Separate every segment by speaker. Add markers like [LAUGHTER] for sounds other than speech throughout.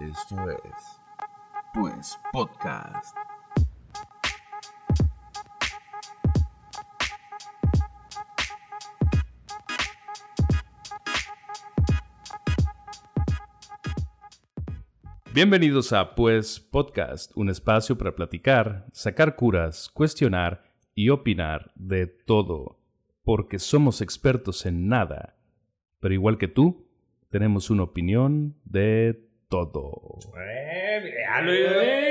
Speaker 1: Esto es Pues Podcast.
Speaker 2: Bienvenidos a Pues Podcast, un espacio para platicar, sacar curas, cuestionar y opinar de todo, porque somos expertos en nada, pero igual que tú, tenemos una opinión de todo.
Speaker 3: Eh, ah, lo digo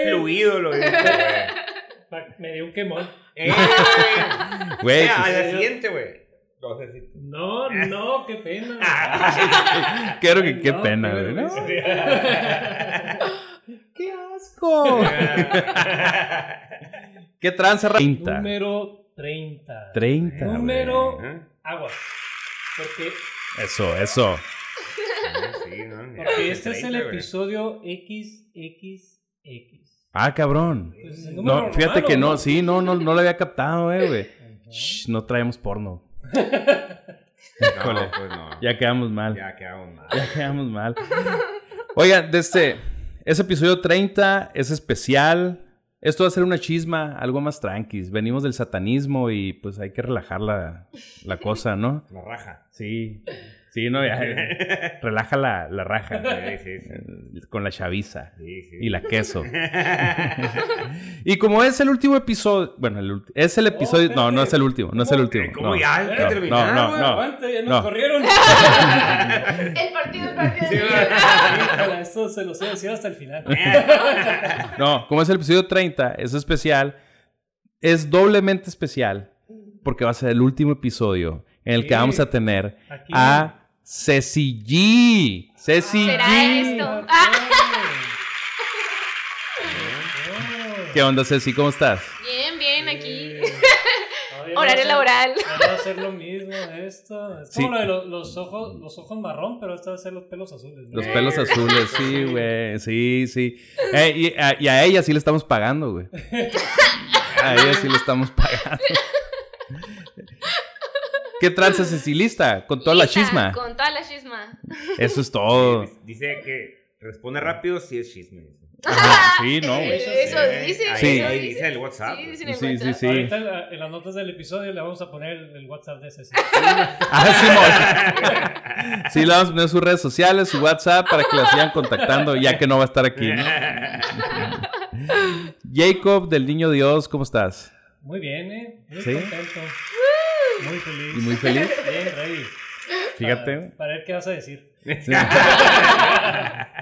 Speaker 3: fluido, lo digo.
Speaker 2: [LAUGHS]
Speaker 4: Pa- Me dio un quemón.
Speaker 3: Eh, güey.
Speaker 2: Güey,
Speaker 3: Eh, a
Speaker 2: pues,
Speaker 3: la siguiente, güey. No
Speaker 2: [LAUGHS]
Speaker 3: sé si.
Speaker 4: No, no, qué pena.
Speaker 2: creo que qué
Speaker 4: No,
Speaker 2: pena, ¿eh?
Speaker 4: qué
Speaker 2: güey, ¿no?
Speaker 4: vergüenza.
Speaker 2: [LAUGHS] ¡Qué asco! ¡Qué tranza, ra- 30.
Speaker 4: Número 30.
Speaker 2: 30. güey.
Speaker 4: Número
Speaker 3: Ajá.
Speaker 4: aguas. Porque,
Speaker 2: Eso, eso.
Speaker 3: Sí, no, ni-
Speaker 4: porque este es el
Speaker 3: 30, güey.
Speaker 4: episodio XXX.
Speaker 2: Ah, cabrón.
Speaker 4: Pues, el número
Speaker 2: No, fíjate
Speaker 4: romano,
Speaker 2: que no,
Speaker 4: ¿no?
Speaker 2: sí, no, no, no lo había captado, eh, güey.
Speaker 4: Ajá.
Speaker 2: Shh, no traemos porno. Híjole.
Speaker 3: No, pues no.
Speaker 2: Ya quedamos mal.
Speaker 3: Ya quedamos mal.
Speaker 2: Ya quedamos mal. Oigan, desde ese episodio 30 es especial. Esto va a ser una chisma, algo más tranquis. Venimos del satanismo y pues hay que relajar la, la cosa, ¿no?
Speaker 3: La raja.
Speaker 2: Sí. Sí, no, ya. eh, Relaja la, la raja.
Speaker 3: Sí,
Speaker 2: eh,
Speaker 3: sí, sí.
Speaker 2: Con la chaviza
Speaker 3: Sí, sí.
Speaker 2: y la queso. Y como es el último episodio, bueno, el ulti- es el episodio, no, no es el último, no es el último.
Speaker 3: [LAUGHS] ¿Cómo
Speaker 2: no.
Speaker 3: ya? Hay que
Speaker 2: no,
Speaker 3: terminar,
Speaker 2: no,
Speaker 3: güey.
Speaker 2: no.
Speaker 4: Aguanta, ya nos
Speaker 2: no. [LAUGHS]
Speaker 4: corrieron.
Speaker 5: El partido, el partido.
Speaker 3: Sí, güey.
Speaker 4: Híjole, Esto se los he decidido hasta el final.
Speaker 2: Eh. No, como es el episodio 30, es especial. Es doblemente especial porque va a ser el último episodio en el que
Speaker 4: Sí.
Speaker 2: vamos a tener
Speaker 4: Aquí.
Speaker 2: a Ceci G. Ceci
Speaker 5: ¿Será
Speaker 2: G.
Speaker 5: esto?
Speaker 4: Ok.
Speaker 5: [LAUGHS]
Speaker 2: ¿Qué onda, Ceci? ¿Cómo estás?
Speaker 5: Bien, bien, aquí.
Speaker 4: Todavía no
Speaker 5: Horario
Speaker 4: sé.
Speaker 5: laboral.
Speaker 4: Ya no va a ser lo mismo esto. Es
Speaker 2: Sí.
Speaker 4: como lo de lo- los, ojos, los ojos marrón, pero esta va a ser los pelos azules. ¿no?
Speaker 2: Los pelos azules, sí, güey. Sí, sí. Eh, y, a, y a ella sí le estamos pagando,
Speaker 5: [LAUGHS]
Speaker 2: güey. A ella sí le estamos pagando. ¿Qué tranza, Cecilista? Con toda la
Speaker 5: Lista,
Speaker 2: chisma.
Speaker 5: Con toda la chisma.
Speaker 2: Eso es todo.
Speaker 3: Dice que responde rápido si es chisme.
Speaker 2: Ajá, sí,
Speaker 5: [LAUGHS]
Speaker 2: no, güey.
Speaker 5: Eso, eso
Speaker 3: Eh,
Speaker 5: dice.
Speaker 3: ahí-
Speaker 2: Sí.
Speaker 5: eso
Speaker 3: ahí dice el WhatsApp.
Speaker 5: Sí, dice en el
Speaker 2: Sí, sí,
Speaker 5: WhatsApp.
Speaker 2: sí.
Speaker 4: Ahorita en la- en las notas del episodio le vamos a poner el, el WhatsApp de
Speaker 2: [LAUGHS]
Speaker 4: ese. sí.
Speaker 2: Ah, Simón. Sí, le vamos a poner sus redes sociales, su WhatsApp, para que la sigan contactando, ya que no va a estar aquí. ¿no? Jacob, del Niño Dios, ¿cómo estás?
Speaker 4: Muy bien, ¿eh? Muy
Speaker 2: Sí.
Speaker 4: contento. Muy feliz.
Speaker 2: Y muy feliz.
Speaker 4: Bien, Rey.
Speaker 2: Fíjate. güey.
Speaker 4: Para, para ver qué vas a decir.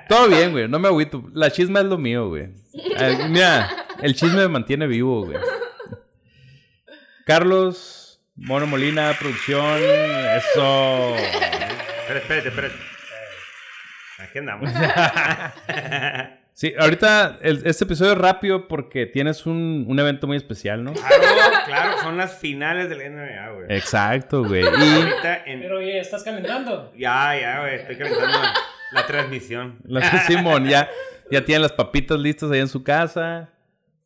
Speaker 2: Todo bien, güey, no me agüito. La chisma es lo mío, güey. Eh, Mira, el chisme me mantiene vivo, güey. Carlos, Mono Molina, producción, eso.
Speaker 3: Espérate, espérate, espérate.
Speaker 2: Eh.
Speaker 3: Aquí [LAUGHS] andamos.
Speaker 2: Sí, ahorita el- este episodio es rápido porque tienes un, un evento muy especial, ¿no?
Speaker 3: Claro, claro, son las finales del NBA, güey.
Speaker 2: Exacto, güey. Eh, Y
Speaker 3: Ahorita en-
Speaker 4: Pero oye, ¿estás calentando?
Speaker 3: Ya, ya, güey, estoy calentando la, la transmisión.
Speaker 2: [LAUGHS] la- Simón ya, ya tiene las papitas listas ahí en su casa.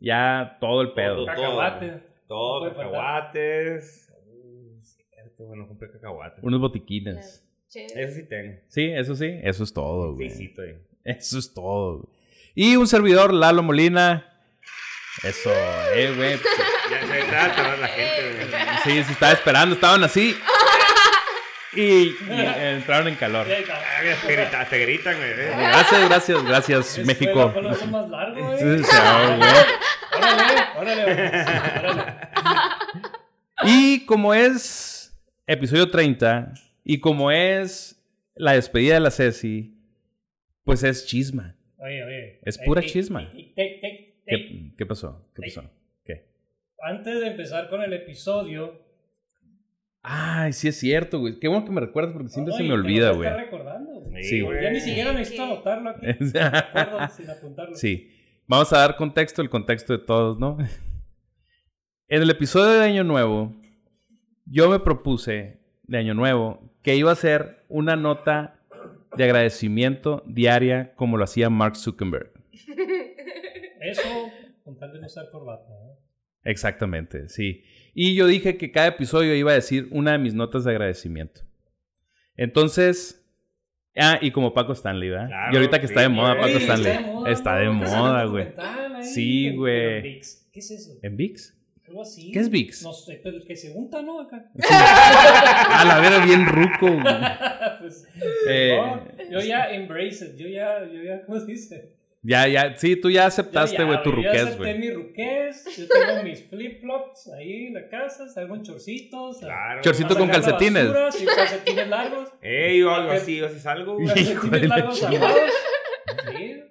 Speaker 2: Ya todo el pedo.
Speaker 3: Todo.
Speaker 4: Cacahuate.
Speaker 3: Todos
Speaker 4: No puede faltar.
Speaker 3: cacahuates. Uh, Cierto, bueno, compré cacahuates.
Speaker 2: Unos botiquines.
Speaker 5: Chévere.
Speaker 3: Eso sí tengo.
Speaker 2: Sí, eso sí, eso es todo,
Speaker 3: Sí,
Speaker 2: güey.
Speaker 3: sí, estoy.
Speaker 2: Eso es todo. güey. Y un servidor, Lalo Molina. Eso, eh, güey. pues,
Speaker 3: Ya se está atorando la gente, güey.
Speaker 2: Sí, se estaba esperando, estaban así. Y, y entraron en calor.
Speaker 4: Ya, ya.
Speaker 3: Ah, mira, te grita- Te gritan, güey. eh.
Speaker 2: Gracias, gracias, gracias,
Speaker 4: Es-
Speaker 2: México.
Speaker 4: Fue el brazo más largo,
Speaker 2: Sí,
Speaker 4: ¿eh?
Speaker 2: sí, ah, güey.
Speaker 4: Órale, órale, órale.
Speaker 2: Y como es episodio 30 y como es la despedida de la Ceci, pues es chisma.
Speaker 4: Oye, oye.
Speaker 2: Es
Speaker 4: Ey,
Speaker 2: pura
Speaker 4: ey,
Speaker 2: chisma.
Speaker 4: ey, ey, ey, ey.
Speaker 2: ¿Qué, qué pasó? ¿Qué pasó? ¿Qué?
Speaker 4: Antes de empezar con el episodio,
Speaker 2: Ay, sí es cierto, güey. Qué bueno que me recuerdas porque siempre
Speaker 4: No,
Speaker 2: se
Speaker 4: y
Speaker 2: me
Speaker 4: te lo
Speaker 2: olvida,
Speaker 4: está
Speaker 2: güey.
Speaker 4: recordando, güey.
Speaker 2: Sí,
Speaker 4: Ya ni siquiera necesito
Speaker 2: [LAUGHS]
Speaker 4: anotarlo aquí. Me acuerdo sin apuntarlo.
Speaker 2: sí. Vamos a dar contexto, el contexto de todos, ¿no? [LAUGHS] En el episodio de Año Nuevo, yo me propuse de Año Nuevo que iba a ser una nota de agradecimiento diaria como lo hacía Mark Zuckerberg.
Speaker 4: Eso con tal de no usar corbata. ¿eh?
Speaker 2: Exactamente, sí. Y yo dije que cada episodio iba a decir una de mis notas de agradecimiento. Entonces, Ah, y como Paco Stanley, ¿verdad?
Speaker 3: Claro,
Speaker 2: y ahorita que
Speaker 3: sí,
Speaker 2: está de moda
Speaker 3: güey.
Speaker 2: Paco
Speaker 3: Sí, está
Speaker 2: Stanley. Está de
Speaker 4: ¿no? Que salió
Speaker 2: moda,
Speaker 4: un
Speaker 2: güey.
Speaker 4: documental ahí
Speaker 2: Sí,
Speaker 4: en-
Speaker 2: güey.
Speaker 4: pero en VIX. ¿Qué es eso?
Speaker 2: ¿En VIX?
Speaker 4: Algo así.
Speaker 2: ¿Qué es VIX?
Speaker 4: No sé, pero el que se junta,
Speaker 2: [LAUGHS]
Speaker 4: ¿no? Acá. [LAUGHS]
Speaker 2: A la vera, bien ruco, güey.
Speaker 4: Pues,
Speaker 2: Eh,
Speaker 4: no, yo ya embrace it. Yo ya, yo ya, ¿cómo se dice?
Speaker 2: ya, ya. Sí, tú ya
Speaker 4: Yo
Speaker 2: aceptaste,
Speaker 4: ya,
Speaker 2: güey, tu
Speaker 4: Yo ya
Speaker 2: ruquez,
Speaker 4: acepté
Speaker 2: güey.
Speaker 4: mi ruquez. Yo tengo [LAUGHS] mis flip-flops ahí en la casa. Salgo en chorcitos.
Speaker 3: Claro.
Speaker 2: Chorcito
Speaker 4: a
Speaker 2: con
Speaker 4: sacar la
Speaker 2: calcetines.
Speaker 4: basura, sí, calcetines largos.
Speaker 3: Ey, yo algo así, yo así salgo, güey.
Speaker 2: [LAUGHS] Hijo de
Speaker 4: Calcetines largos
Speaker 2: la
Speaker 4: zapados. Sí.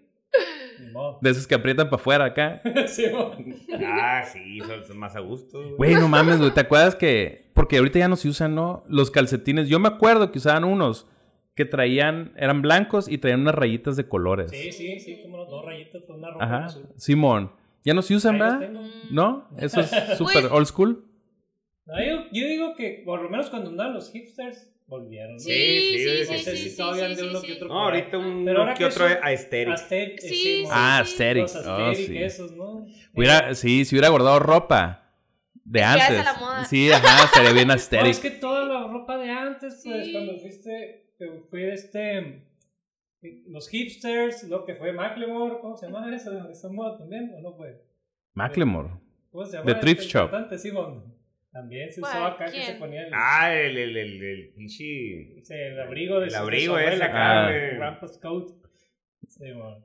Speaker 2: [LAUGHS]
Speaker 4: Ni modo.
Speaker 2: De esos que aprietan para afuera acá.
Speaker 4: Sí, mo-
Speaker 3: Ah, sí, son, son más a gusto,
Speaker 2: Güey, no mames, güey. ¿Te acuerdas que.? Porque ahorita ya no se usan, ¿no? Los calcetines. Yo me acuerdo que usaban unos que traían. Eran blancos y traían unas rayitas de colores.
Speaker 4: sí, sí, sí, como dos rayitas, pues una roja. una
Speaker 2: Ajá.
Speaker 4: azul.
Speaker 2: Simón. Ya no se usan,
Speaker 4: Ahí los
Speaker 2: ¿verdad?
Speaker 4: tengo.
Speaker 2: ¿No? Eso
Speaker 4: [LAUGHS]
Speaker 2: es súper
Speaker 5: Pues-
Speaker 2: old school.
Speaker 4: No, yo, yo digo que por lo menos cuando andaban los hipsters, volvieron.
Speaker 5: [LAUGHS] Sí,
Speaker 3: Sí, sí,
Speaker 5: sí,
Speaker 3: sí,
Speaker 5: sí,
Speaker 3: sí,
Speaker 5: sí,
Speaker 4: sí,
Speaker 5: sí,
Speaker 4: todavía
Speaker 5: sí,
Speaker 4: de uno
Speaker 5: sí,
Speaker 4: que
Speaker 5: sí.
Speaker 4: otro.
Speaker 3: No, ahorita un
Speaker 4: Pero ahora
Speaker 3: que
Speaker 4: que
Speaker 3: otro
Speaker 4: son-
Speaker 3: aesthetic.
Speaker 4: Aster- eh,
Speaker 5: Sí,
Speaker 4: sí, mo-
Speaker 2: Ah,
Speaker 5: sí.
Speaker 2: aesthetic.
Speaker 4: los
Speaker 2: Oh,
Speaker 4: Asteric,
Speaker 2: sí.
Speaker 4: esos, ¿no?
Speaker 2: Hubiera, sí, si hubiera guardado ropa de
Speaker 5: Es que
Speaker 2: antes.
Speaker 5: hace la moda.
Speaker 2: Sí, ajá, estaría bien
Speaker 4: [LAUGHS] No, es
Speaker 2: aesthetic.
Speaker 4: que toda la ropa de antes, pues,
Speaker 5: Sí.
Speaker 4: cuando fuiste, que fue este, los hipsters, lo que fue Macklemore, ¿cómo se llama eso? ¿Esa moda también o no fue?
Speaker 2: Macklemore.
Speaker 4: ¿Cómo se llama?
Speaker 2: The Thrift
Speaker 4: el
Speaker 2: Shop.
Speaker 4: cantante? Sí, bueno, también se usaba
Speaker 5: ¿Cuál?
Speaker 4: acá que se
Speaker 5: ¿Quién?
Speaker 4: ponía el,
Speaker 3: Ah, el, el, el, el pinche.
Speaker 4: sí, el abrigo de
Speaker 3: El
Speaker 4: su- de su
Speaker 3: abrigo ese
Speaker 4: abuela
Speaker 2: acá,
Speaker 3: güey.
Speaker 4: Grandpa's coat. Sí, bueno.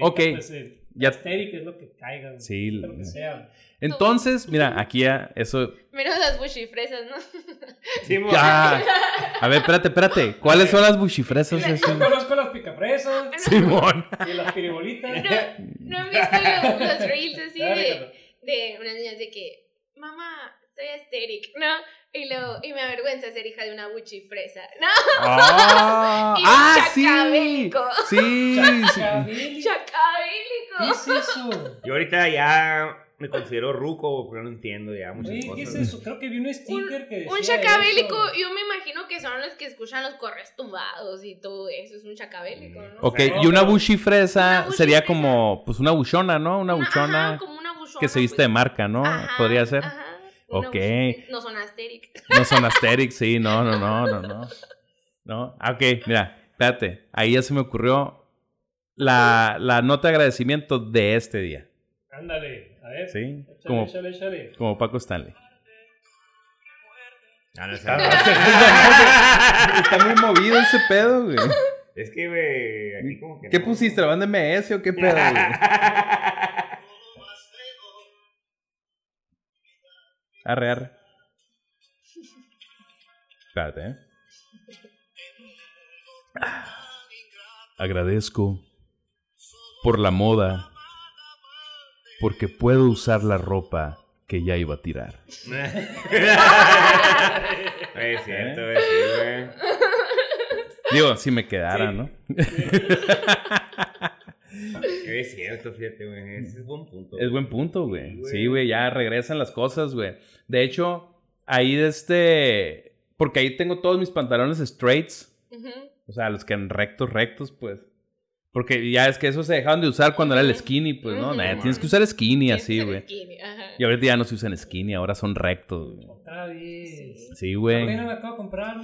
Speaker 2: Ok, ya-
Speaker 4: ya. Aesthetic es lo que caiga. güey,
Speaker 2: Sí,
Speaker 4: Lo que sea.
Speaker 2: Entonces, mira, aquí ya,
Speaker 5: [LAUGHS]
Speaker 2: eso.
Speaker 5: Menos las bushifresas, ¿no?
Speaker 3: Sí, mo-
Speaker 2: Ya. A ver, espérate, espérate. ¿Cuáles son las buchifresas?
Speaker 4: Yo
Speaker 5: [LAUGHS]
Speaker 4: conozco las picafresas
Speaker 2: Simón.
Speaker 4: y las piribolitas.
Speaker 5: No, [LAUGHS] no han visto los, los reels así
Speaker 4: Ah,
Speaker 5: de,
Speaker 4: Ricardo.
Speaker 5: de unas niñas de que, mamá, soy asteric, ¿no? Y, lo, y me avergüenza ser hija de una buchifresa, ¿no?
Speaker 2: Ah,
Speaker 5: Y un
Speaker 2: ah, sí.
Speaker 5: chacabélico.
Speaker 2: Sí, sí.
Speaker 4: Cabili- ¿Qué
Speaker 5: Chacabélico.
Speaker 4: es eso?
Speaker 3: Yo ahorita ya me considero ruco, pero no entiendo ya muchas
Speaker 4: Oye, ¿Qué
Speaker 3: cosas.
Speaker 4: es eso? Creo que vi un sticker que decía
Speaker 5: Un chacabélico,
Speaker 4: eso.
Speaker 5: yo me imagino que son los que escuchan los correos tumbados y todo eso, es un chacabélico, ¿no?
Speaker 2: Mm. Ok, y una buchifresa
Speaker 5: Una
Speaker 2: sería
Speaker 5: buchifresa.
Speaker 2: como, pues una buchona, ¿no? Una
Speaker 5: ajá,
Speaker 2: buchona
Speaker 5: como una buchona,
Speaker 2: que se viste de
Speaker 5: pues.
Speaker 2: marca, ¿no?
Speaker 5: Ajá,
Speaker 2: Podría ser.
Speaker 5: ajá, una
Speaker 2: Ok.
Speaker 5: buchifresa. No son asteric.
Speaker 2: No son Asterix, sí, no, no, no, no, no. No, ah, ok, mira, espérate, ahí ya se me ocurrió la, la nota de agradecimiento de este día,
Speaker 4: Ándale, a ver.
Speaker 2: ¿sí?
Speaker 4: Échale,
Speaker 2: Como,
Speaker 4: échale, échale.
Speaker 2: como Paco Stanley.
Speaker 3: Ah, no, o sea,
Speaker 2: Está muy movido ese pedo, güey.
Speaker 3: [LAUGHS] es que, güey, aquí como que.
Speaker 2: ¿Qué
Speaker 3: no. [LAUGHS]
Speaker 2: pusiste? ¿La banda MS o qué pedo, güey? Arre, arre. Espérate, ¿eh? Agradezco por la moda, porque puedo usar la ropa que ya iba a tirar.
Speaker 3: es cierto, güey, sí, güey.
Speaker 2: Digo, si me quedara, ¿no?
Speaker 3: Es cierto, fíjate, güey. Ese es buen punto.
Speaker 2: Es buen punto, güey.
Speaker 3: Sí, güey.
Speaker 2: Sí, güey, ya regresan las cosas, güey. De hecho, ahí de este... Porque ahí tengo todos mis pantalones straights.
Speaker 5: Ujú.
Speaker 2: O sea, los que eran rectos, rectos, pues. Porque ya es que eso se dejaron de usar cuando era el skinny, pues, ¿no?
Speaker 5: Ujú.
Speaker 2: Nah, tienes que usar skinny así,
Speaker 5: Tienes
Speaker 2: güey.
Speaker 5: que ser skinny, ajá.
Speaker 2: Y ahorita ya no se usan skinny, ahora son rectos, güey.
Speaker 4: Otra vez.
Speaker 2: Sí, güey. [LAUGHS]
Speaker 4: Apenas me acabo de comprar. ¿no?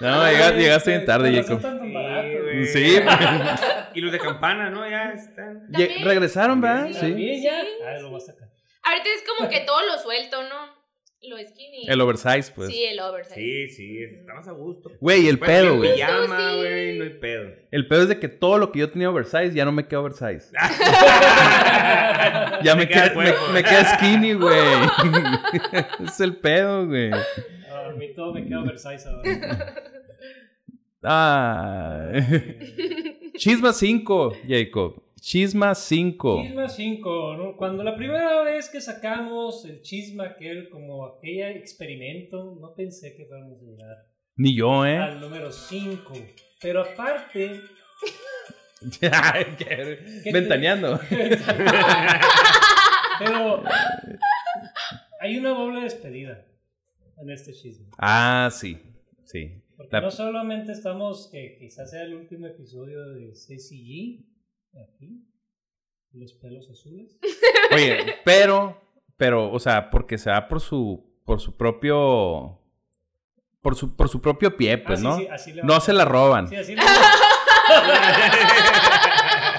Speaker 2: No, llega- llegaste bien tarde,
Speaker 4: Con
Speaker 2: Jacob.
Speaker 4: razón están tan baratos, güey.
Speaker 3: güey.
Speaker 2: Sí, güey.
Speaker 3: Y los de campana, ¿no? Ya están.
Speaker 5: También.
Speaker 2: Lleg- Regresaron, ¿verdad? Sí.
Speaker 4: También ya. Ah, lo voy a sacar.
Speaker 5: Ahorita es como que todo lo suelto, ¿no? Lo skinny.
Speaker 2: El oversize, pues.
Speaker 5: Sí, el oversize.
Speaker 3: Sí, sí, estamos a gusto.
Speaker 2: Güey, el
Speaker 3: Puedes ir
Speaker 2: pedo,
Speaker 3: en
Speaker 2: güey.
Speaker 3: pijama,
Speaker 5: Sí.
Speaker 3: güey, no hay pedo.
Speaker 2: El pedo es de que todo lo que yo tenía oversize ya no me queda oversize.
Speaker 4: [LAUGHS]
Speaker 2: Ya me,
Speaker 3: Me queda
Speaker 2: queda, me,
Speaker 3: el cuerpo.
Speaker 2: me queda
Speaker 5: [LAUGHS]
Speaker 2: skinny, güey. [LAUGHS] es el pedo, güey.
Speaker 4: A mí todo me queda
Speaker 2: [LAUGHS]
Speaker 4: oversize ahora.
Speaker 2: Ah. [LAUGHS] Chisma 5, Jacob. Chisma 5.
Speaker 4: Chisma 5, ¿no? Cuando la primera vez que sacamos el chisma aquel, como aquella experimento, no pensé que fuéramos a llegar
Speaker 2: Ni yo, ¿eh?
Speaker 4: al número 5. Pero aparte,
Speaker 2: Ay, qué-
Speaker 4: ¿Qué te-
Speaker 2: Ventaneando. [LAUGHS]
Speaker 4: pero hay una doble despedida en este chisme.
Speaker 2: Ah, sí. Sí.
Speaker 4: Porque
Speaker 2: La-
Speaker 4: no solamente estamos, que quizás sea el último episodio de CCG, aquí, los pelos azules.
Speaker 5: Pues
Speaker 2: Oye, pero, pero, o sea, porque se va por su, por su propio por su, por su propio pie, pues,
Speaker 4: Ah,
Speaker 2: ¿no?
Speaker 4: sí, sí, así le va
Speaker 2: no
Speaker 4: a-
Speaker 2: se la roban.
Speaker 4: Sí, así le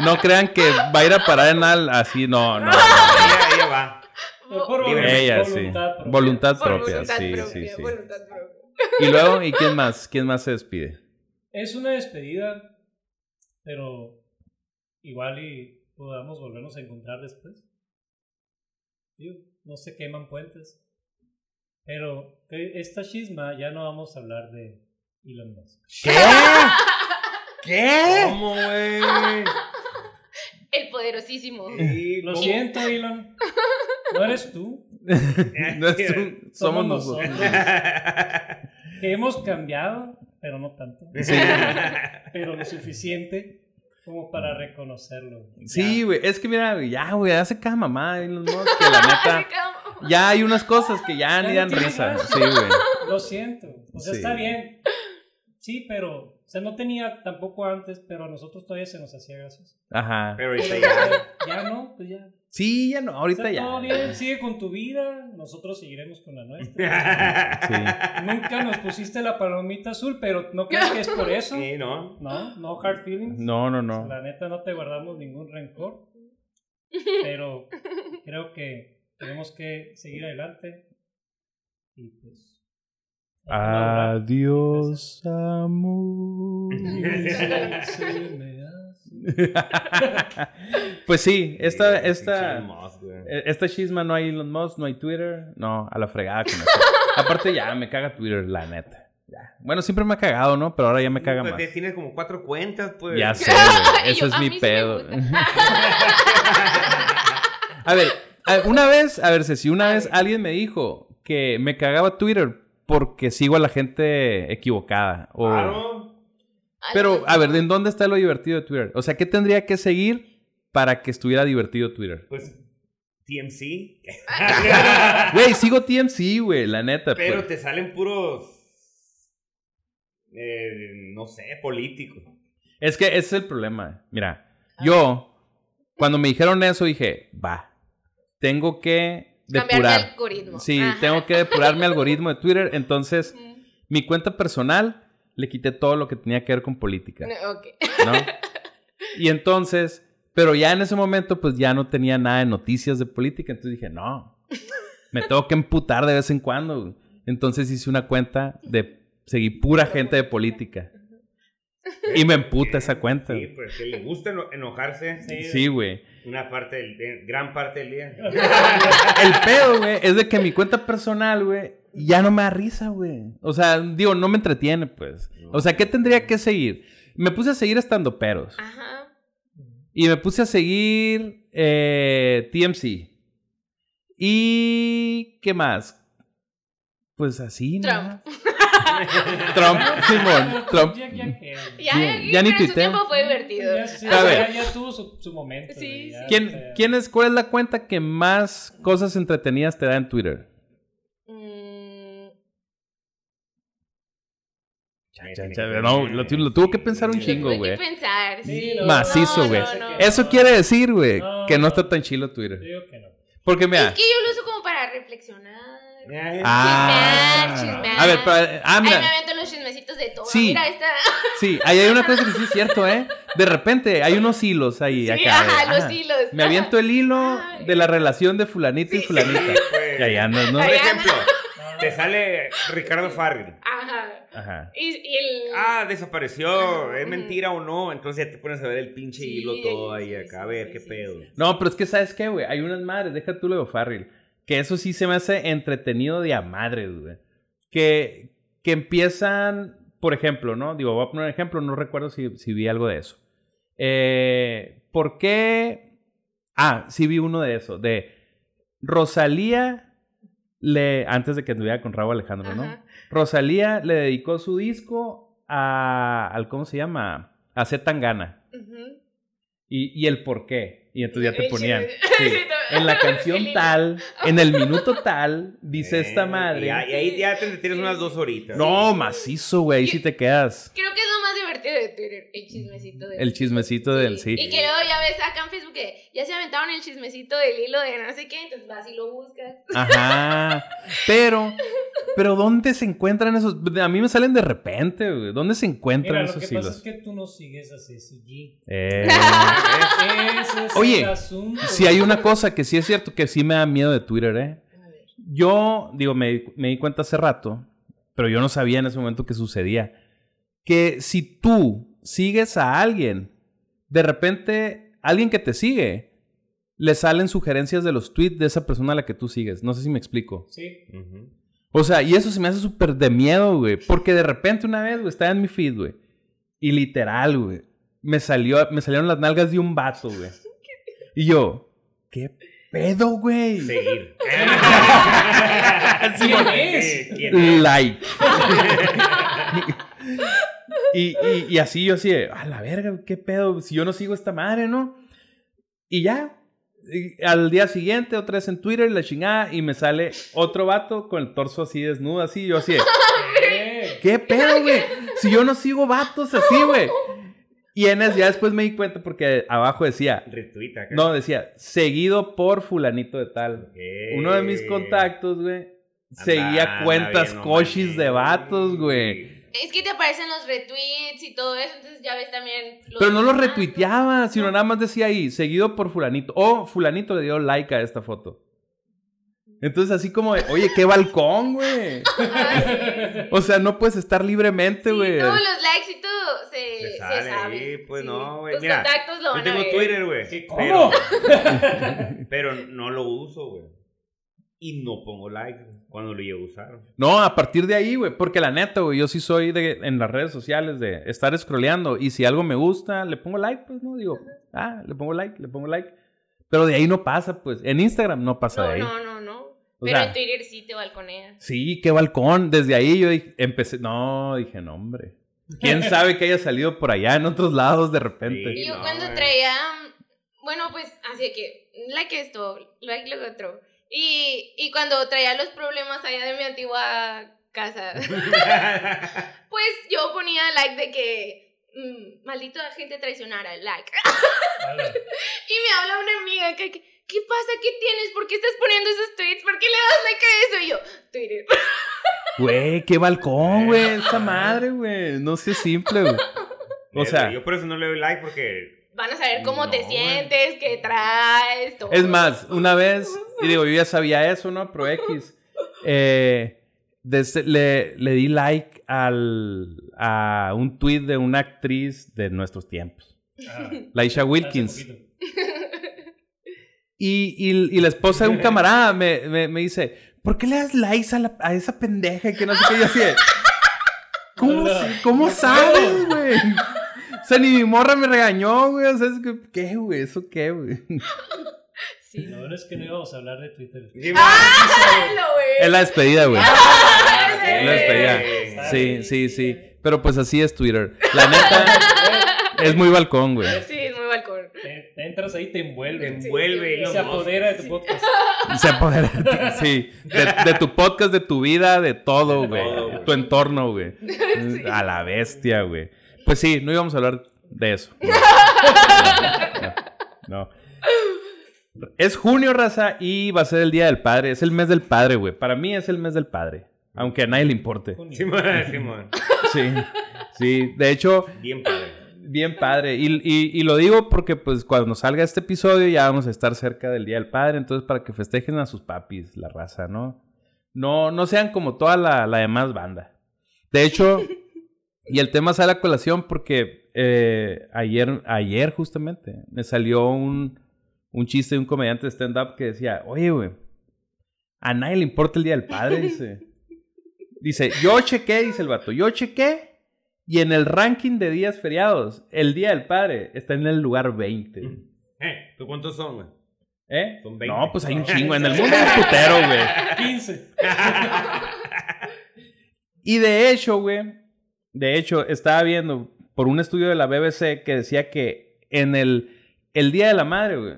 Speaker 2: No crean que va a ir a parar en al así, no, no. no.
Speaker 3: Ella, ella va.
Speaker 5: [LAUGHS]
Speaker 4: Fue por
Speaker 3: Libre.
Speaker 4: voluntad
Speaker 2: Ella sí.
Speaker 4: propia.
Speaker 2: Voluntad
Speaker 5: Por
Speaker 2: propia,
Speaker 5: voluntad
Speaker 2: sí,
Speaker 5: propia,
Speaker 2: sí, sí.
Speaker 5: voluntad propia.
Speaker 2: Y luego, ¿y quién más? ¿Quién más se despide?
Speaker 4: Es una despedida, pero igual y podamos volvernos a encontrar después. Digo, no se queman puentes. Pero eh, esta chisma ya no vamos a hablar de Elon Musk.
Speaker 2: ¿Qué? ¿Qué?
Speaker 3: ¿Cómo, güey?
Speaker 5: El poderosísimo.
Speaker 3: Sí,
Speaker 4: Lo
Speaker 3: ¿cómo?
Speaker 4: siento, Elon. No eres tú.
Speaker 2: [LAUGHS] No es
Speaker 4: [LAUGHS]
Speaker 3: [LAUGHS]
Speaker 2: tú, somos nosotros.
Speaker 4: Que hemos cambiado, pero no tanto. Pero lo suficiente como para reconocerlo.
Speaker 2: Sí, güey. Es que mira, güey, ya, güey, hace cada mamá y los modos que la
Speaker 4: [LAUGHS]
Speaker 5: Ay,
Speaker 2: neta.
Speaker 5: cómo-
Speaker 2: Ya hay unas cosas que ya ni
Speaker 4: Ya
Speaker 2: dan
Speaker 4: no tiene
Speaker 2: risa.
Speaker 4: gracia.
Speaker 2: Sí, güey.
Speaker 4: Lo siento. O sea,
Speaker 2: Sí.
Speaker 4: está bien. Sí, pero. O sea, no tenía tampoco antes, pero a nosotros todavía se nos hacía gracioso.
Speaker 2: Ajá.
Speaker 3: Pero ahorita ya.
Speaker 4: Ya, ya no, pues ya.
Speaker 2: Sí, ya no,
Speaker 4: O
Speaker 2: ahorita
Speaker 4: sea, todo
Speaker 2: ya.
Speaker 4: bien, sigue con tu vida, nosotros seguiremos con la
Speaker 2: [LAUGHS]
Speaker 4: nuestra. Nunca nos pusiste la palomita azul, pero no crees que es
Speaker 2: [LAUGHS]
Speaker 4: por eso.
Speaker 3: Sí, ¿no?
Speaker 4: No, no hard feelings.
Speaker 2: No, no, no.
Speaker 4: La neta no te guardamos ningún
Speaker 5: [LAUGHS]
Speaker 4: rencor, pero creo que tenemos que seguir adelante. Y pues... hay que
Speaker 2: Ah.
Speaker 4: madurar.
Speaker 2: Adiós, [LAUGHS] amor. pues sí, esta,
Speaker 3: Sí,
Speaker 2: esta,
Speaker 3: pinche Musk, güey.
Speaker 2: eh, esta chisma no hay Elon Musk, no hay Twitter. No, a la fregada [LAUGHS] con eso. Aparte ya me caga Twitter, la neta. Ya. Bueno, siempre me ha cagado, ¿no? Pero ahora ya me caga
Speaker 3: Pues,
Speaker 2: más.
Speaker 3: Tiene como cuatro cuentas, pues.
Speaker 2: Ya sé, güey,
Speaker 5: [LAUGHS] Y
Speaker 2: Eso
Speaker 5: yo,
Speaker 2: es
Speaker 5: a
Speaker 2: mi
Speaker 5: mí sí me
Speaker 2: pedo. [LAUGHS]
Speaker 5: gusta.
Speaker 2: a ver, a- una vez, a ver, Ceci, una vez alguien me dijo que me cagaba Twitter porque sigo a la gente equivocada. O...
Speaker 3: Claro.
Speaker 2: Pero, a ver, ¿en dónde está lo divertido de Twitter? O sea, ¿qué tendría que seguir para que estuviera divertido [LAUGHS] Twitter?
Speaker 3: Pues TMC.
Speaker 2: Güey, sigo TMC, güey, la neta.
Speaker 3: Pero
Speaker 2: pues.
Speaker 3: te salen puros. eh, no sé, políticos.
Speaker 2: Es que ese es el problema. Mira, yo, cuando me dijeron eso, dije, va, tengo que
Speaker 5: Cambiar mi
Speaker 2: depurar.
Speaker 5: algoritmo.
Speaker 2: Sí,
Speaker 5: Ajá.
Speaker 2: tengo que depurar mi algoritmo de Twitter. Entonces,
Speaker 5: Mm,
Speaker 2: mi cuenta personal le quité todo lo que tenía que ver con política,
Speaker 5: no, ok.
Speaker 2: ¿no? Y entonces, pero ya en ese momento, pues ya no tenía nada de noticias de política. Entonces dije, no, me tengo que emputar de vez en cuando. güey. Entonces hice una cuenta de seguir pura gente de política. Y me emputa esa cuenta.
Speaker 3: Sí, pues que le gusta eno- enojarse
Speaker 2: pues, Sí, güey.
Speaker 3: una parte del de- gran parte del
Speaker 2: [LAUGHS]
Speaker 3: día.
Speaker 2: El pedo, güey, es de que mi cuenta personal, güey, ya no me da risa, güey. O sea, digo, no me entretiene, pues. O sea, ¿qué tendría que seguir? Me puse a seguir estando peros.
Speaker 5: Ah. Ajá.
Speaker 2: Y me puse a seguir eh, TMC. ¿Y qué más? Pues así, ¿no?
Speaker 5: Trump.
Speaker 2: [LAUGHS] Trump, Simón, Trump.
Speaker 4: Ya, ya que-
Speaker 5: Ya,
Speaker 2: Bien, ya ni
Speaker 5: pero en su
Speaker 2: tuitea.
Speaker 5: tiempo fue divertido.
Speaker 4: ya sí,
Speaker 2: A ver.
Speaker 4: ya- ya tuvo su, su momento.
Speaker 5: Sí,
Speaker 4: güey, ya,
Speaker 5: sí.
Speaker 4: o
Speaker 2: ¿Quién,
Speaker 4: sea,
Speaker 2: quién es, ¿Cuál es la cuenta que más cosas entretenidas te da en Twitter?
Speaker 5: Mm,
Speaker 2: Cha, cha, cha, No, lo, tu- lo tuvo que pensar un chingo,
Speaker 5: tuve
Speaker 2: güey.
Speaker 5: que pensar. sí.
Speaker 4: no,
Speaker 2: Macizo, güey.
Speaker 5: No, no, no.
Speaker 2: Eso quiere decir, güey,
Speaker 4: No,
Speaker 2: que no
Speaker 4: no.
Speaker 2: está tan chilo Twitter.
Speaker 4: Yo digo que no.
Speaker 2: Porque mira.
Speaker 5: Es que yo lo uso como para reflexionar.
Speaker 3: Ya, ya.
Speaker 2: Ah,
Speaker 5: Chismear, chismear.
Speaker 2: a ver, pero, ah,
Speaker 5: Ahí
Speaker 2: mira,
Speaker 5: me avento los chismecitos de todo.
Speaker 2: Sí.
Speaker 5: Mira, esta.
Speaker 2: sí, ahí hay una cosa que sí es cierto, ¿eh? De repente hay unos hilos ahí,
Speaker 5: Sí,
Speaker 2: acá.
Speaker 5: ajá,
Speaker 2: de,
Speaker 5: los
Speaker 2: ah,
Speaker 5: hilos.
Speaker 2: Me aviento el hilo
Speaker 5: Ay.
Speaker 2: de la relación de fulanito y fulanita.
Speaker 3: Pues,
Speaker 2: Y ahí andas, ¿no?
Speaker 3: Por
Speaker 5: Ay.
Speaker 3: ejemplo,
Speaker 4: No, no,
Speaker 3: te sale Ricardo Farril.
Speaker 5: Ajá.
Speaker 2: Ajá.
Speaker 5: Y, y el.
Speaker 3: Ah, desapareció, es
Speaker 5: Ujú.
Speaker 3: mentira o no. Entonces ya te pones a ver el pinche
Speaker 5: Sí,
Speaker 3: hilo todo
Speaker 5: ahí,
Speaker 3: ahí
Speaker 5: sí,
Speaker 3: acá,
Speaker 5: sí,
Speaker 3: a ver
Speaker 5: sí,
Speaker 3: qué
Speaker 5: sí,
Speaker 3: pedo.
Speaker 5: sí, sí.
Speaker 2: No, pero es que, ¿sabes qué, güey? Hay unas madres, deja tú lo de Farrell. Que eso sí se me hace entretenido de a madres, güey. Que, que empiezan, por ejemplo, ¿no? Digo, voy a poner un ejemplo, no recuerdo si, si vi algo de eso. Eh, ¿Por qué? Ah, sí vi uno de eso, de Rosalía le, antes de que anduviera con Raúl Alejandro, ¿no?
Speaker 5: Ajá.
Speaker 2: Rosalía le dedicó su disco a, al, ¿cómo se llama? A Z Tangana.
Speaker 5: Ujú.
Speaker 2: Y, y el por qué. Y entonces ya te
Speaker 5: Sí, [LAUGHS]
Speaker 2: ponían.
Speaker 5: sí.
Speaker 2: sí, en la
Speaker 5: [LAUGHS]
Speaker 2: canción tal, en el minuto tal, dice
Speaker 3: Eh,
Speaker 2: esta madre.
Speaker 3: Y, ahí- y ahí ya te tienes
Speaker 5: Sí.
Speaker 3: unas dos horitas.
Speaker 2: No, macizo, güey. Si te quedas.
Speaker 5: Creo que es lo más divertido de de Twitter, el chismecito de
Speaker 2: El chismecito del sí.
Speaker 5: Y que luego ya ves acá en Facebook que ya se aventaron el chismecito del hilo de no sé qué, entonces vas y lo buscas. [LAUGHS]
Speaker 2: Ajá. Pero, pero ¿dónde se encuentran esos? A mí me salen de repente, güey. ¿Dónde se encuentran
Speaker 4: Mira, lo que
Speaker 2: esos
Speaker 4: pasa
Speaker 2: hilos?
Speaker 4: es que tú no sigues a CCG.
Speaker 2: Eh,
Speaker 5: [LAUGHS] Ah.
Speaker 4: Ese es
Speaker 2: Oye,
Speaker 4: el asunto.
Speaker 2: si hay una cosa que [LAUGHS] sí es cierto que sí me da miedo de Twitter, ¿eh?
Speaker 5: A ver.
Speaker 2: Yo, digo, me, di- me di cuenta hace rato, pero yo no sabía en ese momento que sucedía. Que si tú sigues a alguien, de repente alguien que te sigue, le salen sugerencias de los tweets de esa persona a la que tú sigues. No sé si me explico.
Speaker 5: [LAUGHS]
Speaker 4: Sí,
Speaker 3: Ujú.
Speaker 2: O sea, y eso se me hace súper de miedo, güey. Porque de repente una vez, güey, estaba en mi feed, güey. Y literal, güey. Me, salió, me salieron las nalgas de un vato, güey. Y yo, ¿qué pedo, güey? [LAUGHS]
Speaker 3: Seguir. [LAUGHS]
Speaker 4: ¿Quién es?
Speaker 3: ¿Quién es?
Speaker 2: Like. [LAUGHS] y, y- y así yo así, de, a la verga, qué pedo, si yo no sigo esta madre, ¿no? Y ya, Y al día siguiente, otra vez en Twitter, la chingada, y me sale otro vato con el torso así desnudo, así, yo así, de,
Speaker 4: Eh,
Speaker 5: [LAUGHS]
Speaker 2: ¿qué pedo, güey? Si yo no sigo vatos así, güey. Y en ese, ya después me di cuenta porque abajo decía,
Speaker 3: Retuita acá.
Speaker 2: no, decía, seguido por fulanito de tal.
Speaker 3: Eh.
Speaker 2: Uno de mis contactos, güey,
Speaker 3: Anda,
Speaker 2: seguía
Speaker 3: anda
Speaker 2: cuentas
Speaker 3: bien, no
Speaker 2: cochis
Speaker 3: mames.
Speaker 2: de vatos, güey.
Speaker 5: Es que te aparecen los retweets y todo eso, entonces ya ves también. los
Speaker 2: Pero no lo
Speaker 5: demás,
Speaker 2: retuiteaba, sino nada más decía ahí, seguido por fulanito. Oh, fulanito le dio like a esta foto. Entonces así como, de, oye, qué balcón,
Speaker 5: [LAUGHS]
Speaker 2: güey.
Speaker 5: Ay,
Speaker 2: O sea, no puedes estar libremente,
Speaker 5: sí,
Speaker 2: güey.
Speaker 5: todos los likes y todo se,
Speaker 3: Se
Speaker 5: se
Speaker 3: sale
Speaker 5: sabe.
Speaker 3: ahí, pues,
Speaker 5: sí.
Speaker 3: no, güey.
Speaker 5: Tus
Speaker 3: Mira,
Speaker 5: contactos lo van
Speaker 3: Yo tengo
Speaker 5: a ver.
Speaker 3: Twitter, güey.
Speaker 4: ¿Qué,
Speaker 3: pero-
Speaker 4: ¿Cómo?
Speaker 3: Pero no lo uso, güey. Y no pongo like güey, cuando lo llevo a
Speaker 4: [LAUGHS]
Speaker 3: usar. [LAUGHS]
Speaker 2: No, a partir de ahí, güey. Porque la neta, güey, yo sí soy de, en las redes sociales de estar scrolleando. Y si algo me gusta, le pongo like, pues, ¿no? Digo, ah, le pongo like, le pongo like. Pero de ahí no pasa, pues. En Instagram no pasa de
Speaker 5: No,
Speaker 2: ahí.
Speaker 5: no, no, no.
Speaker 2: O
Speaker 5: Pero
Speaker 2: sea-
Speaker 5: en Twitter sí te balconeas.
Speaker 2: Sí, qué balcón. Desde ahí yo dije- empecé. No, dije, no, hombre. Quién sabe que haya salido por allá en otros lados de repente.
Speaker 3: Sí.
Speaker 5: Y yo
Speaker 3: no,
Speaker 5: cuando
Speaker 3: eh.
Speaker 5: traía, bueno, pues así de que, like esto, like lo otro. Y, y cuando traía los problemas allá de mi antigua casa, [LAUGHS] pues yo ponía like de que, mm, maldito gente traicionara, like.
Speaker 4: Ala.
Speaker 5: Y me habla una amiga que, que, ¿qué pasa? ¿Qué tienes? ¿Por qué estás poniendo esos tweets? ¿Por qué le das like a eso? Y yo, Twitter. [LAUGHS]
Speaker 2: Güey, qué balcón, güey. Esa madre, güey. No sé, simple, güey. O sea,
Speaker 3: yo por eso no le doy like
Speaker 4: [LAUGHS]
Speaker 3: porque.
Speaker 5: Van a saber cómo te
Speaker 3: No, güey.
Speaker 5: sientes, qué traes, todo.
Speaker 2: es más, una vez, y digo, yo ya sabía eso, ¿no? Pro X. eh, des- le, le di like al, a un tweet de una actriz de nuestros tiempos,
Speaker 4: Ah,
Speaker 2: Laisha Wilkins.
Speaker 4: hace poquito.
Speaker 2: Y, y- y la esposa de un camarada me, me- me dice, ¿por qué le das likes a, la- a esa pendeja que no sé qué? Y yo así de, ¿cómo,
Speaker 4: Hola.
Speaker 2: si- cómo sabes, güey? O sea, ni mi morra me regañó, güey. O sea, es que, ¿qué, güey? ¿Eso qué, güey?
Speaker 5: Sí.
Speaker 4: Lo bueno es que no íbamos a hablar de Twitter.
Speaker 5: Lo veo. [LAUGHS]
Speaker 2: Es la despedida, güey.
Speaker 5: Ay,
Speaker 2: la
Speaker 4: despedida.
Speaker 2: Sí, sí, sí. Pero pues así es Twitter. La [LAUGHS] neta, es muy balcón, güey.
Speaker 5: Sí, es muy balcón.
Speaker 4: Te, te entras ahí, te
Speaker 3: Te
Speaker 4: envuelve.
Speaker 3: envuelve. y
Speaker 4: Se apodera de tu podcast.
Speaker 2: Se apodera de ti, sí. De, de tu podcast, de tu vida, de todo, güey.
Speaker 3: todo, güey.
Speaker 2: Tu entorno, [LAUGHS] güey. A la bestia, güey. Pues sí, no íbamos a hablar de eso. [LAUGHS] No. No. No. Es junio, raza, y va a ser el Día del Padre. Es el mes del padre, güey. Para mí es el mes del padre. Aunque a nadie le importe.
Speaker 3: Simón, Simón.
Speaker 2: Sí. Sí. De hecho,
Speaker 3: Bien padre.
Speaker 2: Bien padre. Y, y- y lo digo porque pues cuando salga este episodio ya vamos a estar cerca del Día del Padre. Entonces para que festejen a sus papis, la raza, ¿no? No, no sean como toda la, la demás banda. De hecho, y el tema sale a colación porque eh, ayer, ayer justamente me salió un, un chiste de un comediante de stand-up que decía, oye, güey, a nadie le importa el Día del Padre, dice. Dice, yo chequé, dice el vato, yo chequé y en el ranking de días feriados, el Día del Padre está en el lugar 20.
Speaker 3: Eh, ¿Tú cuántos son, güey?
Speaker 2: ¿Eh?
Speaker 3: Son 20.
Speaker 2: No, pues hay un chingo. En el mundo hay un putero, güey.
Speaker 4: 15.
Speaker 2: Y de hecho, güey, de hecho, estaba viendo por un estudio de la BBC que decía que en el, el Día de la Madre, güey,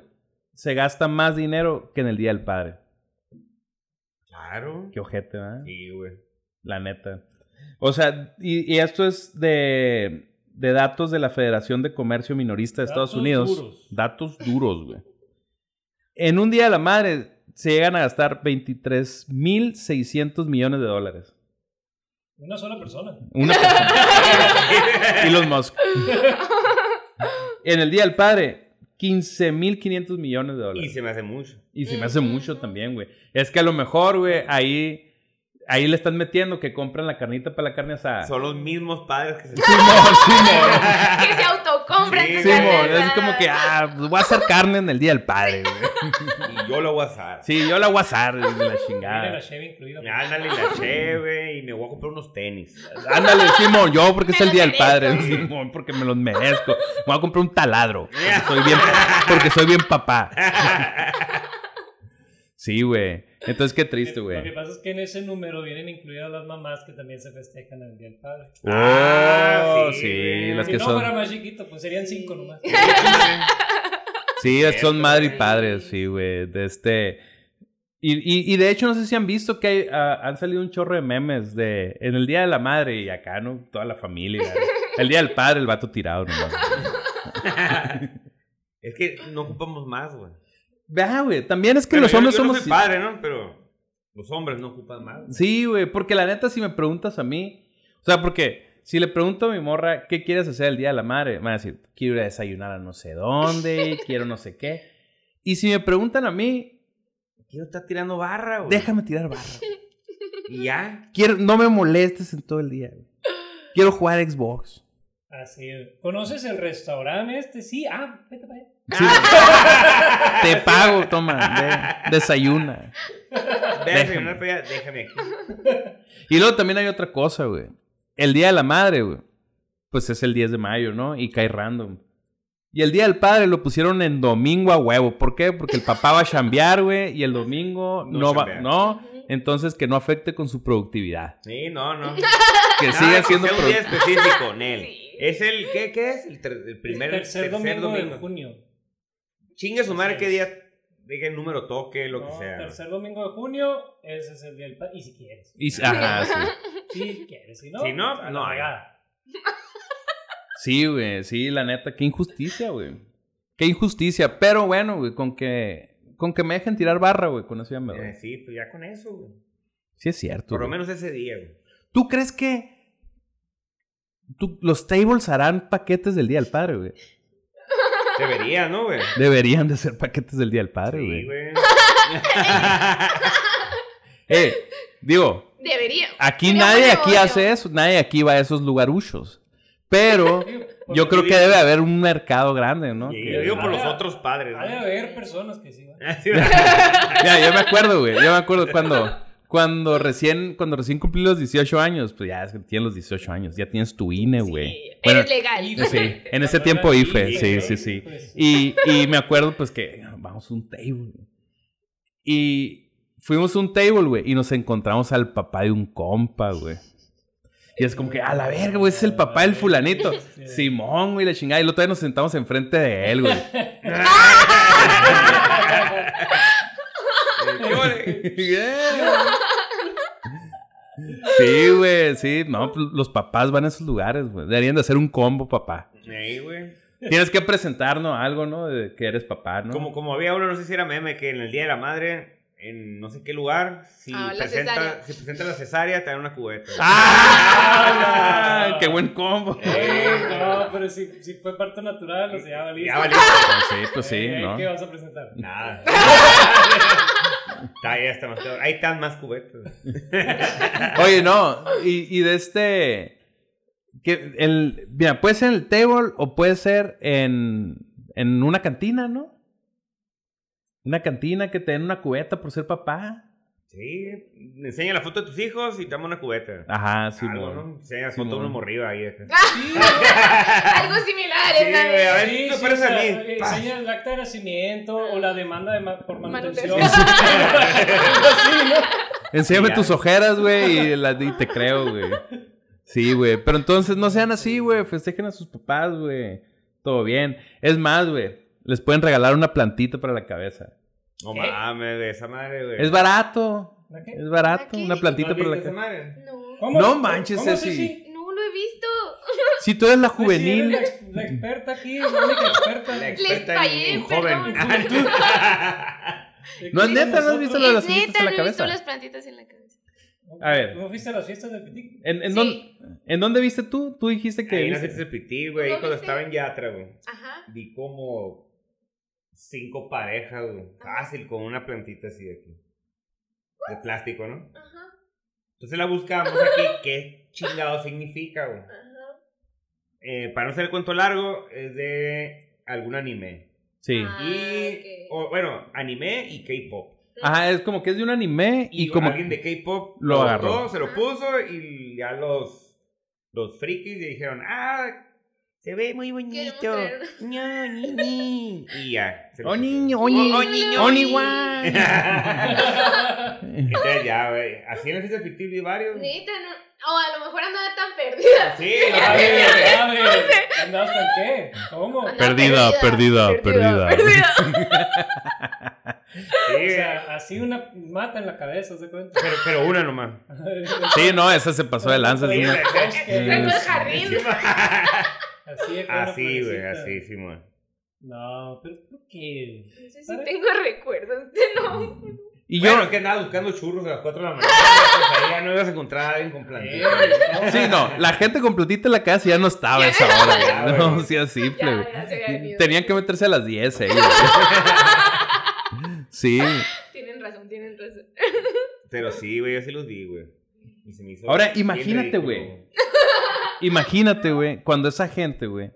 Speaker 2: se gasta más dinero que en el Día del Padre.
Speaker 3: Claro.
Speaker 2: Qué ojete, [LAUGHS] ¿verdad?
Speaker 3: Sí, güey.
Speaker 2: La neta. O sea, y, y esto es de, de datos de la Federación de Comercio Minorista de Estados
Speaker 4: Datos
Speaker 2: Unidos.
Speaker 4: duros.
Speaker 2: Datos duros, güey. En un día de la madre se llegan a gastar 23.600 millones de dólares.
Speaker 4: Una sola persona.
Speaker 2: Una persona. Elon Musk. En el Día del Padre, 15.500 millones de
Speaker 3: Y
Speaker 2: dólares.
Speaker 3: se me hace mucho.
Speaker 2: Y se me hace mucho también, güey. Es que a lo mejor, güey, ahí, ahí le están metiendo que compran la carnita para la carne asada.
Speaker 3: Son los mismos
Speaker 2: [LAUGHS]
Speaker 3: padres que se.
Speaker 2: Simón,
Speaker 5: [LAUGHS]
Speaker 2: Simón.
Speaker 5: Que se autocompran.
Speaker 3: Sí,
Speaker 5: sus
Speaker 3: sí,
Speaker 5: carnes
Speaker 2: Simón, es
Speaker 5: asadas.
Speaker 2: como que, ah, pues voy a hacer carne en el Día del Padre, güey.
Speaker 3: Y yo lo voy a asar.
Speaker 2: Sí, yo la voy a asar, güey, la
Speaker 4: Tiene la
Speaker 2: chingada.
Speaker 4: Chevy incluida.
Speaker 3: Ándale la cheve y me voy a comprar unos tenis. [LAUGHS]
Speaker 2: Ándale, Simón, yo porque es
Speaker 5: Me
Speaker 2: el
Speaker 5: lo
Speaker 2: Día del Padre, [LAUGHS]
Speaker 5: merezco.
Speaker 2: Simón, porque me los merezco. Me voy a comprar un taladro, porque soy bien, porque soy bien
Speaker 3: [LAUGHS]
Speaker 2: papá. Sí, güey. Entonces, qué triste,
Speaker 4: Lo que
Speaker 2: güey.
Speaker 4: pasa es que en ese número vienen incluidas las mamás que también se festejan el Día del Padre.
Speaker 2: Oh,
Speaker 3: Ah, sí,
Speaker 2: sí,
Speaker 3: güey.
Speaker 2: las
Speaker 4: si
Speaker 2: que
Speaker 4: no
Speaker 2: son...
Speaker 4: fuera más chiquito, pues serían cinco nomás.
Speaker 2: Sí, es- son
Speaker 3: Cierto,
Speaker 2: madre y
Speaker 5: güey.
Speaker 2: padre, sí, güey. De este. Y, y- y de hecho, no sé si han visto que hay, ah, han salido un chorro de memes de en el día de la madre y acá, ¿no? Toda la familia. El día del padre, el vato tirado, nomás.
Speaker 3: [LAUGHS] [LAUGHS] Es que no ocupamos más, güey.
Speaker 2: Vea, güey. También es que
Speaker 3: Pero
Speaker 2: los
Speaker 3: yo-
Speaker 2: hombres
Speaker 3: yo no
Speaker 2: somos.
Speaker 3: soy padre, ¿no? Pero los hombres no ocupan más.
Speaker 2: Sí, güey, porque la neta, si me preguntas a mí, o sea, porque si le pregunto a mi morra, ¿qué quieres hacer el día de la madre? Me va a decir, quiero ir a desayunar a no sé dónde, quiero no sé qué. Y si me preguntan a mí,
Speaker 3: Quiero estar tirando barra, güey.
Speaker 2: déjame tirar barra.
Speaker 3: Y ya.
Speaker 2: Quiero, no me molestes en todo el día. güey. Quiero jugar a Xbox.
Speaker 4: Así es. ¿Conoces el restaurante este? Sí, ah, vete para allá.
Speaker 3: [LAUGHS] Ah.
Speaker 2: [LAUGHS] Te pago, toma, ve, desayuna.
Speaker 3: Ve a desayunar para allá, déjame aquí.
Speaker 2: Y luego también hay otra cosa, güey. El Día de la Madre, güey. Pues es el 10 de mayo, ¿no? Y cae random. Y el Día del Padre lo pusieron en domingo a huevo. ¿Por qué? Porque el papá va a chambear, güey, y el domingo no,
Speaker 3: No
Speaker 2: va,
Speaker 3: chambea.
Speaker 2: ¿no? Entonces que no afecte con su
Speaker 3: [LAUGHS]
Speaker 2: productividad.
Speaker 3: Sí, no, no.
Speaker 2: Que
Speaker 3: Nada,
Speaker 2: siga
Speaker 3: Ah, que
Speaker 2: siendo
Speaker 3: sea un día
Speaker 2: productivo.
Speaker 3: específico, Nel.
Speaker 5: Sí.
Speaker 3: Es el, ¿qué, qué es? El, ter- el primer,
Speaker 4: el tercer, domingo, de junio.
Speaker 3: Chinga su madre,
Speaker 4: Sí.
Speaker 3: qué día, diga el número, toque, lo que
Speaker 4: No,
Speaker 3: sea.
Speaker 4: Tercer domingo de junio, ese es el Día del Padre. Y si quieres. Ah,
Speaker 2: Y, ajá, sí.
Speaker 4: Si quieres, si no.
Speaker 3: Si no,
Speaker 4: a la
Speaker 3: no hay.
Speaker 4: fregada.
Speaker 2: Sí, güey, sí, la neta, qué injusticia, güey. Qué injusticia, pero bueno, güey, con que con que me dejen tirar barra, güey, con eso ya me
Speaker 3: Eh,
Speaker 2: doy.
Speaker 3: sí, pues ya con eso, güey.
Speaker 2: Sí es cierto.
Speaker 3: Por lo
Speaker 2: güey.
Speaker 3: menos ese día, güey.
Speaker 2: ¿Tú crees que tú- los tables harán paquetes del Día del Padre, güey?
Speaker 3: Debería, ¿no, güey?
Speaker 2: Deberían de ser paquetes del Día del Padre,
Speaker 3: Sí,
Speaker 2: güey.
Speaker 3: güey.
Speaker 2: Eh, digo,
Speaker 5: Debería.
Speaker 2: aquí
Speaker 5: Sería un
Speaker 2: nadie aquí
Speaker 5: negocio.
Speaker 2: hace eso, nadie aquí va a esos lugaruchos.
Speaker 3: [LAUGHS]
Speaker 2: Pero
Speaker 4: Digo, porque
Speaker 2: yo creo que debe haber un mercado grande, ¿no?
Speaker 3: Y
Speaker 2: Que-
Speaker 3: yo digo por los
Speaker 4: Ah,
Speaker 3: otros padres,
Speaker 4: Ha de
Speaker 3: [LAUGHS] ¿no?
Speaker 4: haber personas que sí van.
Speaker 3: Sí, güey.
Speaker 2: [LAUGHS] Ya, yo me acuerdo, güey. Yo me acuerdo cuando, cuando recién, cuando recién cumplí los 18 años, pues ya es que tienes los 18 años, ya tienes tu INE,
Speaker 5: Sí,
Speaker 2: güey. Bueno,
Speaker 5: Eres legal.
Speaker 4: y-
Speaker 2: sí, en ese
Speaker 4: [LAUGHS] Cuando
Speaker 2: tiempo
Speaker 4: era
Speaker 2: IFE, sí,
Speaker 4: IFE,
Speaker 2: sí, sí.
Speaker 4: pues,
Speaker 2: Y, y me acuerdo, pues, que vamos a un table. Y fuimos a un table, güey, y nos encontramos al papá de un compa, güey. Y es como que, a la verga, güey, ese es el papá del fulanito. Simón, güey, la chingada. Y luego todavía nos sentamos enfrente de él, güey.
Speaker 3: ¿Qué, güey?
Speaker 2: Sí, güey, sí. No, pues, los papás van a esos lugares, güey. Deberían de hacer un combo, papá.
Speaker 3: Ey, güey.
Speaker 2: Tienes que presentarnos algo, ¿no? De que eres papá, ¿no?
Speaker 3: Como, como había uno, no sé si era meme, que en el Día de la Madre, en no sé qué lugar, si,
Speaker 5: Ah, la
Speaker 3: presenta,
Speaker 5: cesárea.
Speaker 3: si presenta la cesárea, te dan una cubeta.
Speaker 2: ¡Ah! ¡Qué buen combo!
Speaker 4: Eh, no, pero si, si fue parto natural, o sea, ya valiste.
Speaker 3: Ya valió.
Speaker 2: Pues sí, pues sí,
Speaker 4: Eh,
Speaker 2: ¿no?
Speaker 4: ¿Qué vas a presentar?
Speaker 2: [LAUGHS]
Speaker 3: Nada. [LAUGHS] Está, ya está más peor. Ahí están más cubetas.
Speaker 2: Oye, no. Y, y de este. Que el, mira, puede ser en el table o puede ser en, en una cantina, ¿no? Una cantina que te den una cubeta por ser papá.
Speaker 3: Sí, me enseña la foto de tus hijos y te damos una cubeta.
Speaker 2: Ajá, sí,
Speaker 3: Algo,
Speaker 2: mon.
Speaker 3: ¿no? Enseña la
Speaker 2: Sí,
Speaker 3: foto de
Speaker 2: mon.
Speaker 3: uno morrido ahí. acá.
Speaker 2: [LAUGHS]
Speaker 5: Algo similar,
Speaker 3: Sí,
Speaker 5: es la
Speaker 3: güey, a
Speaker 5: de-
Speaker 3: ver, tú te pareces a mí.
Speaker 4: eh,
Speaker 3: Pa.
Speaker 4: enseña el acta de nacimiento o la demanda de ma- por manutención.
Speaker 5: Manutención.
Speaker 2: [LAUGHS] Enséñame
Speaker 3: Ya.
Speaker 2: tus ojeras, güey, y, la- y te creo, güey. Sí, güey. Pero entonces no sean así, güey. Festejen a sus papás, güey. Todo bien. Es más, güey. Les pueden regalar una plantita para la cabeza.
Speaker 3: No
Speaker 5: Eh,
Speaker 4: ¿Qué?
Speaker 3: mames, de esa madre, güey.
Speaker 2: Es barato.
Speaker 4: ¿La qué?
Speaker 2: Es barato.
Speaker 5: ¿La qué?
Speaker 2: Una
Speaker 3: ¿No has
Speaker 2: plantita para
Speaker 3: visto
Speaker 2: la
Speaker 3: esa
Speaker 2: cabeza.
Speaker 3: madre?
Speaker 5: [LAUGHS] No,
Speaker 4: ¿Cómo?
Speaker 2: No manches,
Speaker 4: ¿Cómo,
Speaker 2: Ceci.
Speaker 4: Ceci?
Speaker 5: no lo he visto.
Speaker 2: Si tú eres la
Speaker 4: Pues sí, eres
Speaker 2: juvenil,
Speaker 4: la ex- la experta aquí, la única experta.
Speaker 3: La
Speaker 5: Les
Speaker 3: experta
Speaker 5: fallé,
Speaker 3: en
Speaker 5: perdón.
Speaker 3: joven.
Speaker 5: [LAUGHS]
Speaker 3: Ah,
Speaker 2: No, es neta, ¿no has visto lo de las
Speaker 5: Es
Speaker 2: hojitas
Speaker 5: neta,
Speaker 2: en la
Speaker 5: no he
Speaker 2: cabeza?
Speaker 5: visto las plantitas en la cabeza.
Speaker 2: A ver.
Speaker 4: ¿No fuiste a las fiestas del
Speaker 2: [LAUGHS]
Speaker 4: Pitic?
Speaker 2: ¿en, en
Speaker 5: Sí.
Speaker 2: dónde, ¿en dónde viste tú? Tú [LAUGHS] dijiste que...
Speaker 3: Ahí no
Speaker 2: viste-
Speaker 3: se te repetí, güey.
Speaker 5: ¿No
Speaker 3: Cuando
Speaker 5: viste?
Speaker 3: estaba en Yatra, güey.
Speaker 5: Ajá.
Speaker 3: Vi como cinco parejas, güey.
Speaker 5: Ah.
Speaker 3: Fácil, con una plantita así de aquí. De plástico, ¿no?
Speaker 5: Ajá.
Speaker 3: Entonces la buscamos
Speaker 5: [LAUGHS]
Speaker 3: aquí. ¿Qué chingado significa, güey?
Speaker 5: Ajá.
Speaker 3: Eh, para no hacer el cuento largo, es de algún anime.
Speaker 2: Sí.
Speaker 5: Ah,
Speaker 3: y.
Speaker 5: ok.
Speaker 3: o, bueno, anime y K-pop.
Speaker 2: Ajá, es como que es de un anime y,
Speaker 3: Y,
Speaker 2: como...
Speaker 3: alguien de K-pop
Speaker 2: lo
Speaker 3: botó,
Speaker 2: agarró.
Speaker 3: se lo puso y ya los, los frikis le dijeron, ah, se ve muy
Speaker 5: Queremos
Speaker 3: bonito.
Speaker 5: traer una-
Speaker 3: No, ni, ni. Y ya. se lo
Speaker 2: Oh,
Speaker 3: puso.
Speaker 2: niño, oh,
Speaker 5: Oh,
Speaker 2: niño,
Speaker 5: oh,
Speaker 2: niño,
Speaker 5: niño.
Speaker 2: oh, niño, guay.
Speaker 3: [LAUGHS] Entonces ya, güey. Así en la fiesta fictiva vi varios.
Speaker 5: Neta, no. O a lo mejor andaba tan perdida.
Speaker 3: Sí, no, [LAUGHS]
Speaker 4: ¡Abre,
Speaker 3: güey.
Speaker 4: abre! ¿Andabas con qué? ¿Cómo?
Speaker 5: Andaba
Speaker 2: Perdida, perdida, perdida.
Speaker 3: Sí,
Speaker 4: O sea, así una mata en la cabeza, ¿se cuenta?
Speaker 3: pero, pero una nomás.
Speaker 2: [LAUGHS] [LAUGHS] Sí, no, esa se pasó de lanza.
Speaker 3: Sí,
Speaker 2: es una-
Speaker 5: Tengo el
Speaker 2: Sí.
Speaker 5: jardín.
Speaker 4: Así, de con una
Speaker 3: Así, güey,
Speaker 4: florecita.
Speaker 3: así, Simón.
Speaker 4: No, pero ¿por qué?
Speaker 5: No sé si tengo recuerdos [LAUGHS] de no.
Speaker 2: Y
Speaker 3: bueno,
Speaker 2: yo...
Speaker 3: es que andaba buscando churros a las 4 de la mañana. pues ahí ya no ibas a encontrar a alguien con
Speaker 2: Eh,
Speaker 3: plantilla.
Speaker 2: Sí, no, la gente con platita en la casa ya no estaba a esa
Speaker 3: Ya,
Speaker 2: hora. güey.
Speaker 3: güey.
Speaker 2: No, sí, así,
Speaker 5: Ya,
Speaker 2: plebe.
Speaker 5: ya se había ido.
Speaker 2: Tenían que meterse a las 10 ellos, güey. Sí.
Speaker 5: Tienen razón, tienen razón.
Speaker 3: Pero sí, güey, yo sí los vi, güey. Y se me hizo
Speaker 2: Ahora,
Speaker 3: bien
Speaker 2: imagínate,
Speaker 3: ridículo,
Speaker 2: güey. Imagínate, güey, cuando esa gente, güey,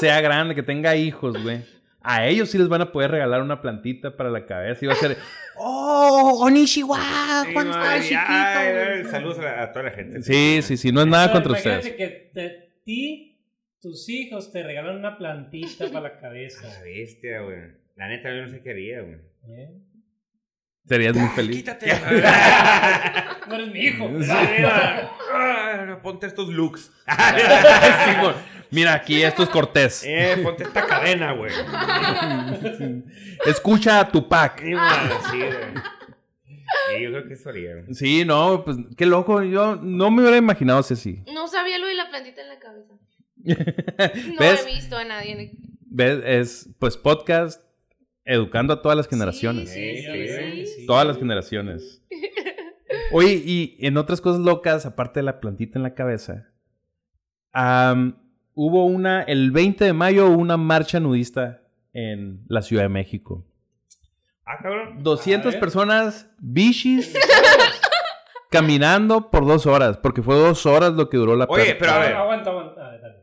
Speaker 2: sea grande, que tenga hijos, güey. A ellos sí les van a poder regalar una plantita para la cabeza. Y va a ser, ¡Oh! ¡Onishiwa!
Speaker 3: Sí,
Speaker 2: Ah, Juan
Speaker 3: madre,
Speaker 2: está
Speaker 3: ay,
Speaker 2: chiquito,
Speaker 3: ay, Saludos a, a toda la gente.
Speaker 2: güey. Sí, sí, sí, no es nada
Speaker 4: Pero
Speaker 2: contra
Speaker 4: imagínate
Speaker 2: ustedes.
Speaker 4: que te- ti, tus hijos te regalan una plantita para la
Speaker 3: A
Speaker 2: [LAUGHS]
Speaker 3: la
Speaker 4: cabeza.
Speaker 3: bestia, güey. La neta, yo no sé qué haría, güey.
Speaker 4: ¿eh?
Speaker 2: Serías muy
Speaker 3: [LAUGHS]
Speaker 2: feliz.
Speaker 3: Quítate. Sí,
Speaker 4: No eres mi hijo.
Speaker 3: mira. Ah, ponte estos looks.
Speaker 2: Sí, güey. Mira, aquí estos cortés.
Speaker 3: Eh, ponte esta cadena, güey.
Speaker 2: Escucha a Tupac.
Speaker 3: Sí, madre, sí, güey. Sí, yo creo que eso haría. güey.
Speaker 2: Sí, no, pues qué loco. Yo no me hubiera imaginado así así. [LAUGHS]
Speaker 5: No sabía lo de la plantita en la cabeza. No
Speaker 2: ¿Ves?
Speaker 5: he visto a nadie. en el-
Speaker 2: ¿Ves? Es pues podcast educando a todas las generaciones.
Speaker 5: Sí,
Speaker 3: Sí,
Speaker 5: sí,
Speaker 3: sí,
Speaker 5: sí.
Speaker 4: sí.
Speaker 2: Todas las
Speaker 3: [LAUGHS]
Speaker 2: generaciones. Oye, y en otras cosas locas, aparte de la plantita en la cabeza, am, hubo una, el 20 de mayo, hubo una marcha nudista en la Ciudad de México.
Speaker 3: Ah, cabrón.
Speaker 2: 200
Speaker 4: ver.
Speaker 2: personas,
Speaker 3: [LAUGHS]
Speaker 2: bichis, [LAUGHS] caminando por dos horas, porque fue dos horas lo que duró la
Speaker 3: Oye,
Speaker 2: pla-
Speaker 3: pero a ver.
Speaker 4: Aguanta, aguanta. A ver, dale.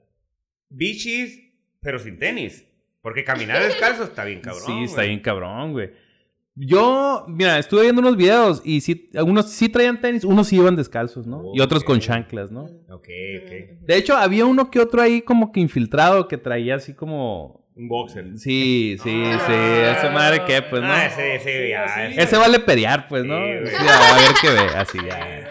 Speaker 3: Bichis, pero sin tenis. Porque caminar descalzo está bien, cabrón.
Speaker 2: Sí, está
Speaker 3: güey.
Speaker 2: bien cabrón, güey. Yo, mira, estuve viendo unos videos y sí, algunos sí traían tenis, unos sí iban descalzos, ¿no? Y otros con
Speaker 3: Ok.
Speaker 2: chanclas, ¿no?
Speaker 3: Ok, ok.
Speaker 5: Ujú.
Speaker 2: De hecho, había uno que otro ahí como que infiltrado que traía así como...
Speaker 3: Un boxer.
Speaker 2: Sí, sí,
Speaker 3: Ah.
Speaker 2: sí. Esa madre que, pues, ¿no?
Speaker 3: Ah, ese, ese,
Speaker 4: Sí,
Speaker 3: ya,
Speaker 4: así.
Speaker 3: ese.
Speaker 2: Ese vale pelear, pues, ¿no?
Speaker 3: Sí, güey.
Speaker 2: Sí, a ver qué ve. Así, ya.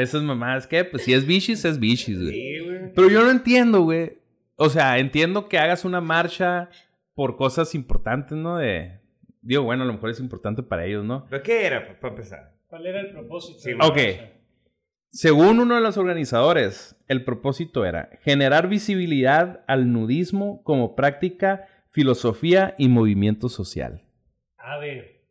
Speaker 2: Esas mamás, ¿qué? Pues si es bichis, es bichis, güey.
Speaker 3: Sí, güey.
Speaker 2: Pero yo no entiendo, güey. O sea, entiendo que hagas una marcha por cosas importantes, ¿no? De... Digo, bueno, a lo mejor es importante para ellos, ¿no?
Speaker 3: ¿Pero qué era, para empezar?
Speaker 4: ¿Cuál era el propósito?
Speaker 3: Sí,
Speaker 4: de la
Speaker 2: ok.
Speaker 4: marcha?
Speaker 2: Según uno de los organizadores, el propósito era generar visibilidad al nudismo como práctica, filosofía y movimiento social.
Speaker 4: A ver.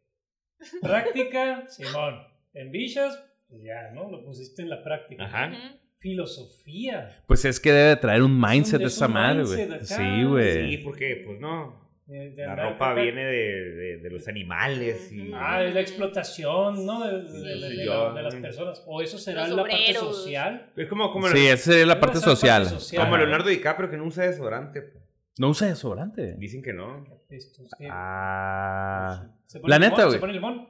Speaker 4: Práctica, Simón. En Villas, pues ya, ¿no? Lo pusiste en la práctica.
Speaker 3: Ajá.
Speaker 4: Filosofía.
Speaker 2: Pues es que debe traer un mindset de
Speaker 4: es
Speaker 2: esa
Speaker 4: un
Speaker 2: madre, güey.
Speaker 4: mindset acá,
Speaker 2: Sí,
Speaker 3: Sí,
Speaker 2: güey.
Speaker 3: porque, pues no.
Speaker 4: de- de
Speaker 3: La
Speaker 4: andar
Speaker 3: ropa
Speaker 4: acá-
Speaker 3: viene de, de, de los animales y.
Speaker 4: Ah, es la explotación, ¿no? De, de- de- de- de-
Speaker 3: Yo-
Speaker 4: de las personas. O eso será
Speaker 5: Los
Speaker 4: la parte
Speaker 5: obreros.
Speaker 4: social.
Speaker 3: Es como, como,
Speaker 2: Sí,
Speaker 3: Leonardo-
Speaker 2: esa sería la
Speaker 4: Debe
Speaker 2: parte
Speaker 4: ser parte
Speaker 2: social.
Speaker 4: social.
Speaker 3: como
Speaker 2: Ajá.
Speaker 3: Leonardo DiCaprio que no usa desodorante. pues.
Speaker 2: No usa desodorante.
Speaker 3: Dicen que no.
Speaker 4: Estos que-
Speaker 2: Ah.
Speaker 4: ¿Se
Speaker 2: La
Speaker 4: limón?
Speaker 2: neta, güey.
Speaker 4: ¿Se pone limón?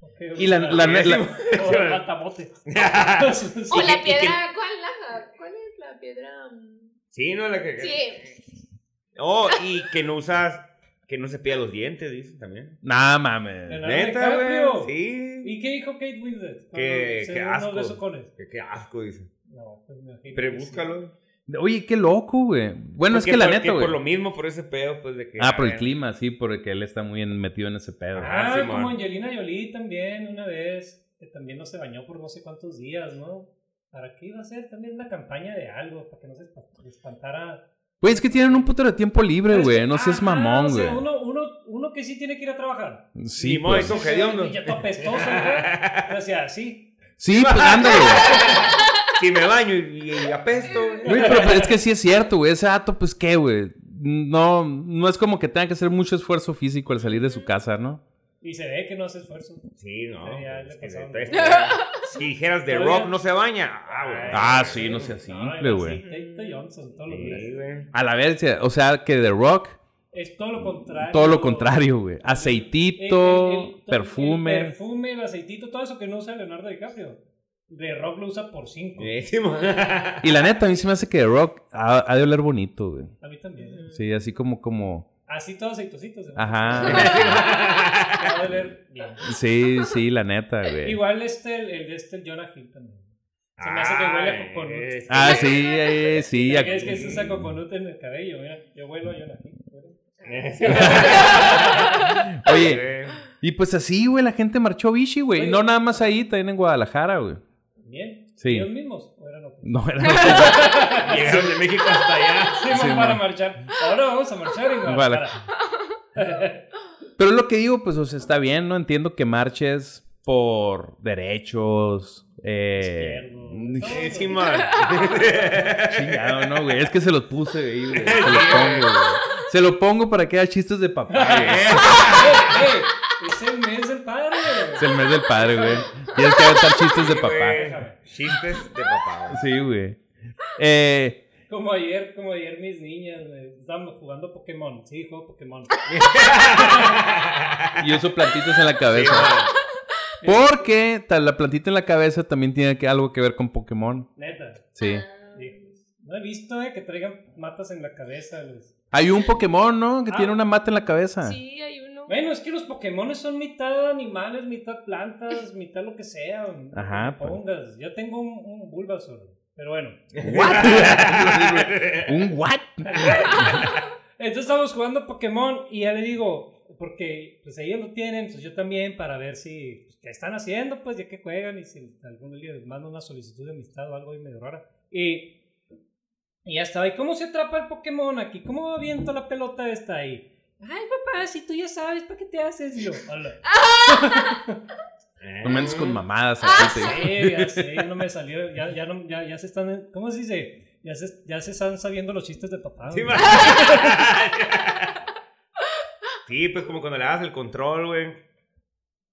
Speaker 4: Ok,
Speaker 2: [LAUGHS] Y la, la- la-
Speaker 4: [LAUGHS]
Speaker 2: la-
Speaker 4: o
Speaker 2: [LAUGHS]
Speaker 4: el matamote.
Speaker 5: O
Speaker 3: ¿Y
Speaker 5: la
Speaker 3: qué- y qué-
Speaker 5: piedra, ¿cuál, la, ¿cuál es la piedra?
Speaker 3: Sí, no, la que.
Speaker 5: Sí,
Speaker 3: Oh, y que no usas. Que no se pilla los dientes, dicen también.
Speaker 2: Nah, mames.
Speaker 4: Leonardo
Speaker 3: Neta,
Speaker 4: DiCaprio.
Speaker 3: güey. Sí.
Speaker 4: ¿Y qué dijo Kate Winslet? cuando
Speaker 3: Qué-
Speaker 4: se
Speaker 3: qué
Speaker 4: dio unos
Speaker 3: asco.
Speaker 4: besocones?
Speaker 3: Qué, qué asco, dice.
Speaker 4: No, pues me imagino
Speaker 3: Pero
Speaker 4: que sí.
Speaker 3: búscalo.
Speaker 2: Oye, qué loco, güey. Bueno, es
Speaker 3: Porque
Speaker 2: que la
Speaker 3: por-
Speaker 2: neta,
Speaker 3: que Por lo
Speaker 2: güey.
Speaker 3: mismo, por ese pedo, pues de que.
Speaker 2: Ah, por
Speaker 3: ay,
Speaker 2: el clima, sí, porque él está muy en- metido en ese pedo.
Speaker 3: Ajá.
Speaker 4: Ah,
Speaker 3: Simón.
Speaker 4: como Angelina Jolie también una vez, que también no se bañó por no sé cuántos días, ¿no? ¿Para qué iba a ser también una campaña de algo? Para que no se esp- espantara.
Speaker 2: Güey,
Speaker 4: Pues,
Speaker 2: es que tienen un puto de tiempo libre, güey. No seas
Speaker 4: Ajá,
Speaker 2: mamón,
Speaker 4: o sea,
Speaker 2: güey.
Speaker 4: uno, uno, uno que sí tiene que ir a trabajar.
Speaker 2: Sí,
Speaker 3: Ni modo,
Speaker 2: pues.
Speaker 3: eso- Con hediondo.
Speaker 4: Y ya todo apestoso, güey. O sea, sí. [LAUGHS]
Speaker 2: Sí, pues ándale,
Speaker 3: [LAUGHS]
Speaker 2: güey.
Speaker 3: Si me baño y, y apesto. güey.
Speaker 2: Güey, pero es que sí es cierto, güey. Ese dato, pues qué, güey. No, no es como que tenga que hacer mucho esfuerzo físico al salir de su casa, ¿no?
Speaker 4: Y se ve que no hace esfuerzo.
Speaker 3: Sí, no. pues,
Speaker 4: Sí, ya le
Speaker 3: es que
Speaker 4: pasó.
Speaker 3: te-
Speaker 4: [LAUGHS]
Speaker 3: te- si dijeras de
Speaker 4: Todavía-
Speaker 3: rock no se baña. Ah, güey.
Speaker 2: Ah, sí, no seas simple,
Speaker 4: no,
Speaker 2: güey.
Speaker 4: pues sí, Tate Johnson, todo lo
Speaker 3: Sí,
Speaker 2: [LAUGHS]
Speaker 4: que-
Speaker 3: güey.
Speaker 2: A la vez, o sea, que The Rock,
Speaker 4: Es todo lo contrario.
Speaker 2: todo lo contrario, güey.
Speaker 4: El- el- el-
Speaker 2: Aceitito,
Speaker 4: el
Speaker 2: perfume.
Speaker 4: perfume, el aceitito, todo eso que no usa Leonardo DiCaprio. De Rock lo usa por 5.
Speaker 2: Eh.
Speaker 3: Sí, sí, mo-
Speaker 2: Y la neta, a mí se me hace que The Rock ha, ha de oler bonito, güey.
Speaker 4: A mí también.
Speaker 2: Sí, así como, como,
Speaker 4: Así todo aceitosito. se- [LAUGHS]
Speaker 2: ajá.
Speaker 4: Va a oler bien.
Speaker 2: Sí, sí, la neta, güey.
Speaker 4: Igual este, el, el de este, el Jonah Hill también. Se me hace que huele a
Speaker 3: Ay, este,
Speaker 4: coconut.
Speaker 3: es-
Speaker 2: Ah,
Speaker 3: [LAUGHS]
Speaker 2: sí, eh, sí. ac-
Speaker 4: es que se usa coconut en el cabello, mira. Yo huelo a Jonah Hill. güey.
Speaker 2: Oye, y pues así, güey, la gente marchó bichi, güey. Y No nada más ahí, también en Guadalajara, güey.
Speaker 4: Bien.
Speaker 2: Sí.
Speaker 4: ¿Ellos mismos? ¿O eran otros?
Speaker 2: No era.
Speaker 3: Llegaron de México hasta allá.
Speaker 4: Sí, vamos
Speaker 2: man.
Speaker 4: para marchar. Ahora vamos a marchar y
Speaker 2: Vale. Eh.
Speaker 4: Guadalajara.
Speaker 2: Pero lo que digo, pues, o sea, está bien, ¿no? Entiendo que marches por derechos. Eh,
Speaker 4: Izquierdo.
Speaker 3: Sí,
Speaker 2: [LAUGHS]
Speaker 3: sí, man.
Speaker 2: Chingado, no, güey. Es que se los puse ahí, güey. Se los pongo, güey. Se lo pongo para que haya chistes de papá, güey.
Speaker 3: Este,
Speaker 4: ¡Ey, ey! Eh, Es el mes del padre.
Speaker 2: Es el mes del padre, güey. Tienes que aventar chistes de papá.
Speaker 3: Güey, Chistes de papá. güey.
Speaker 2: Sí, güey. Eh,
Speaker 4: Como ayer, como ayer mis niñas, güey. Estábamos jugando Pokémon. Sí, juego Pokémon.
Speaker 2: y uso plantitas en la cabeza. Porque ta- la plantita en la cabeza también tiene que, algo que ver con Pokémon.
Speaker 4: Neta.
Speaker 2: Sí.
Speaker 4: Sí. No he visto, eh, que traigan matas en la cabeza, Luis.
Speaker 2: Hay un Pokémon, ¿no? Que
Speaker 4: Ah.
Speaker 2: tiene una mata en la cabeza.
Speaker 5: Sí, hay uno.
Speaker 4: Bueno, es que los Pokémon son mitad animales, mitad plantas, mitad lo que sea. güey.
Speaker 2: Ajá,
Speaker 4: Lo que Pongas. Yo tengo un, un Bulbasaur. Pero bueno.
Speaker 2: ¿What? ¿Un what?
Speaker 4: Entonces estamos jugando Pokémon y ya le digo, porque pues ellos lo tienen, pues yo también, para ver si, pues, qué están haciendo, pues ya que juegan y si algún día les mando una solicitud de amistad o algo ahí medio rara. Y, y ya estaba, ¿y cómo se atrapa el Pokémon aquí? ¿Cómo aviento la pelota esta ahí? Ay, papá, si tú ya sabes, ¿para qué te haces? Y yo,
Speaker 3: [LAUGHS]
Speaker 4: hola.
Speaker 2: No me andes
Speaker 3: Eh.
Speaker 2: con mamadas aquí, te-
Speaker 4: Sí, ya sé, ya no me salió, ya, ya, no, ya, ya se están, ¿cómo se dice? Ya se, ya se están sabiendo los chistes de papá.
Speaker 3: Sí,
Speaker 4: güey.
Speaker 3: man. Sí, pues como cuando le das el control, güey.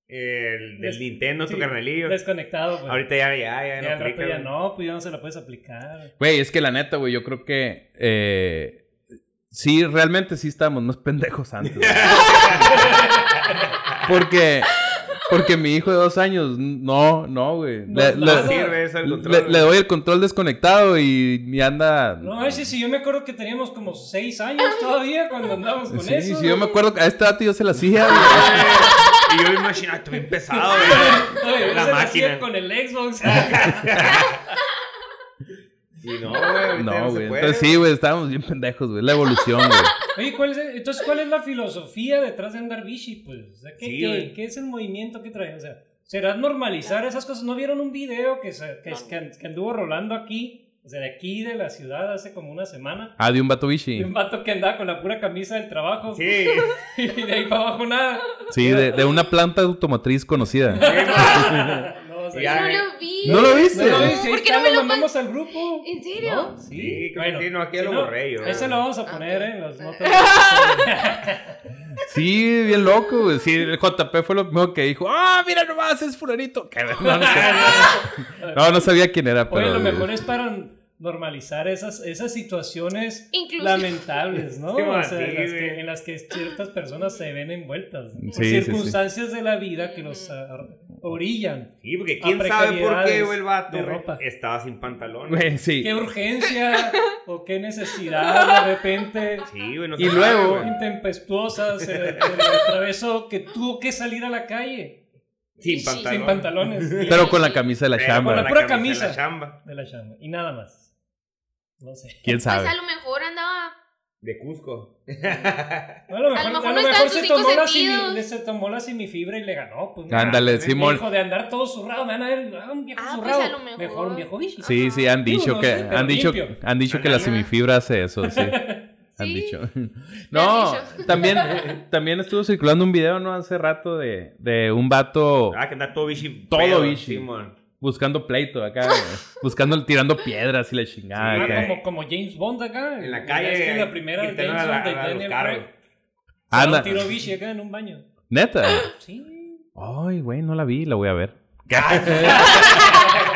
Speaker 3: El del
Speaker 4: Des-
Speaker 3: Nintendo, tu
Speaker 4: sí,
Speaker 3: carnelillo.
Speaker 4: Desconectado, güey.
Speaker 3: Ahorita ya, ya, ya.
Speaker 4: Ya al rato
Speaker 3: aplica,
Speaker 4: ya
Speaker 3: güey.
Speaker 4: no, pues ya no se la puedes aplicar.
Speaker 2: Güey, es que la neta, güey, yo creo que. eh, sí, realmente sí estábamos más pendejos antes. güey. porque. Porque mi hijo de dos años, no, no, güey.
Speaker 4: No
Speaker 2: Le,
Speaker 4: Ah, es
Speaker 2: le-
Speaker 4: nada.
Speaker 3: Sirve eso el
Speaker 2: le-
Speaker 3: control.
Speaker 2: le doy el control desconectado y, y anda.
Speaker 4: No, ese sí, yo me acuerdo que teníamos como 6 años todavía cuando andábamos con
Speaker 2: sí,
Speaker 4: eso.
Speaker 2: sí, yo me acuerdo que a este dato yo se la hacía, güey.
Speaker 3: güey. Eh, Y yo me imagino, esto bien pesado, güey.
Speaker 4: [LAUGHS] Oye,
Speaker 3: La
Speaker 4: se lo
Speaker 3: máquina.
Speaker 4: hacía con el
Speaker 3: [LAUGHS]
Speaker 4: Xbox.
Speaker 3: Y no, güey. ahorita ya
Speaker 2: No,
Speaker 3: se
Speaker 2: güey.
Speaker 3: puede,
Speaker 2: Entonces sí, güey, estábamos bien pendejos, güey. La evolución, güey.
Speaker 4: Oye, ¿cuál es, el- entonces, ¿cuál es la filosofía detrás de andar bici? Pues, o sea, ¿qué,
Speaker 3: Sí,
Speaker 4: qué-
Speaker 3: güey.
Speaker 4: qué es el movimiento que traen? O sea, ¿será normalizar esas cosas? ¿No vieron un video que, se- que, que and- que anduvo rolando aquí? O sea, de aquí de la ciudad hace como una semana.
Speaker 2: Ah, de un vato
Speaker 4: Y
Speaker 2: bichi.
Speaker 4: un vato que andaba con la pura camisa del trabajo.
Speaker 3: Sí.
Speaker 4: [LAUGHS] Y de ahí para
Speaker 3: [LAUGHS]
Speaker 4: abajo nada.
Speaker 2: Sí, de, de una planta automotriz conocida.
Speaker 4: [LAUGHS] No, o sea,
Speaker 3: Ya,
Speaker 5: no
Speaker 3: güey.
Speaker 5: lo vi.
Speaker 2: ¿No lo viste?
Speaker 4: No lo viste, ahí
Speaker 5: ¿Por qué
Speaker 4: está,
Speaker 5: no me lo
Speaker 4: mandamos al grupo?
Speaker 5: ¿En serio?
Speaker 4: ¿No?
Speaker 3: Sí, creo que sí, no, aquí ya lo borré yo.
Speaker 4: Ese lo vamos a poner
Speaker 5: Ah, ok.
Speaker 4: en las notas.
Speaker 3: [LAUGHS]
Speaker 4: del
Speaker 2: Sí, bien loco, güey. Sí, el JP fue lo primero que dijo. Ah, mira nomás, es fulanito. Que- No, no, sé. no, no sabía quién era,
Speaker 4: Oye,
Speaker 2: pero.
Speaker 4: lo mejor es para normalizar esas, esas situaciones
Speaker 5: Incluso-
Speaker 4: lamentables,
Speaker 3: [LAUGHS]
Speaker 4: ¿no?
Speaker 3: Sí,
Speaker 4: O sea, en
Speaker 3: sí,
Speaker 4: las,
Speaker 3: güey.
Speaker 4: que, en las que ciertas personas se ven envueltas. ¿no?
Speaker 2: Sí, sí,
Speaker 4: Por
Speaker 2: sí.
Speaker 4: circunstancias de la vida que los ah, orillan.
Speaker 3: Sí, porque
Speaker 4: A
Speaker 3: quién sabe por qué,
Speaker 4: precariedades
Speaker 3: güey, el vato
Speaker 4: de
Speaker 3: güey,
Speaker 4: ropa.
Speaker 3: estaba sin pantalón.
Speaker 2: Güey, sí.
Speaker 4: ¿Qué urgencia o qué necesidad de repente?
Speaker 3: Sí, güey, no
Speaker 2: Y
Speaker 3: se
Speaker 2: luego-
Speaker 3: sabe, güey.
Speaker 4: Intempestuosa, se, se le atravesó que tuvo que salir a la calle
Speaker 3: Sin
Speaker 5: Sí,
Speaker 3: pantalón. [LAUGHS]
Speaker 4: sin pantalones.
Speaker 2: Pero
Speaker 5: Pues,
Speaker 2: con la camisa de la
Speaker 3: Pero
Speaker 2: chamba.
Speaker 3: con
Speaker 4: la pura
Speaker 3: La
Speaker 4: camisa.
Speaker 3: chamba.
Speaker 4: de la chamba y nada más. No sé.
Speaker 2: ¿Quién
Speaker 5: Pues
Speaker 2: sabe?
Speaker 5: a lo mejor andaba
Speaker 3: De Cusco.
Speaker 4: No, A lo mejor,
Speaker 5: A lo mejor
Speaker 4: a
Speaker 5: no
Speaker 4: lo
Speaker 5: están
Speaker 4: mejor
Speaker 5: sus
Speaker 4: se,
Speaker 5: cinco
Speaker 4: tomó la simi-
Speaker 5: sentidos.
Speaker 4: le- se tomó la semifibra y le ganó. Pues, mira,
Speaker 2: Ándale, Simón.
Speaker 4: Hijo de andar todo zurrado, me van a ver ah, un viejo
Speaker 5: Ah, pues,
Speaker 4: zurrado.
Speaker 5: a lo mejor.
Speaker 4: un viejo bicho.
Speaker 2: Sí, sí, han
Speaker 4: Digo,
Speaker 2: dicho
Speaker 4: no
Speaker 2: que,
Speaker 4: sé, pero
Speaker 2: han dicho,
Speaker 4: limpio.
Speaker 2: han dicho que la
Speaker 5: Ajá.
Speaker 2: semifibra hace eso,
Speaker 4: [LAUGHS]
Speaker 2: sí. Han
Speaker 5: Sí,
Speaker 2: dicho.
Speaker 5: me
Speaker 2: [LAUGHS] No,
Speaker 5: han dicho.
Speaker 2: también, eh, también estuvo circulando un video, ¿no? Hace rato de, de un vato
Speaker 3: Ah, que anda todo bichi.
Speaker 2: Oh. Todo
Speaker 3: pedo,
Speaker 2: bichi.
Speaker 3: Simón.
Speaker 2: buscando pleito acá, eh, buscando, tirando piedras y la chingada.
Speaker 3: Sí,
Speaker 2: acá.
Speaker 4: Ah, como, como James Bond acá.
Speaker 3: En la
Speaker 4: Ya
Speaker 3: calle,
Speaker 4: ves que la primera de
Speaker 3: quitando
Speaker 4: James
Speaker 3: a la-
Speaker 4: Bond de
Speaker 3: a los
Speaker 4: Daniel
Speaker 3: carros.
Speaker 4: Craig.
Speaker 2: Ah,
Speaker 4: se da
Speaker 2: la-
Speaker 4: un tiro bichi acá en un baño.
Speaker 2: Neta.
Speaker 4: Sí.
Speaker 2: Ay, güey, no la vi, la voy a ver. [LAUGHS]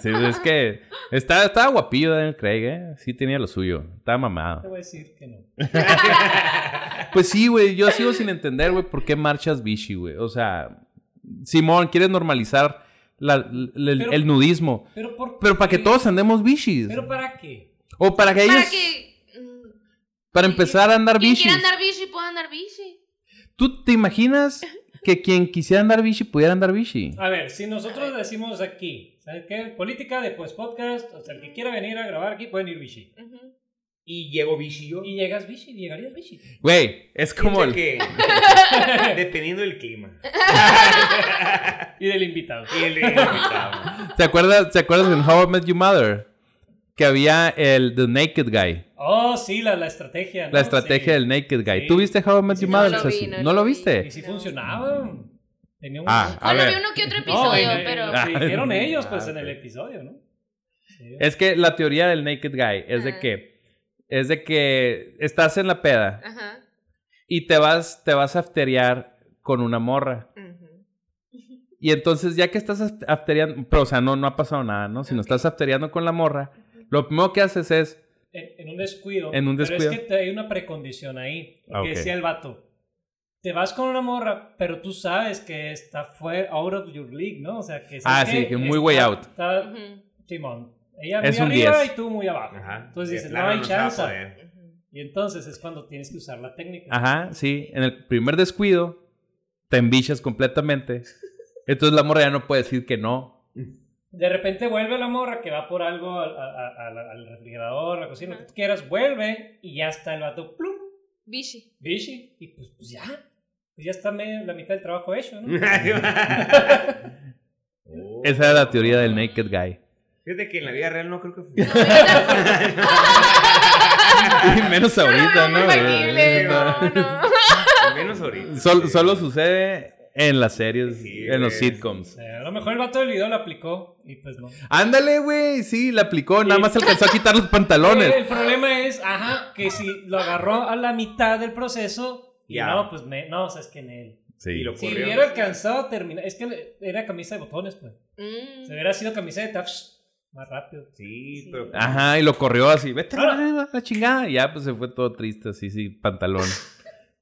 Speaker 2: Sí, es que está, estaba guapillo Daniel Craig, ¿eh? Sí tenía lo suyo. Estaba
Speaker 4: Te
Speaker 2: mamado.
Speaker 4: voy a decir que no.
Speaker 2: Pues sí, güey. Yo sigo sin entender, güey, por qué marchas bichi, güey. O sea, Simón, quieres normalizar la- la- el,
Speaker 4: Pero-
Speaker 2: el nudismo.
Speaker 4: Pero, por
Speaker 2: Pero para que
Speaker 4: qué?
Speaker 2: todos andemos bichis.
Speaker 4: ¿Pero pues, para qué?
Speaker 2: O para que ellos...
Speaker 5: Para
Speaker 2: Para,
Speaker 5: que. mm,
Speaker 2: empezar a andar
Speaker 5: Quien
Speaker 2: bichis.
Speaker 5: quiera andar bici pueda andar bici.
Speaker 2: ¿Tú te imaginas que quien quisiera andar bichi pudiera andar bichi?
Speaker 4: A ver, si nosotros decimos aquí, ¿sabes qué? Política de pues podcast, o sea, el que quiera venir a grabar aquí pueden ir bichi.
Speaker 5: Ujú.
Speaker 3: Y llego bichi yo.
Speaker 4: Y llegas bichi, llegarías bichi.
Speaker 2: Güey, es como...
Speaker 3: Fíjate
Speaker 2: el-
Speaker 3: que-
Speaker 4: [LAUGHS]
Speaker 3: Dependiendo del clima.
Speaker 4: Y del invitado.
Speaker 3: Y
Speaker 4: [LAUGHS]
Speaker 3: el invitado.
Speaker 2: ¿Te acuerdas, ¿Te acuerdas en How I Met Your Mother? Que había el The Naked Guy.
Speaker 4: Oh, sí, la, la estrategia. ¿no?
Speaker 2: La estrategia
Speaker 4: Sí.
Speaker 2: del Naked Guy.
Speaker 4: Sí.
Speaker 2: ¿Tú viste How I Met
Speaker 4: Sí,
Speaker 2: Your
Speaker 4: no
Speaker 2: Mother?
Speaker 4: lo
Speaker 2: Ceci?
Speaker 5: vi, no
Speaker 2: ¿No
Speaker 5: lo
Speaker 2: lo
Speaker 5: vi.
Speaker 4: Y
Speaker 2: viste?
Speaker 4: si
Speaker 5: No.
Speaker 4: funcionaba. Tenía un.
Speaker 2: Ah, A
Speaker 5: Bueno,
Speaker 2: ver.
Speaker 5: vi uno
Speaker 2: [LAUGHS]
Speaker 5: que otro
Speaker 4: No,
Speaker 5: episodio,
Speaker 4: eh,
Speaker 5: pero.
Speaker 4: lo que dijeron ellos, pues,
Speaker 2: Ah,
Speaker 4: en el
Speaker 2: ok.
Speaker 4: episodio, ¿no? Sí.
Speaker 2: Es que la teoría del Naked Guy es de
Speaker 5: Ah.
Speaker 2: que... Es de que estás en la peda
Speaker 5: Ajá.
Speaker 2: y te vas, te vas a afterear con una morra.
Speaker 5: Ujú.
Speaker 2: Y entonces ya que estás aft- aftereando... Pero, o sea, no, no ha pasado nada, ¿no? Si no
Speaker 5: Ok.
Speaker 2: estás aftereando con la morra, lo primero que haces es...
Speaker 4: En, en un descuido.
Speaker 2: En un
Speaker 4: Pero
Speaker 2: descuido.
Speaker 4: es que te- hay una precondición ahí. Porque
Speaker 2: Ah, ok.
Speaker 4: decía el vato. Te vas con una morra, pero tú sabes que está fuera, out of your league, ¿no? O sea, que...
Speaker 2: Ah,
Speaker 4: ¿sabes
Speaker 2: sí,
Speaker 4: qué?
Speaker 2: que muy
Speaker 4: Está-
Speaker 2: way out.
Speaker 4: está-
Speaker 5: Ujú.
Speaker 4: Simón. Ella
Speaker 2: Es
Speaker 4: muy
Speaker 2: un
Speaker 4: arriba
Speaker 2: 10.
Speaker 4: y tú muy abajo.
Speaker 3: Ajá.
Speaker 4: Entonces
Speaker 3: De
Speaker 4: dices, no
Speaker 3: plano
Speaker 4: hay
Speaker 3: nos va a
Speaker 4: chance.
Speaker 3: poder.
Speaker 5: Ujú.
Speaker 4: Y entonces es cuando tienes que usar la técnica.
Speaker 2: Ajá, sí. En el primer descuido, te embichas completamente. Entonces la morra ya no puede decir que no.
Speaker 4: De repente vuelve la morra que va por algo al, a- a- al- al refrigerador, la cocina, lo que
Speaker 5: Ajá.
Speaker 4: tú quieras, vuelve y ya está el vato, plum,
Speaker 5: Bici.
Speaker 4: bichi. Y pues, pues ya. Pues ya está medio- la mitad del trabajo
Speaker 3: [LAUGHS]
Speaker 4: hecho, ¿no? [LAUGHS]
Speaker 3: Oh.
Speaker 2: Esa era la teoría del Naked Guy.
Speaker 3: Fíjate que en la vida real no
Speaker 4: [LAUGHS]
Speaker 3: creo que funcione.
Speaker 2: [LAUGHS] Y menos ahorita,
Speaker 5: Ah, No, no, imposible,
Speaker 2: ¿no?
Speaker 5: no,
Speaker 2: [LAUGHS]
Speaker 5: no.
Speaker 3: Menos ahorita.
Speaker 2: Sol-
Speaker 3: Sí.
Speaker 2: solo sucede en las series,
Speaker 3: Sí,
Speaker 2: en los
Speaker 3: güey.
Speaker 2: sitcoms.
Speaker 4: Eh, a lo mejor el vato del video lo aplicó y pues no.
Speaker 2: Ándale, güey. Sí, la aplicó. Nada
Speaker 4: Sí.
Speaker 2: más alcanzó a quitar los pantalones.
Speaker 4: El problema es, ajá, que si lo agarró a la mitad del proceso, y
Speaker 3: Ya.
Speaker 4: no, pues me, no, o sea, es que en él.
Speaker 2: Sí.
Speaker 3: Y lo
Speaker 4: Si
Speaker 3: corrió.
Speaker 4: hubiera alcanzado a terminar, es que le- era camisa de botones, pues.
Speaker 5: Mm.
Speaker 4: Si hubiera sido camiseta, psh, más rápido.
Speaker 3: Sí, pero.
Speaker 2: Ajá, y lo corrió así. Vete a
Speaker 4: Ahora-
Speaker 2: la- la chingada. Y ya, pues se fue todo triste, así, sin
Speaker 3: [LAUGHS]
Speaker 2: pantalón.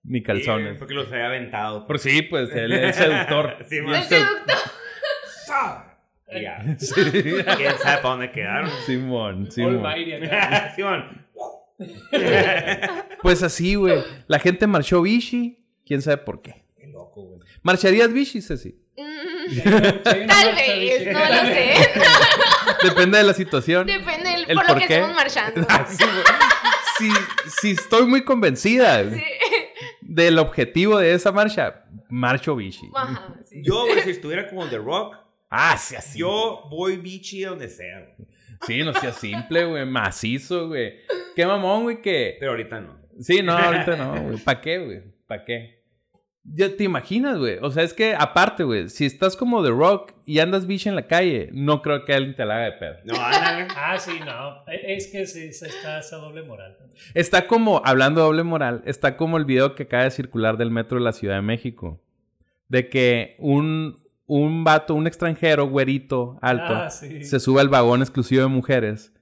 Speaker 2: Ni calzones.
Speaker 3: Porque los había aventado.
Speaker 2: Por sí, pues el, el seductor.
Speaker 3: [LAUGHS] Sí,
Speaker 2: Y el
Speaker 5: El
Speaker 3: man.
Speaker 2: sedu- [LAUGHS]
Speaker 5: seductor.
Speaker 3: Y Ya.
Speaker 2: Sí.
Speaker 3: ¿Quién sabe para dónde quedaron? [LAUGHS]
Speaker 2: Simón, Simón.
Speaker 4: Almighty acá.
Speaker 3: Simón.
Speaker 2: Pues así, güey. La gente marchó bichi, quién sabe por qué.
Speaker 3: Qué loco, güey.
Speaker 2: ¿Marcharías bichi, Ceci?
Speaker 5: Mm.
Speaker 4: Tal
Speaker 5: Tal vez, no lo sé. [LAUGHS]
Speaker 2: Depende de la situación.
Speaker 5: Depende del,
Speaker 2: ¿El
Speaker 5: por,
Speaker 2: por
Speaker 5: lo que
Speaker 2: qué? [LAUGHS]
Speaker 5: estemos marchando.
Speaker 2: Sí, güey. si, si estoy muy convencida
Speaker 5: Sí. [LAUGHS]
Speaker 2: del objetivo de esa marcha, marcho bichi.
Speaker 5: Ajá, sí.
Speaker 3: Yo, güey, si estuviera como The Rock,
Speaker 2: Ah, sí, así.
Speaker 3: yo voy bichi a donde sea. güey.
Speaker 2: Sí, no sea simple, güey. Macizo, güey. Qué mamón, güey, que...
Speaker 3: Pero ahorita no.
Speaker 2: Sí, no, ahorita no, güey. ¿Para qué, güey? ¿Para qué? Ya te imaginas, güey. O sea, es que aparte, güey, si estás como The Rock y andas bichi en la calle, no creo que alguien te la haga de pedo.
Speaker 3: No,
Speaker 4: [LAUGHS]
Speaker 3: ándale.
Speaker 4: Ah, sí, no. Eh, Es que se, se está esa doble moral.
Speaker 2: Está como, hablando de doble moral, está como el video que acaba de circular del metro de la Ciudad de México. De que un, un vato, un extranjero, güerito, alto,
Speaker 4: Ah, sí.
Speaker 2: se sube al vagón exclusivo de mujeres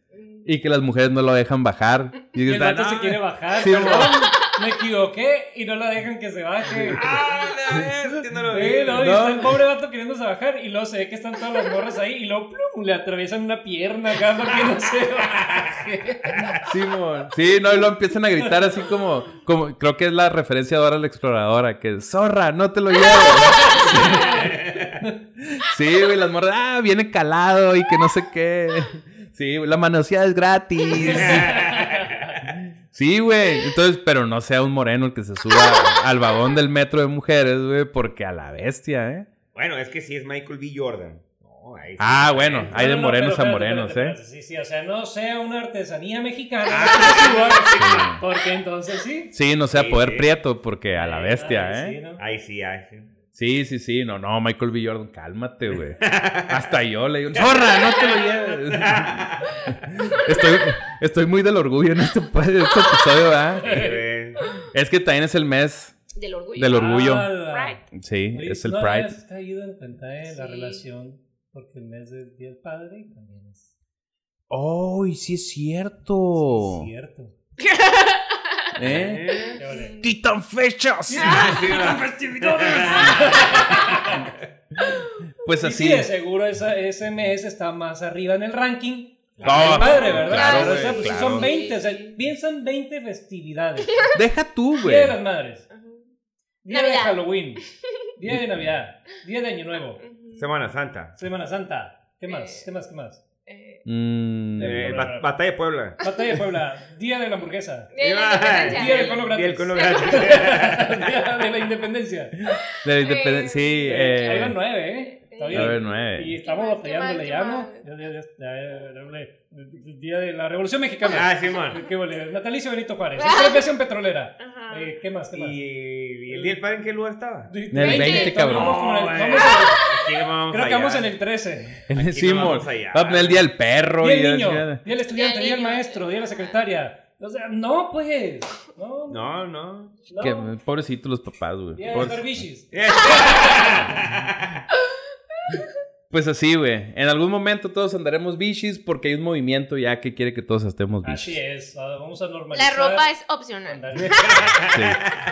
Speaker 2: y que las mujeres no lo dejan bajar. Ah, Y
Speaker 4: [LAUGHS] Y el
Speaker 2: está,
Speaker 4: vato se
Speaker 2: "No,
Speaker 4: quiere bajar.
Speaker 2: Sí,
Speaker 4: perdón,
Speaker 2: mo-
Speaker 4: me equivoqué y no la dejan que se baje.
Speaker 3: Ah, la bestia, [LAUGHS] no lo vi.
Speaker 4: Sí, no, y
Speaker 2: No.
Speaker 4: está el pobre vato queriéndose bajar y luego se ve que están todas las morras ahí y luego plum, le atraviesan una pierna acá porque no se baje.
Speaker 2: sí, mo- sí, no, y lo empiezan a gritar así como, como creo que es la referencia de Dora la Exploradora, que zorra, no te lo lleves. [LAUGHS] sí, güey, las morras, ah, viene calado y que no sé qué. Sí, güey, la manoseada es gratis. Sí, güey. Entonces, pero no sea un moreno el que se suba al vagón del metro de mujeres, güey, porque a la bestia, ¿eh?
Speaker 3: Bueno, es que si es Michael B. Jordan. No, ahí sí.
Speaker 2: Ah, bueno, hay de
Speaker 4: No, no, no,
Speaker 2: morenos
Speaker 4: pero
Speaker 2: a
Speaker 4: espérate,
Speaker 2: morenos,
Speaker 4: espérate,
Speaker 2: ¿eh?
Speaker 4: espérate. Sí, sí, o sea, no sea una artesanía mexicana.
Speaker 3: Ah,
Speaker 4: [LAUGHS] Porque entonces sí.
Speaker 2: Sí, no sea
Speaker 3: Sí,
Speaker 2: poder
Speaker 3: sí.
Speaker 2: prieto, porque a la
Speaker 4: Ah,
Speaker 2: bestia,
Speaker 4: sí,
Speaker 2: ¿eh?
Speaker 4: ¿no?
Speaker 3: Ahí sí, ahí sí.
Speaker 2: Sí, sí, sí. No, no, Michael B. Jordan, cálmate, [LAUGHS] güey. Hasta yo le digo, ¡zorra, no te lo lleves! [LAUGHS] Estoy, estoy muy del orgullo en este, [LAUGHS] pa- este episodio, ¿verdad?
Speaker 3: Eh,
Speaker 2: Es que también es el mes
Speaker 5: Del orgullo.
Speaker 2: del orgullo.
Speaker 4: Ala.
Speaker 5: Pride.
Speaker 2: Sí,
Speaker 4: Oye,
Speaker 2: es el
Speaker 4: no
Speaker 2: Pride.
Speaker 4: habías caído en cuenta eh, la
Speaker 5: Sí.
Speaker 4: relación porque el mes del Día del Padre también es
Speaker 2: ¡Oh, sí es cierto!
Speaker 4: cierto.
Speaker 2: ¿Eh?
Speaker 3: eh.
Speaker 5: Ah,
Speaker 4: Qué vale.
Speaker 2: ¡Quitan fechas!
Speaker 3: Sí, ¿verdad?
Speaker 2: Pues
Speaker 4: Y
Speaker 2: así.
Speaker 4: sí, de seguro esa, ese mes está más arriba en el ranking.
Speaker 2: Ah,
Speaker 4: Del padre, ¿verdad?
Speaker 2: claro,
Speaker 4: Pero, o sea,
Speaker 2: güey,
Speaker 4: pues, sí
Speaker 2: claro.
Speaker 4: Son 20, o sea, piensan 20 festividades.
Speaker 2: Deja tú, güey.
Speaker 4: Día de las Madres,
Speaker 5: Ajá.
Speaker 4: Día de
Speaker 5: Navidad.
Speaker 4: Halloween, Día de Navidad, Día de Año Nuevo,
Speaker 5: Ujú.
Speaker 3: [LAUGHS] Semana Santa.
Speaker 4: Semana Santa. ¿Qué más?
Speaker 5: Eh.
Speaker 4: ¿Qué más? ¿Qué más?
Speaker 5: Eh,
Speaker 2: Mm,
Speaker 3: Eh, ba- Batalla de Puebla.
Speaker 4: Batalla de Puebla, Día de la Hamburguesa, [LAUGHS]
Speaker 5: de la
Speaker 4: Día
Speaker 5: independencia.
Speaker 4: del cono gratis.
Speaker 3: Bien, cono gratis.
Speaker 4: Día de la Independencia.
Speaker 2: de la independen- sí, eh,
Speaker 4: Ahí van nueve, ¿eh? Está bien.
Speaker 2: a ver, nueve.
Speaker 4: Y estamos
Speaker 5: ¿Qué más, qué
Speaker 4: batallándole
Speaker 5: más,
Speaker 4: ya,
Speaker 5: qué
Speaker 4: ¿no?
Speaker 5: más?
Speaker 4: Ya, ya, ya, ya, ya, hombre, El día de la Revolución Mexicana.
Speaker 3: [LAUGHS] Ah, Simón.
Speaker 4: ¿Qué vale? Natalicio Benito Juárez. Expropiación petrolera.
Speaker 5: Ah. Ajá.
Speaker 4: Eh, ¿Qué más? ¿Qué más?
Speaker 3: ¿Y el día del padre en qué lugar estaba?
Speaker 4: En
Speaker 2: el 20, cabrón. eh,
Speaker 4: Vamos como en el- vamos en-
Speaker 3: Aquí vamos
Speaker 4: creo que
Speaker 3: allá.
Speaker 4: vamos en el 13.
Speaker 2: [LAUGHS] le
Speaker 3: Aquí
Speaker 2: decimos,
Speaker 3: no vamos allá.
Speaker 2: va a poner el día del perro.
Speaker 4: Día del
Speaker 2: la
Speaker 4: niño,
Speaker 2: chingada.
Speaker 4: día del estudiante,
Speaker 5: Día del
Speaker 4: día del
Speaker 5: niño.
Speaker 4: maestro, día de la secretaria. O sea, no, pues. No, no.
Speaker 3: No,
Speaker 4: [LAUGHS]
Speaker 3: no.
Speaker 2: Que, pobrecito los papás, güey.
Speaker 4: Día de
Speaker 2: Pobres-
Speaker 4: los barbichis.
Speaker 2: Pues así, güey. En algún momento todos andaremos bichis porque hay un movimiento ya que quiere que todos estemos bichis.
Speaker 4: Así es. ah, Vamos a
Speaker 5: La
Speaker 4: normalizar.
Speaker 5: ropa es opcional.
Speaker 4: Andar-
Speaker 2: [LAUGHS] Sí.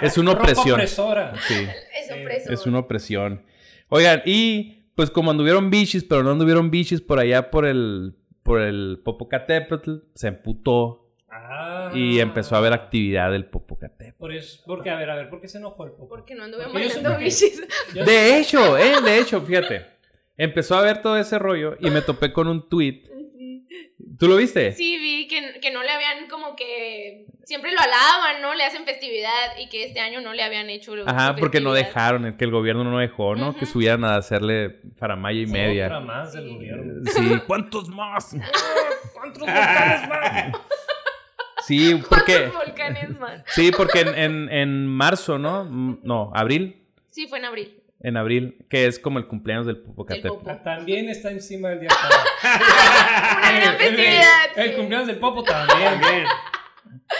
Speaker 2: Es
Speaker 4: [LAUGHS]
Speaker 2: una
Speaker 4: Ropa
Speaker 2: opresión.
Speaker 4: opresora.
Speaker 2: Sí,
Speaker 5: Es
Speaker 4: Sí,
Speaker 5: opresor.
Speaker 2: es una opresión. Oigan, y pues como anduvieron bichis, pero no anduvieron bichis por allá por el por el Popocatépetl, se emputó
Speaker 4: Ah.
Speaker 2: y empezó a haber actividad del Popocatépetl.
Speaker 4: Por eso, porque, a ver, a ver, ¿por qué se enojó el popo?
Speaker 5: Porque no anduve
Speaker 4: Porque yo soy
Speaker 5: mandando
Speaker 4: mujer. [LAUGHS]
Speaker 5: bichis.
Speaker 4: Yo-
Speaker 2: De hecho, eh, de hecho, fíjate. Empezó a ver todo ese rollo y me topé con un tweet. ¿Tú lo viste?
Speaker 5: Sí, vi que, que no le habían como que... Siempre lo alaban, ¿no? Le hacen festividad y que este año no le habían hecho lo-
Speaker 2: Ajá,
Speaker 5: su
Speaker 2: porque no
Speaker 5: festividad.
Speaker 2: dejaron, el que el gobierno no dejó, ¿no? Que
Speaker 5: Ujú.
Speaker 2: subieran a hacerle faramaya y
Speaker 4: Otra
Speaker 2: media.
Speaker 4: más del gobierno.
Speaker 2: Sí, ¿cuántos más?
Speaker 4: [LAUGHS] ¿Cuántos volcanes más?
Speaker 5: [LAUGHS]
Speaker 2: Sí, porque
Speaker 5: ¿Cuántos volcanes más?
Speaker 2: sí, porque en, en, en marzo, ¿no? Mm, No, abril,
Speaker 5: Sí, fue
Speaker 4: [LAUGHS]
Speaker 5: en abril.
Speaker 2: en abril, que es como el cumpleaños del
Speaker 5: Del
Speaker 2: Popocatépetl.
Speaker 5: Popo.
Speaker 4: También está encima del día. padre.
Speaker 5: Una gran
Speaker 4: Ah, El- el-
Speaker 5: festividad.
Speaker 4: El, cumpleaños del popo también.
Speaker 3: Bien.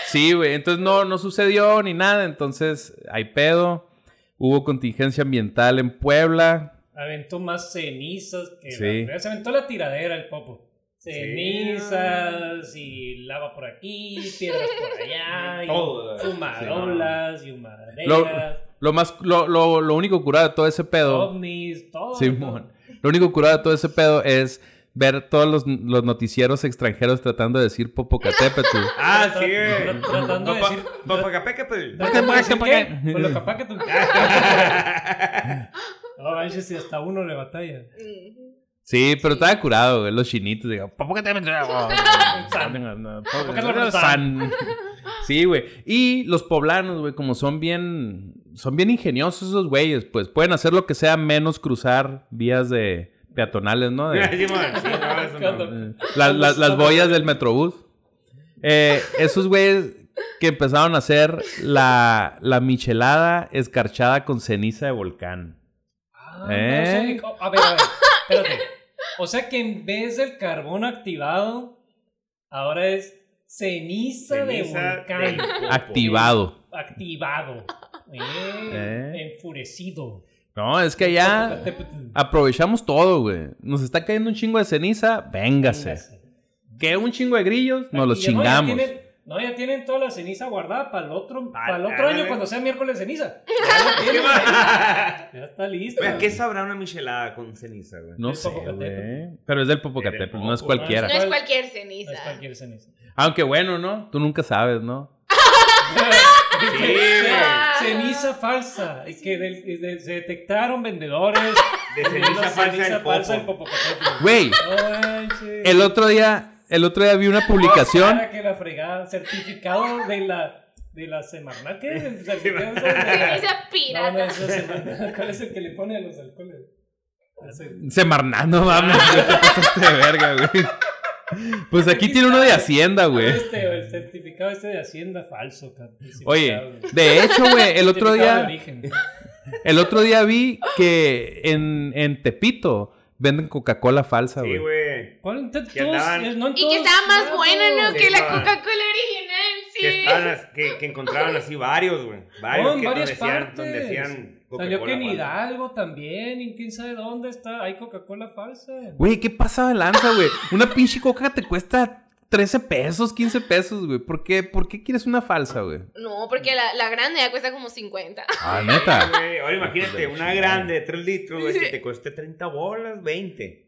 Speaker 2: Sí, güey, entonces no no sucedió ni nada, entonces hay pedo. Hubo contingencia ambiental en Puebla.
Speaker 4: Aventó más cenizas que
Speaker 2: Sí.
Speaker 4: la- Se aventó la tiradera el popo. Cenizas y lava por aquí, piedras por allá, y
Speaker 3: Todo, ¿verdad?
Speaker 4: fumarolas y
Speaker 2: Lo,
Speaker 4: humaderas,
Speaker 2: lo más lo, lo, lo único curado de todo ese
Speaker 5: Oh,
Speaker 2: pedo,
Speaker 4: ovnis, todo.
Speaker 2: Simón. Lo único curado de todo ese pedo es ver todos los, los noticieros extranjeros tratando de decir Popocatépetl.
Speaker 3: Ah, sí,
Speaker 4: Tra- tratando de decir-
Speaker 3: Popocatépetl.
Speaker 4: ¿Por qué? Por lo capaz
Speaker 2: [LAUGHS]
Speaker 4: que tú. No manches, si hasta uno le batalla.
Speaker 5: Mm.
Speaker 2: Sí, pero estaba curado, güey, los chinitos. Digo, Popocatépetl.
Speaker 4: Popocatépetl.
Speaker 2: San. Sí, güey. Y los poblanos, güey, como son bien. Son bien ingeniosos esos güeyes, pues pueden hacer lo que sea menos cruzar vías de peatonales, ¿no?
Speaker 3: [LAUGHS]
Speaker 2: De-
Speaker 3: Ah, Simón, sí, no, eso no.
Speaker 2: Eh, la- la- las boyas del Metrobús. Eh, esos güeyes que empezaron a hacer la, la michelada escarchada con ceniza de volcán.
Speaker 4: Ah,
Speaker 2: ¿Eh?
Speaker 4: pero, o sea, a ver, a ver, espérate. O sea que en vez del carbón activado, ahora es ceniza, de
Speaker 3: Ceniza
Speaker 4: volcán
Speaker 2: [LAUGHS]
Speaker 3: del Popo.
Speaker 2: Activado.
Speaker 4: activado. Eh,
Speaker 2: ¿Eh?
Speaker 4: Enfurecido.
Speaker 2: No, es que Ah, allá
Speaker 4: Popocatépetl.
Speaker 2: aprovechamos todo, güey. Nos está cayendo un chingo de ceniza, véngase. Que un chingo de grillos, nos los
Speaker 4: Aquí ya no, ya
Speaker 2: chingamos.
Speaker 4: tienen- No, ya tienen toda la ceniza guardada para el otro,
Speaker 3: Ah,
Speaker 4: para el otro año
Speaker 3: ándale.
Speaker 4: cuando sea miércoles ceniza.
Speaker 3: ¿Qué [LAUGHS] más?
Speaker 4: Ya está listo.
Speaker 3: Oiga, ¿Qué sabrá una michelada con
Speaker 2: [LAUGHS]
Speaker 3: ceniza, güey?
Speaker 2: No
Speaker 4: Del
Speaker 2: sé,
Speaker 4: Popocatépetl.
Speaker 2: güey. Pero es del Popocatépetl, no es
Speaker 3: Popo,
Speaker 2: cualquiera.
Speaker 5: No es
Speaker 4: ¿Cuál?
Speaker 5: cualquier
Speaker 4: No es
Speaker 5: ceniza.
Speaker 4: cualquier ceniza. [LAUGHS]
Speaker 2: Aunque bueno, ¿no? Tú nunca sabes, ¿no?
Speaker 3: Sí,
Speaker 4: Ce-
Speaker 5: güey.
Speaker 4: Ceniza falsa.
Speaker 5: Ah,
Speaker 4: Es que del- es de- se detectaron vendedores
Speaker 3: De [LAUGHS]
Speaker 4: de
Speaker 3: ceniza
Speaker 4: la
Speaker 3: falsa
Speaker 4: ceniza
Speaker 3: del
Speaker 4: falsa del
Speaker 3: popo.
Speaker 4: Popocatépetl.
Speaker 2: Güey,
Speaker 4: Ay, sí.
Speaker 2: el otro día el otro día vi una publicación.
Speaker 4: Para que la fregada, certificado de la, de la Semarnat. ¿Qué es el certificado de
Speaker 5: [LAUGHS] Ceniza
Speaker 4: [LAUGHS] No, no,
Speaker 5: pirata.
Speaker 4: eso es Semarnat. ¿Cuál es el que le pone a los alcoholes?
Speaker 2: Ah,
Speaker 4: Ese-
Speaker 2: Semarnat, no mames, güey, te pasaste de verga, güey. Pues aquí tiene uno de Hacienda, güey.
Speaker 4: Este, el certificado este de Hacienda falso. ca-
Speaker 2: Oye,
Speaker 4: certificado,
Speaker 2: de hecho, güey, el otro
Speaker 4: certificado de
Speaker 2: día,
Speaker 4: origen.
Speaker 2: el otro día vi que en, en Tepito venden Coca-Cola falsa,
Speaker 3: Sí,
Speaker 2: güey.
Speaker 3: güey.
Speaker 4: ¿Cuál? En todos-
Speaker 3: Que andaban-
Speaker 4: es- no en
Speaker 5: Y
Speaker 4: todos
Speaker 5: que estaba más
Speaker 4: lados.
Speaker 5: buena, ¿no?
Speaker 3: Sí,
Speaker 5: Que la
Speaker 3: no.
Speaker 5: Coca-Cola original, sí.
Speaker 3: Que, estaban as- que, que encontraron así varios, güey. Varios
Speaker 4: No, Oh, en
Speaker 3: que
Speaker 4: varias
Speaker 3: donde decían,
Speaker 4: partes.
Speaker 3: donde decían
Speaker 4: Salió que
Speaker 3: Coca-Cola
Speaker 4: en
Speaker 3: falsa.
Speaker 4: Hidalgo también, y quién sabe dónde está. Hay Coca-Cola falsa.
Speaker 2: Güey, ¿qué pasaba de lanza, güey? Una pinche coca te cuesta 13 pesos, 15 pesos, güey. ¿Por qué, ¿Por qué quieres una falsa, güey?
Speaker 5: No, porque la, la grande ya cuesta como 50.
Speaker 2: Ah, neta.
Speaker 3: Güey, Ahora imagínate, una grande de 3 litros, güey, que
Speaker 5: Sí.
Speaker 3: te cueste 30 bolas, 20.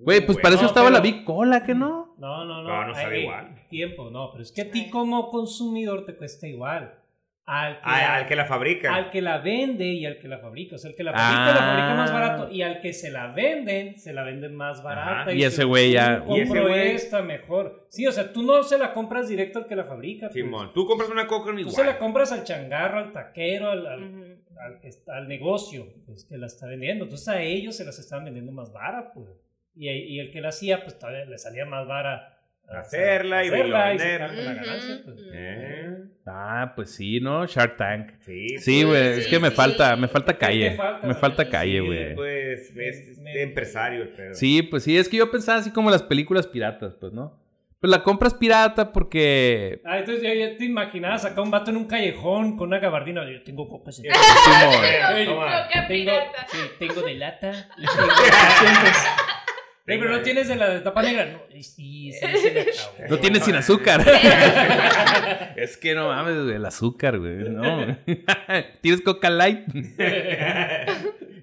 Speaker 2: Güey, pues
Speaker 3: Güey,
Speaker 2: para eso
Speaker 4: no,
Speaker 2: estaba
Speaker 4: pero-
Speaker 2: la Big Cola, ¿qué no?
Speaker 4: No, no, no.
Speaker 3: No, no sabe
Speaker 4: Ay,
Speaker 3: igual.
Speaker 4: Tiempo, no. Pero es que a ti como consumidor te cuesta igual. Al que,
Speaker 3: Ah, al que la fabrica.
Speaker 4: al que la vende y al que la fabrica. O sea, el que la fabrica la fabrica más
Speaker 2: Ah.
Speaker 4: barato. Y al que se la venden, se la venden más barata.
Speaker 3: Ajá.
Speaker 2: Y ese güey ya-
Speaker 4: "Mm,
Speaker 3: Y ese
Speaker 4: Compro
Speaker 3: güey-
Speaker 4: esta mejor. Sí, o sea, tú no se la compras directo al que la fabrica. pues.
Speaker 3: Simón, tú compras una coca no
Speaker 4: Tú
Speaker 3: igual.
Speaker 4: se la compras al changarro, al taquero, al, al-
Speaker 5: Ujú.
Speaker 4: al, que está- al negocio pues, que la está vendiendo. Entonces a ellos se las estaban vendiendo más vara, pues. Y, y el que la hacía, pues todavía le salía más vara
Speaker 3: Hacerla y
Speaker 4: hacerla y
Speaker 3: vender.
Speaker 4: sacar la
Speaker 5: Ujú,
Speaker 4: ganancia, pues.
Speaker 5: ujú.
Speaker 3: Eh,
Speaker 2: Ah, pues sí, ¿no? Shark Tank.
Speaker 3: Sí,
Speaker 2: Sí, güey, es que me
Speaker 5: sí.
Speaker 2: falta, me falta
Speaker 4: ¿Qué
Speaker 2: calle.
Speaker 4: te falta?
Speaker 2: Me falta
Speaker 3: sí,
Speaker 2: calle, güey.
Speaker 3: Pues es
Speaker 4: Me-
Speaker 3: empresario, pero.
Speaker 2: Sí, pues sí, es que yo pensaba así como las películas piratas, pues, ¿no? Pues la compras pirata porque.
Speaker 4: Ah, entonces ya, ya te imaginabas acá un vato en un callejón con una gabardina. Yo tengo cocas en-
Speaker 2: pues, Simón.
Speaker 3: Eh,
Speaker 5: Tengo
Speaker 3: toma.
Speaker 5: coca
Speaker 4: Tengo,
Speaker 5: pirata.
Speaker 4: sí, tengo de lata
Speaker 5: [LAUGHS]
Speaker 4: y tengo de 800. Ey, pero no tienes de la de tapa negra. No, eh, sí, se, se me acabó.
Speaker 2: No tiene sin azúcar. [LAUGHS] es que no mames, güey, el azúcar, güey. No. ¿Tienes Coca Light? [LAUGHS]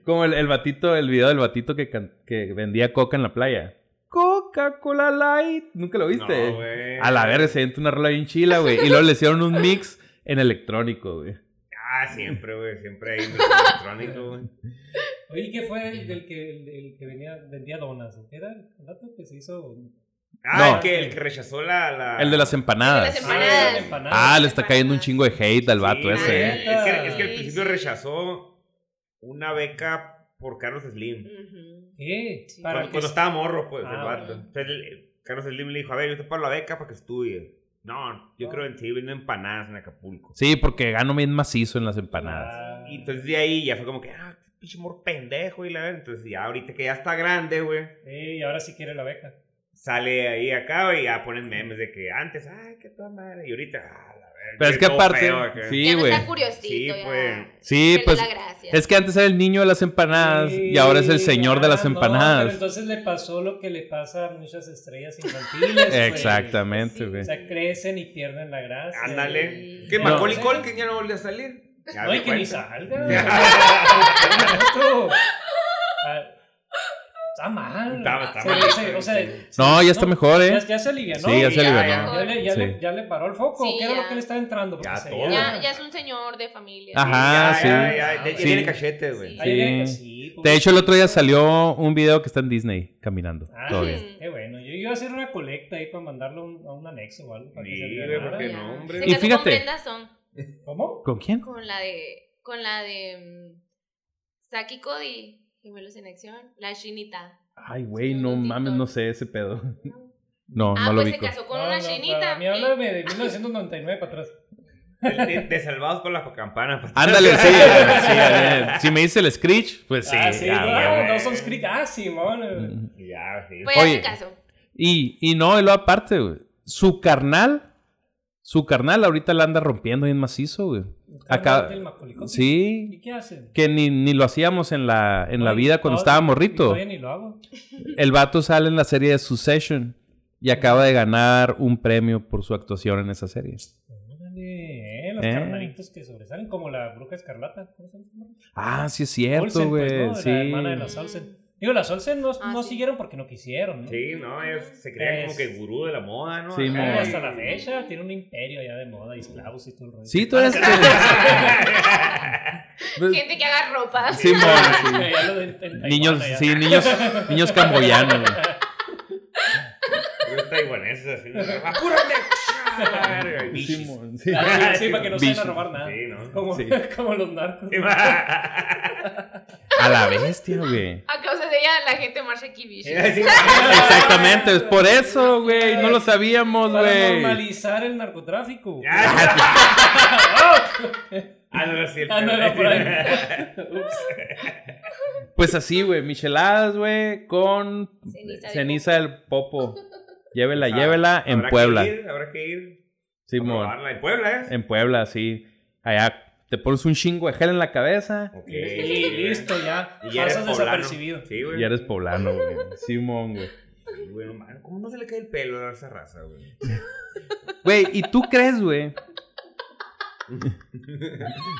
Speaker 2: Como el, el batito, el video del batito que, can- que vendía Coca en la playa. Coca-Cola Light. ¿Nunca lo viste?
Speaker 3: No, güey.
Speaker 2: A la verga se inventó una rola bien chila, güey. Y luego le hicieron un mix en electrónico, güey.
Speaker 3: Ah, siempre, güey. Siempre hay un electrónico, güey.
Speaker 4: Oye, ¿qué fue el, del que, el, el que venía, vendía donas? ¿Qué era el vato que se hizo?
Speaker 3: Ah,
Speaker 2: No.
Speaker 3: el, que, el que rechazó la. la-
Speaker 2: El de las empanadas.
Speaker 5: Las
Speaker 4: Ah,
Speaker 5: empanadas.
Speaker 4: empanadas.
Speaker 2: Ah, le está cayendo un chingo de hate al
Speaker 3: Sí,
Speaker 2: vato
Speaker 3: güey,
Speaker 2: ese,
Speaker 5: ah.
Speaker 2: eh.
Speaker 3: Es que, es que al
Speaker 5: Sí,
Speaker 3: principio
Speaker 5: sí.
Speaker 3: rechazó una beca por Carlos Slim.
Speaker 5: Ujú.
Speaker 4: ¿Qué?
Speaker 5: Sí.
Speaker 4: Mm, Para
Speaker 3: Cuando,
Speaker 4: que-
Speaker 3: cuando estaba morro, pues, el
Speaker 4: Ah,
Speaker 3: vato.
Speaker 5: bueno.
Speaker 3: Entonces, el- Carlos Slim le dijo: A ver, yo te pago la beca para que estudie. No, yo
Speaker 4: No.
Speaker 3: creo en ti, vendo empanadas en Acapulco.
Speaker 2: Sí, porque gano bien macizo en las empanadas.
Speaker 4: Ah,
Speaker 3: Y entonces de ahí ya fue como que, ah, pinche amor pendejo y la verdad. Entonces ya ahorita que ya está grande, güey,
Speaker 4: Ey, ahora sí quiere la beca.
Speaker 3: sale ahí acá güey, y ya ponen memes de que antes, ay, qué toda madre. Y ahorita, ah, la verga.
Speaker 2: Pero es que
Speaker 3: todo
Speaker 2: aparte.
Speaker 3: feo acá.
Speaker 2: Sí,
Speaker 5: Ya no
Speaker 2: güey.
Speaker 5: está curiosito,
Speaker 3: Sí,
Speaker 5: ya.
Speaker 3: pues.
Speaker 2: Sí,
Speaker 5: Perdió
Speaker 2: pues,
Speaker 5: la gracia.
Speaker 2: Es que antes era el niño de las empanadas y ahora es el
Speaker 4: Sí,
Speaker 2: señor de las
Speaker 4: ah, no, pero
Speaker 2: empanadas.
Speaker 4: entonces le pasó lo que le pasa a muchas estrellas infantiles. güey.
Speaker 2: Exactamente,
Speaker 5: Sí.
Speaker 2: güey.
Speaker 4: O sea, crecen y pierden la gracia.
Speaker 3: Ándale.
Speaker 5: Sí.
Speaker 3: Que
Speaker 4: No.
Speaker 3: Macaulay Culkin ya no volvió a salir. Ya
Speaker 4: No hay
Speaker 3: me
Speaker 4: que ni
Speaker 3: cuenta. [LAUGHS]
Speaker 4: salga. o sea, tú. Ah, Está mal.
Speaker 3: Está- está
Speaker 4: Se-
Speaker 3: mal.
Speaker 4: se- o sea,
Speaker 2: No, ya está
Speaker 4: no,
Speaker 2: mejor, ¿eh?
Speaker 4: Ya, ya se alivianó.
Speaker 2: Sí, ya se
Speaker 3: ya,
Speaker 2: alivianó.
Speaker 4: Ya le, ya
Speaker 2: Sí.
Speaker 4: le- ya le paró el foco.
Speaker 5: Sí,
Speaker 4: ¿Qué era
Speaker 5: ya.
Speaker 4: lo que le estaba entrando? Porque
Speaker 3: Ya
Speaker 4: se
Speaker 3: todo.
Speaker 4: veía-
Speaker 5: Ya, ya es un señor de familia.
Speaker 2: Ajá,
Speaker 3: Ya,
Speaker 2: Ah, sí.
Speaker 3: Ya, ya, ya
Speaker 4: Sí.
Speaker 3: tiene cachete, güey.
Speaker 5: Sí.
Speaker 4: Ahí veía que
Speaker 2: Sí.
Speaker 4: sí, pues.
Speaker 2: De hecho, el otro día salió un video que está en Disney caminando.
Speaker 4: Ah,
Speaker 2: Todo
Speaker 5: sí.
Speaker 2: bien.
Speaker 4: Qué bueno. Yo iba a hacer una colecta ahí para mandarlo a un- a un anexo o algo. Para que
Speaker 3: Sí,
Speaker 4: se
Speaker 3: güey,
Speaker 4: alivianara.
Speaker 3: porque
Speaker 5: Ya.
Speaker 3: no, hombre.
Speaker 5: Se
Speaker 2: Y
Speaker 5: casó con
Speaker 2: fíjate.
Speaker 5: Brenda Song,
Speaker 4: ¿Cómo?
Speaker 2: ¿Con quién?
Speaker 5: con la de. Con la de. mm, Saki Cody. Gemelos en acción. La chinita.
Speaker 2: Ay, güey, no mames, no sé ese pedo. [LAUGHS] No,
Speaker 5: ah,
Speaker 2: no lo
Speaker 5: pues
Speaker 2: vi.
Speaker 5: se casó con
Speaker 4: No,
Speaker 5: una
Speaker 4: no,
Speaker 5: chinita.
Speaker 4: Para mí, háblame de 1999 para atrás.
Speaker 3: De, de salvados por la campana. pues. pa-
Speaker 4: [LAUGHS]
Speaker 2: Ándale, sí, sí, a ver, Si me dice el Screech, pues sí.
Speaker 4: ah, sí,
Speaker 2: ya,
Speaker 4: no,
Speaker 2: ya, Mm.
Speaker 3: güey.
Speaker 4: no son script. Ah, Simón.
Speaker 2: güey.
Speaker 4: eh.
Speaker 3: Ya, sí.
Speaker 5: Pues ya
Speaker 2: Oye.
Speaker 5: se casó.
Speaker 2: Y, y no, y luego aparte, güey. Su carnal, su carnal ahorita la anda rompiendo bien macizo, güey. Acá-
Speaker 4: Del Macaulay Culkin.
Speaker 2: Sí.
Speaker 4: ¿Y qué hacen?
Speaker 2: Que ni, ni lo hacíamos en la, en la
Speaker 4: Oye,
Speaker 2: vida cuando
Speaker 4: no,
Speaker 2: estaba
Speaker 4: y
Speaker 2: morrito.
Speaker 4: todavía ni lo hago.
Speaker 2: El vato sale en la serie de Succession y acaba de ganar un premio por su actuación en esa serie.
Speaker 4: Órale, eh, los
Speaker 2: Eh.
Speaker 4: carnalitos que sobresalen como la bruja escarlata. ¿Cómo se llama?
Speaker 2: Ah, sí es cierto,
Speaker 4: Olsen, pues,
Speaker 2: güey.
Speaker 4: ¿no? La
Speaker 2: sí.
Speaker 4: hermana de la Olsen. Digo, las Olsen no,
Speaker 5: Ah,
Speaker 4: no
Speaker 5: sí.
Speaker 4: siguieron porque no quisieron, ¿no?
Speaker 3: Sí, no, ellos se creían como
Speaker 4: Es-
Speaker 3: que gurú de la moda, ¿no?
Speaker 2: Sí,
Speaker 3: Acá,
Speaker 2: mo-
Speaker 4: Eh,
Speaker 3: güey.
Speaker 4: hasta la fecha tiene un imperio ya de moda y esclavos y todo el rollo. Ah,
Speaker 2: Sí, tú eres que...
Speaker 4: [LAUGHS]
Speaker 5: Gente que haga ropa.
Speaker 2: Sí, mo- sí.
Speaker 4: Eh, ya lo de- en Taiwán,
Speaker 2: Niños,
Speaker 4: allá.
Speaker 2: sí, niños, niños camboyanos, güey.
Speaker 3: [LAUGHS] Yo veces así. ¿no? ¡Apúrate! La verga, y bichis.
Speaker 2: Simón, sí.
Speaker 4: Ah, sí, para que no se vayan a robar nada.
Speaker 3: Sí, ¿no?
Speaker 4: Como,
Speaker 2: Sí.
Speaker 4: [LAUGHS]
Speaker 2: Eh,
Speaker 4: como los narcos.
Speaker 2: A la bestia, güey.
Speaker 5: A causa de ella, la gente marcha aquí, bicho.
Speaker 3: Sí,
Speaker 2: Exactamente, es por eso, güey. No lo sabíamos,
Speaker 4: Para
Speaker 2: güey.
Speaker 4: normalizar el narcotráfico.
Speaker 3: [LAUGHS] Ah, no, no es cierto.
Speaker 4: Ah, no, era por ahí. Ups.
Speaker 2: Pues así, güey. Micheladas, güey, con
Speaker 5: Ceniza de
Speaker 2: ceniza del popo. Llévela,
Speaker 3: Ah,
Speaker 2: llévela en
Speaker 3: Habrá
Speaker 2: Puebla.
Speaker 3: Que ir, habrá que ir. a
Speaker 4: Ah,
Speaker 2: Simón.
Speaker 3: probarla en Puebla, ¿eh?
Speaker 2: En Puebla, sí. Allá te pones un chingo de gel en la cabeza
Speaker 3: Ok.
Speaker 4: Y [LAUGHS] listo, ya.
Speaker 3: Y ya eres
Speaker 4: Pasas
Speaker 3: poblano.
Speaker 4: desapercibido.
Speaker 3: Sí, güey.
Speaker 2: y eres poblano, güey. Simón, güey.
Speaker 3: Sí, güey, no mames, ¿Cómo no se le cae el pelo a esa raza, güey?
Speaker 2: Güey, ¿y tú crees,
Speaker 4: [LAUGHS]
Speaker 2: güey?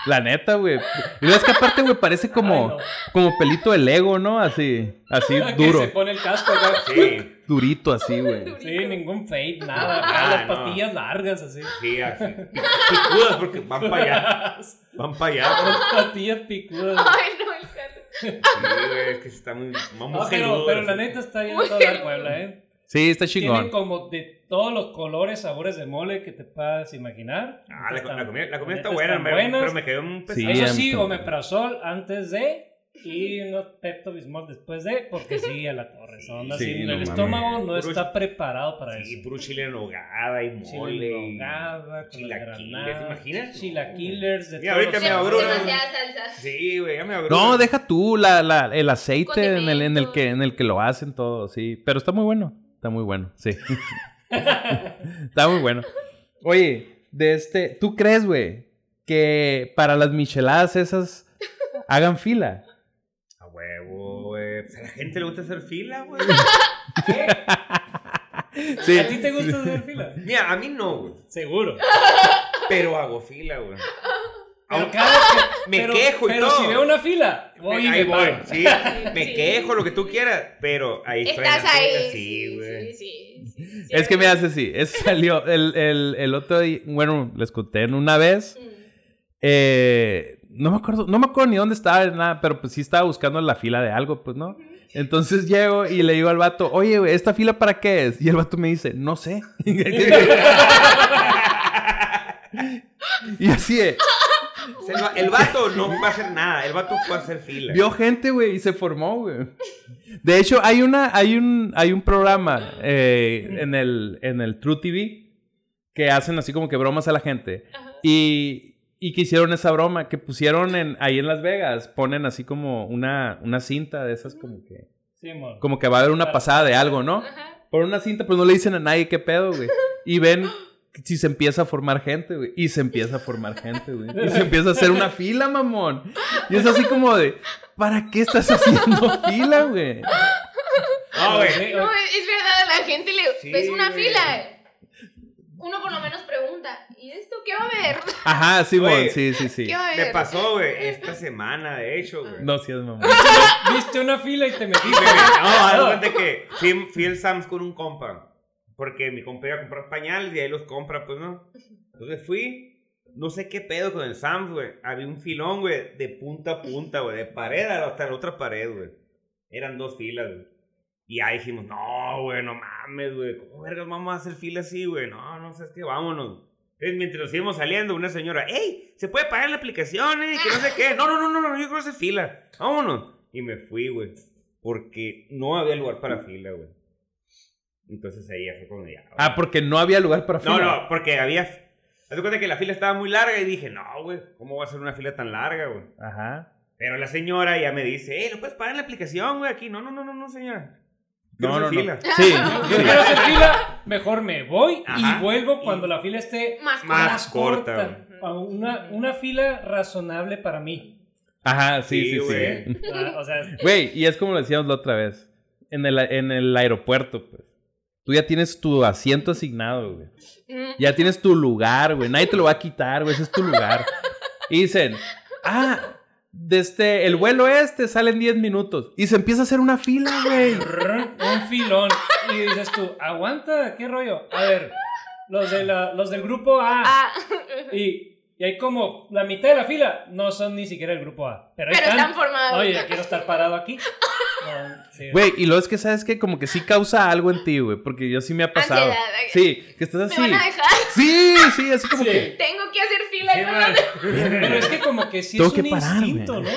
Speaker 2: La neta, güey. Y ves que aparte, güey, parece como,
Speaker 4: Ay, no.
Speaker 2: como pelito de Lego, ¿no? Así, así
Speaker 4: Ah, [LAUGHS] [LAUGHS] que
Speaker 2: duro.
Speaker 4: se pone el casco acá.
Speaker 3: Sí,
Speaker 4: [LAUGHS]
Speaker 2: Durito así, güey.
Speaker 4: Sí, ningún fade, nada. acá,
Speaker 3: Ah,
Speaker 4: las
Speaker 3: no.
Speaker 4: patillas largas, así.
Speaker 3: sí, así. Picudas porque van para allá. Van para allá.
Speaker 4: [LAUGHS]
Speaker 3: güey.
Speaker 4: patillas picudas.
Speaker 5: Ay, no, el caso.
Speaker 3: Sí, güey, es que está muy.
Speaker 4: No,
Speaker 3: Vamos
Speaker 4: pero, pero la neta está bien toda la Puebla, ¿eh?
Speaker 2: Sí, está
Speaker 4: Tienen
Speaker 2: chingón.
Speaker 4: como de todos los colores, sabores de mole que te puedas imaginar.
Speaker 3: Ah, la,
Speaker 4: Están-
Speaker 3: la comida, la comida está
Speaker 4: neta
Speaker 3: buena,
Speaker 4: están
Speaker 3: me-
Speaker 4: buenas.
Speaker 3: pero me quedó un pesado.
Speaker 2: Sí,
Speaker 4: Eso
Speaker 2: a mí
Speaker 4: sí,
Speaker 2: también.
Speaker 4: omeprazol antes de y unos Pepto Bismol después de, porque sí, a la torre. Son así,
Speaker 2: Sí,
Speaker 4: el
Speaker 2: no mames.
Speaker 4: estómago no
Speaker 3: Puro
Speaker 4: está preparado para
Speaker 3: Sí,
Speaker 4: eso.
Speaker 3: puro chile en hogada y mole.
Speaker 4: Chile
Speaker 3: y-
Speaker 4: nogada, con las
Speaker 3: chilaquiles,
Speaker 4: granadas,
Speaker 3: ¿te imaginas?
Speaker 4: Chilaquilers de
Speaker 3: Mira, ahorita
Speaker 4: todos
Speaker 3: me
Speaker 5: Se-
Speaker 4: los
Speaker 3: abro
Speaker 4: sabores.
Speaker 3: una-
Speaker 5: Demasiadas salsas.
Speaker 3: Sí, güey, ya me abrió.
Speaker 2: No, deja tú la, la- el aceite en el, en el
Speaker 5: Condimento.
Speaker 2: que en el que lo hacen todo, sí. Pero está muy bueno. Está muy bueno, sí. está muy bueno. Oye, de este, ¿tú crees, güey, que para las micheladas esas hagan fila?
Speaker 3: A huevo, güey. Pues A la gente le gusta hacer fila,
Speaker 2: [LAUGHS]
Speaker 3: güey.
Speaker 2: Sí.
Speaker 4: ¿A ti te gusta hacer fila?
Speaker 3: Mira, a mí no, güey.
Speaker 4: Seguro.
Speaker 3: Pero hago fila, güey.
Speaker 4: Pero
Speaker 3: Aunque
Speaker 4: cada vez que-
Speaker 3: me
Speaker 4: pero-
Speaker 3: quejo y
Speaker 4: pero
Speaker 3: todo.
Speaker 4: si veo una fila, voy y
Speaker 3: ahí
Speaker 4: me voy.
Speaker 3: voy, Sí, me
Speaker 5: Sí.
Speaker 3: quejo, lo que tú quieras, pero ahí
Speaker 5: Estás
Speaker 3: traen la fila,
Speaker 5: ahí.
Speaker 3: Sí,
Speaker 5: sí,
Speaker 3: güey.
Speaker 5: sí, sí, sí, sí.
Speaker 2: Es que me hace así. Es salió el, el, el otro día. Bueno, les conté en una vez.
Speaker 5: Mm.
Speaker 2: Eh, no me acuerdo, no me acuerdo ni dónde estaba, ni nada, pero pues sí estaba buscando la fila de algo, pues no. Entonces llego y le digo al vato, oye, güey, ¿esta fila para qué es? Y el vato me dice, no sé. [LAUGHS] y así eh,
Speaker 3: O sea, el va- El vato no va a hacer nada, el vato fue a hacer fila.
Speaker 2: vio gente, güey, y se formó, güey. De hecho, hay una, hay un, hay un programa eh, en el, en el True TV que hacen así como que bromas a la gente.
Speaker 5: Ajá.
Speaker 2: Y, y que hicieron esa broma, que pusieron en, ahí en Las Vegas, ponen así como una, una cinta de esas como que,
Speaker 4: Sí, mon.
Speaker 2: como que va a haber una pasada de algo, ¿no?
Speaker 5: Ajá.
Speaker 2: Por una cinta, pero no le dicen a nadie qué pedo, güey. Y ven si se empieza a formar gente, güey. Y se empieza a formar gente, güey. Y se empieza a hacer una fila, mamón. Y es así como de, ¿para qué estás haciendo fila, güey?
Speaker 4: Ah,
Speaker 3: No, güey.
Speaker 4: Sí,
Speaker 5: No, es verdad, a la gente le.
Speaker 3: Sí,
Speaker 5: ves una
Speaker 3: güey.
Speaker 5: fila. Uno por lo menos pregunta: ¿y esto qué va a haber?
Speaker 2: Ajá, Simón,
Speaker 3: Oye.
Speaker 2: sí, sí, sí.
Speaker 5: ¿Qué va a haber?
Speaker 3: Me pasó, güey, esta semana, de hecho, güey.
Speaker 2: No seas mamón.
Speaker 4: Viste una fila y te
Speaker 3: Sí, güey.
Speaker 4: metiste.
Speaker 3: No, haz de cuenta que fui, fui al Sam's con un compa. Porque mi compa iba a comprar pañales y ahí los compra, pues no. Entonces fui, no sé qué pedo con el Sam's, güey. Había un filón, güey, de punta a punta, güey, de pared hasta la otra pared, güey. Eran dos filas, güey. Y ahí dijimos, no, güey, no mames, güey. ¿Cómo vergas vamos a hacer fila así, güey? No, no sé, es que vámonos. Entonces, mientras nos íbamos saliendo, una señora, ¡Ey! ¿Se puede pagar en la aplicación, eh? Que no sé qué. No, no, no, no, no, yo quiero hacer fila. Vámonos. Y me fui, güey. Porque no había lugar para fila, güey. Entonces ahí ya fue cuando ya. güey.
Speaker 2: Ah, porque no había lugar para fila.
Speaker 3: no, no, porque había. Haz de cuenta que la fila estaba muy larga y dije, no, güey, ¿cómo va a ser una fila tan larga, güey?
Speaker 2: Ajá.
Speaker 3: Pero la señora ya me dice, ¡Ey, lo puedes pagar en la aplicación, güey! Aquí, no, no, no, no, no, señora. Quiero
Speaker 2: No,
Speaker 3: hacer
Speaker 2: no, no.
Speaker 3: fila. [LAUGHS]
Speaker 2: Sí.
Speaker 4: Yo quiero hacer fila, mejor me voy
Speaker 3: Ajá.
Speaker 4: y vuelvo cuando la fila esté
Speaker 5: Más,
Speaker 3: Más.
Speaker 5: cosas.
Speaker 3: corta,
Speaker 4: A Una, una fila razonable para mí.
Speaker 2: Ajá, sí, sí, sí.
Speaker 5: [LAUGHS]
Speaker 3: güey.
Speaker 4: Ah, O sea,
Speaker 2: Güey, y es como lo decíamos la otra vez. En el, en el aeropuerto, pues. Tú ya tienes tu asiento asignado, güey.
Speaker 5: Mm.
Speaker 2: Ya tienes tu lugar, güey. Nadie te lo va a quitar, güey. Ese es tu lugar. Y dicen, ah, desde el vuelo este salen 10 minutos. Y se empieza a hacer una fila, güey.
Speaker 4: brr, un filón. Y dices tú, aguanta, qué rollo. A ver, los, de la- los del grupo A.
Speaker 5: Ah,
Speaker 4: Y, y hay como la mitad de la fila no son ni siquiera el grupo A. Pero, ahí
Speaker 5: pero
Speaker 4: están.
Speaker 5: [LAUGHS] están formados.
Speaker 4: Oye, quiero estar parado aquí. No, sí.
Speaker 2: Güey, y luego es que sabes que como que sí causa algo en ti, güey, porque yo sí me ha pasado.
Speaker 5: Ansiedad, ay.
Speaker 2: Sí, que estás
Speaker 5: Me
Speaker 2: así.
Speaker 5: van a dejar.
Speaker 2: Sí, sí, así como
Speaker 4: Sí.
Speaker 2: que
Speaker 5: Tengo que hacer fila.
Speaker 3: Sí,
Speaker 5: no,
Speaker 3: man.
Speaker 4: Pero
Speaker 3: [LAUGHS]
Speaker 4: es que como que sí
Speaker 2: Tengo
Speaker 4: es
Speaker 2: que
Speaker 4: un
Speaker 2: pararme.
Speaker 4: instinto, ¿no?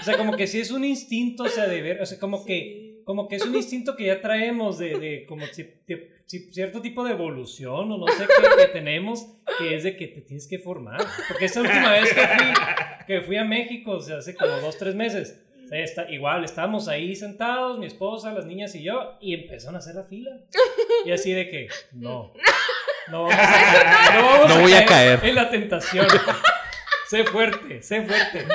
Speaker 4: O sea, como que sí es un instinto, o sea, de ver, o sea, como que, como que es un instinto que ya traemos de, de como ci- de- ci- cierto tipo de evolución o no sé qué que tenemos, que es de que te tienes que formar. Porque esta última vez que fui, que fui a México, o sea, hace como dos, tres meses, o sea, está- igual estábamos ahí sentados, mi esposa, las niñas y yo, y empezaron a hacer la fila. Y así de que, no. No, vamos a- no, vamos
Speaker 2: No voy a caer.
Speaker 4: en la tentación. Sé fuerte, sé fuerte.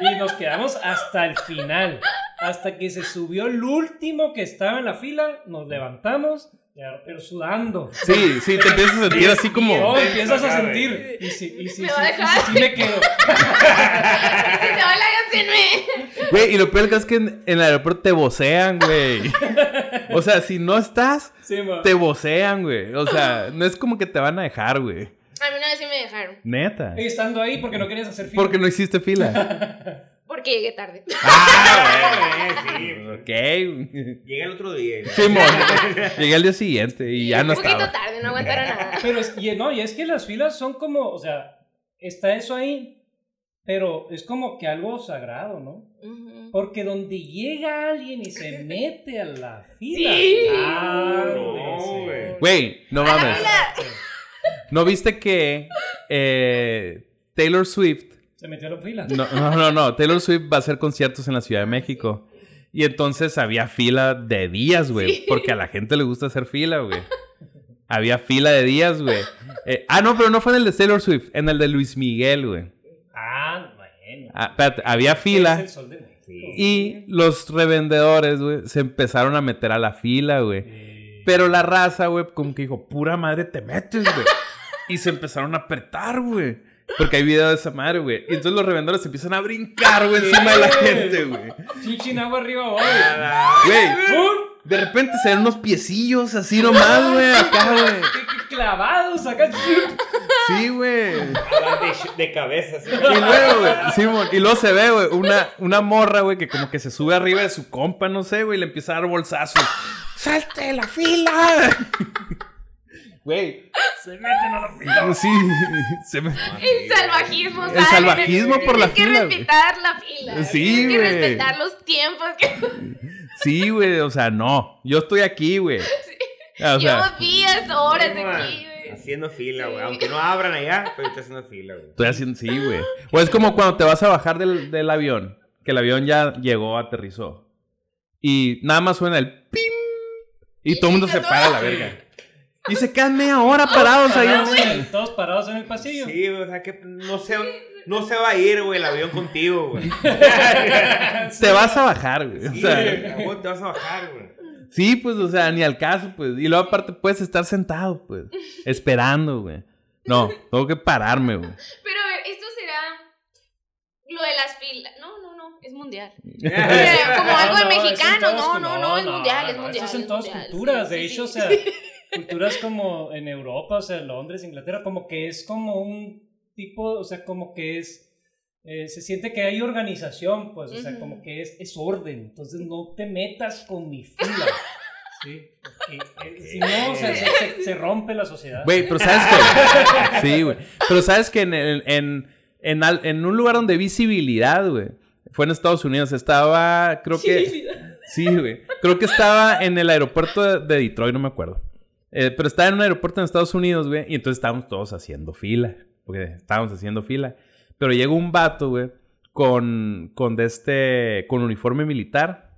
Speaker 4: Y nos quedamos hasta el final. Hasta que se subió el último que estaba en la fila, nos levantamos, ya, pero sudando.
Speaker 2: sí, sí, te empiezas a sentir así
Speaker 4: Y
Speaker 2: como
Speaker 4: oh, empiezas a
Speaker 3: Sabe.
Speaker 4: sentir. Y si, y si,
Speaker 5: Me
Speaker 4: si-
Speaker 5: va a
Speaker 4: y si-
Speaker 5: dejar.
Speaker 4: si me quedo.
Speaker 5: Si se va la háganse
Speaker 2: güey, y lo peor que es que en, en el aeropuerto te vocean, güey. O sea, si no estás,
Speaker 4: Sí, ma.
Speaker 2: te vocean, güey. O sea, no es como que te van a dejar, güey.
Speaker 5: [LAUGHS] A mí una vez sí me dejaron.
Speaker 2: Neta.
Speaker 4: Y Estando ahí porque no querías hacer fila.
Speaker 2: Porque no hiciste fila.
Speaker 5: Porque llegué tarde.
Speaker 3: Ah, bueno, eh,
Speaker 2: Ok.
Speaker 3: sí. Llega el otro día. ¿no?
Speaker 2: Simón, llegué al día siguiente y ya no
Speaker 5: Un poquito
Speaker 2: estaba.
Speaker 5: tarde, no aguantaron
Speaker 2: [LAUGHS]
Speaker 5: nada.
Speaker 4: Pero es, y, no, y es que las filas son como, o sea, está eso ahí, pero es como que algo sagrado, ¿no?
Speaker 5: Ujú.
Speaker 4: Porque donde llega alguien y se mete a la fila.
Speaker 5: Sí.
Speaker 4: Ah,
Speaker 3: No,
Speaker 4: sí.
Speaker 3: güey.
Speaker 2: Güey, no
Speaker 5: la
Speaker 2: mames.
Speaker 5: fila.
Speaker 2: ¿No viste que eh, Taylor Swift
Speaker 4: Se metió a la fila.
Speaker 2: No, no, no, no. Taylor Swift va a hacer conciertos en la Ciudad de México. Y entonces había fila de días, güey. Porque a la gente le gusta hacer fila, güey. Había fila de días, güey. Eh, ah, no, pero no fue en el de Taylor Swift, en el de Luis Miguel, güey.
Speaker 4: Ah, bueno.
Speaker 2: Ah, espérate, había
Speaker 4: Es
Speaker 2: fila.
Speaker 4: el sol de México.
Speaker 2: Y los revendedores, güey, se empezaron a meter a la fila, güey. Pero la raza, güey, como que dijo, pura madre, te metes, güey. Y se empezaron a apretar, güey. Porque hay video de esa madre, güey. Y entonces los revendedores se empiezan a brincar, güey, encima de la gente, güey.
Speaker 4: Chinchin agua arriba hoy.
Speaker 2: Güey,
Speaker 4: ¡Pum!
Speaker 2: de repente se ven unos piecillos así nomás, güey, acá, güey.
Speaker 4: ¡Qué- qué Clavados acá.
Speaker 2: Sí, güey.
Speaker 3: Hablan de, sh- de cabeza. ¿sí?
Speaker 2: Y luego, güey, Simón, y luego se ve, güey, una, una morra, güey, que como que se sube arriba de su compa, no sé, güey, y le empieza a dar bolsazo. ¡Salte de la fila! Güey.
Speaker 4: Se meten a la fila.
Speaker 2: Sí, se me...
Speaker 5: El salvajismo,
Speaker 2: El
Speaker 5: ¿sabes?
Speaker 2: salvajismo por la
Speaker 5: Tienes
Speaker 2: fila,
Speaker 5: que
Speaker 2: güey.
Speaker 5: respetar la fila.
Speaker 2: Sí,
Speaker 5: Tienes que
Speaker 2: güey.
Speaker 5: respetar los tiempos. Que...
Speaker 2: Sí, güey, o sea, no. Yo estoy aquí, güey. Ah, O sea,
Speaker 5: Llevo días, horas
Speaker 3: Sí,
Speaker 5: aquí,
Speaker 3: man.
Speaker 5: güey.
Speaker 3: Haciendo fila, güey.
Speaker 5: Sí.
Speaker 3: Aunque no abran allá, pero está haciendo fila, güey.
Speaker 2: estoy haciendo... Sí, güey. O es como cuando te vas a bajar del, del avión, que el avión ya llegó, aterrizó. Y nada más suena el pim. Y todo el mundo se para a la verga. Y se quedan media hora parados
Speaker 4: Parados
Speaker 2: ahí.
Speaker 4: en el- Todos parados en el pasillo.
Speaker 3: Sí, güey, o sea que no se, no se va a ir, güey, el avión contigo, [LAUGHS] güey.
Speaker 2: Te vas a bajar, güey. O
Speaker 3: Sí,
Speaker 2: sea,
Speaker 3: güey, ¿cómo te vas a bajar,
Speaker 5: [LAUGHS]
Speaker 3: güey?
Speaker 2: sí, pues, o sea, ni al caso, pues. Y luego aparte puedes estar sentado, pues, esperando, güey. No, tengo que pararme, güey.
Speaker 5: Pero a ver, esto será lo de las filas. No, no, no, es mundial. O sea, como
Speaker 3: Pero
Speaker 5: algo de
Speaker 4: No, no, es en
Speaker 5: mexicano.
Speaker 4: todas-
Speaker 5: No, no, no, es
Speaker 4: no,
Speaker 5: mundial, es
Speaker 4: no,
Speaker 5: mundial.
Speaker 4: Eso es en
Speaker 5: es
Speaker 4: todas
Speaker 5: mundial,
Speaker 4: culturas.
Speaker 5: sí,
Speaker 4: de
Speaker 5: sí,
Speaker 4: hecho,
Speaker 5: sí. [LAUGHS]
Speaker 4: o sea, culturas como en Europa, o sea, Londres, Inglaterra, como que es como un tipo, o sea, como que es. eh, se siente que hay organización, pues, o sea,
Speaker 5: Ujú.
Speaker 4: como que es, es orden. Entonces, no te metas con mi
Speaker 5: [LAUGHS]
Speaker 4: fila. Sí. porque, eh, Si no, o sea, se, se- se rompe la sociedad.
Speaker 2: Güey, pero ¿sabes qué? Sí, güey. Pero ¿sabes que En, en, en, en al- en un lugar donde visibilidad, güey. Fue en Estados Unidos. Estaba, creo que... Sí, güey. Creo que estaba en el aeropuerto de- de Detroit, no me acuerdo. Eh, pero estaba en un aeropuerto en Estados Unidos, güey. Y entonces estábamos todos haciendo fila. Porque estábamos haciendo fila. Pero llegó un vato, güey. Con, con de este... Con uniforme militar.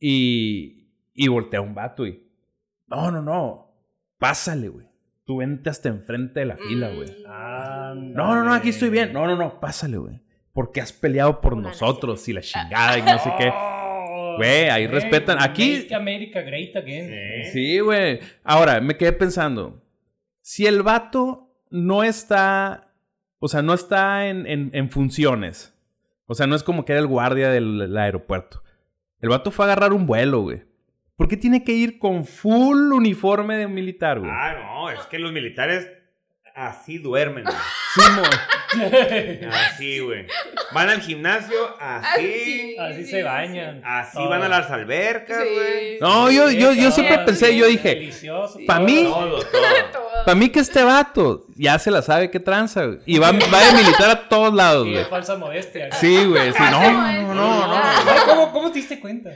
Speaker 2: Y... Y voltea a un vato y... No, no, no. Pásale, güey. Tú vente hasta enfrente de la fila, güey.
Speaker 5: Mm.
Speaker 4: Ándale.
Speaker 2: No, no, no, aquí estoy bien. No, no, no, pásale, güey. Porque has peleado por
Speaker 5: Por la
Speaker 2: nosotros y la chingada y no sé qué. Güey, ahí respetan. Aquí.
Speaker 4: Make America Great Again.
Speaker 2: Sí, güey. Ahora, me quedé pensando. Si el vato no está. O sea, no está en, en- en funciones. O sea, no es como que era el guardia del, del aeropuerto. El vato fue a agarrar un vuelo, güey. ¿Por qué tiene que ir con full uniforme de militar, güey?
Speaker 3: Ah, no, es que los militares así duermen, güey.
Speaker 2: Sí, mo-
Speaker 3: Así, güey. Van al gimnasio
Speaker 5: Ah,
Speaker 3: así.
Speaker 4: Así se bañan.
Speaker 3: Así
Speaker 4: Todo.
Speaker 3: van a las albercas,
Speaker 5: Sí.
Speaker 3: güey.
Speaker 2: No, yo, yo, yo
Speaker 4: Todo,
Speaker 2: siempre pensé, yo dije,
Speaker 4: Delicioso.
Speaker 2: pa' mí,
Speaker 3: Todo, todo.
Speaker 5: Todo.
Speaker 2: para mí que este vato ya se la sabe que tranza, güey. Y va, va de militar a todos lados,
Speaker 4: Y de
Speaker 2: güey.
Speaker 4: falsa modestia.
Speaker 2: Sí, güey. Sí, no,
Speaker 5: Ah,
Speaker 2: no, no, no.
Speaker 4: Ay, ¿Cómo, ¿Cómo te diste cuenta?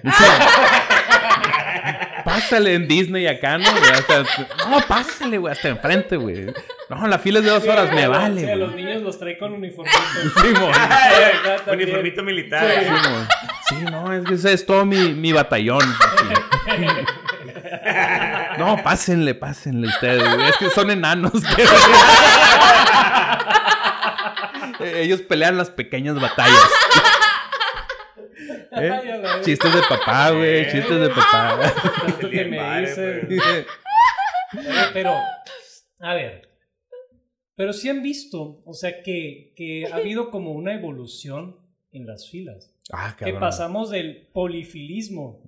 Speaker 2: Pásale en Disney acá, ¿no? güey? Hasta- no, pásale, güey, hasta enfrente, güey. No, la fila es de dos horas, me
Speaker 4: O
Speaker 2: vale,
Speaker 4: sea,
Speaker 2: güey.
Speaker 4: los niños los trae con uniformito. [LAUGHS]
Speaker 2: Sí, güey.
Speaker 4: Acá también.
Speaker 3: Uniformito militar.
Speaker 2: Sí, güey. Sí, no, es que ese es todo mi, mi batallón. aquí. No, pásenle, pásenle ustedes. güey. Es que son enanos. que- Eh, Ellos pelean las pequeñas batallas. ¿Eh?
Speaker 4: [LAUGHS] Ay, a la vez.
Speaker 2: Chistes de papá, güey. Chistes de papá.
Speaker 4: Tanto que
Speaker 3: Bien
Speaker 4: me
Speaker 3: padre,
Speaker 4: dice.
Speaker 3: pues.
Speaker 4: Oye, pero, a ver, pero sí han visto, o sea, que, que ha habido como una evolución en las filas,
Speaker 2: Ah,
Speaker 4: que
Speaker 2: cabrón.
Speaker 4: pasamos del polifilismo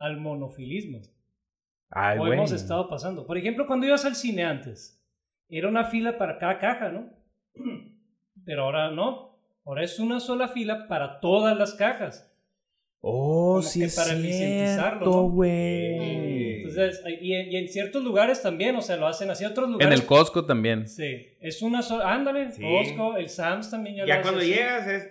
Speaker 4: al monofilismo,
Speaker 2: Ay,
Speaker 4: o
Speaker 2: güey.
Speaker 4: hemos estado pasando. Por ejemplo, cuando ibas al cine antes, era una fila para cada caja, ¿no? [CLEARS THROAT] Pero ahora no, ahora es una sola fila para todas las cajas.
Speaker 2: Oh,
Speaker 4: Como
Speaker 2: sí
Speaker 4: que
Speaker 2: es
Speaker 4: para eficientizarlo,
Speaker 2: cierto,
Speaker 4: ¿no?
Speaker 2: güey.
Speaker 4: Entonces, y en, y en ciertos lugares también, o sea, lo hacen así, otros
Speaker 2: En
Speaker 4: lugares...
Speaker 2: el Costco también.
Speaker 4: Sí, es una sola. Ándale,
Speaker 3: Sí.
Speaker 4: Costco, el Sams también ya, lo
Speaker 3: Ya
Speaker 4: hace
Speaker 3: cuando
Speaker 4: así.
Speaker 3: llegas es.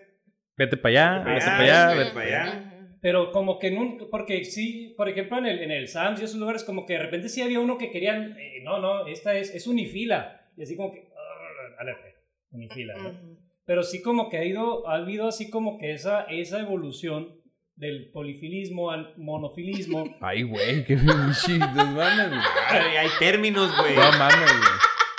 Speaker 2: Vete para allá,
Speaker 3: Vete
Speaker 2: vete
Speaker 3: pa'
Speaker 2: para allá,
Speaker 3: allá,
Speaker 2: vete.
Speaker 3: para allá.
Speaker 4: Pero como que nunca. Porque sí, por ejemplo, en el, en el Sams y esos lugares, como que de repente sí había uno que querían. eh, no, no, esta es, es unifila. Y así como que. ah, a la fe, unifila. ¿no? Pero sí, como que ha ido. Ha habido así como que esa, esa evolución del polifilismo al monofilismo.
Speaker 2: Ay, güey, qué [LAUGHS] pinche desmane, güey.
Speaker 3: Ay, Hay términos, güey.
Speaker 2: No mames, güey.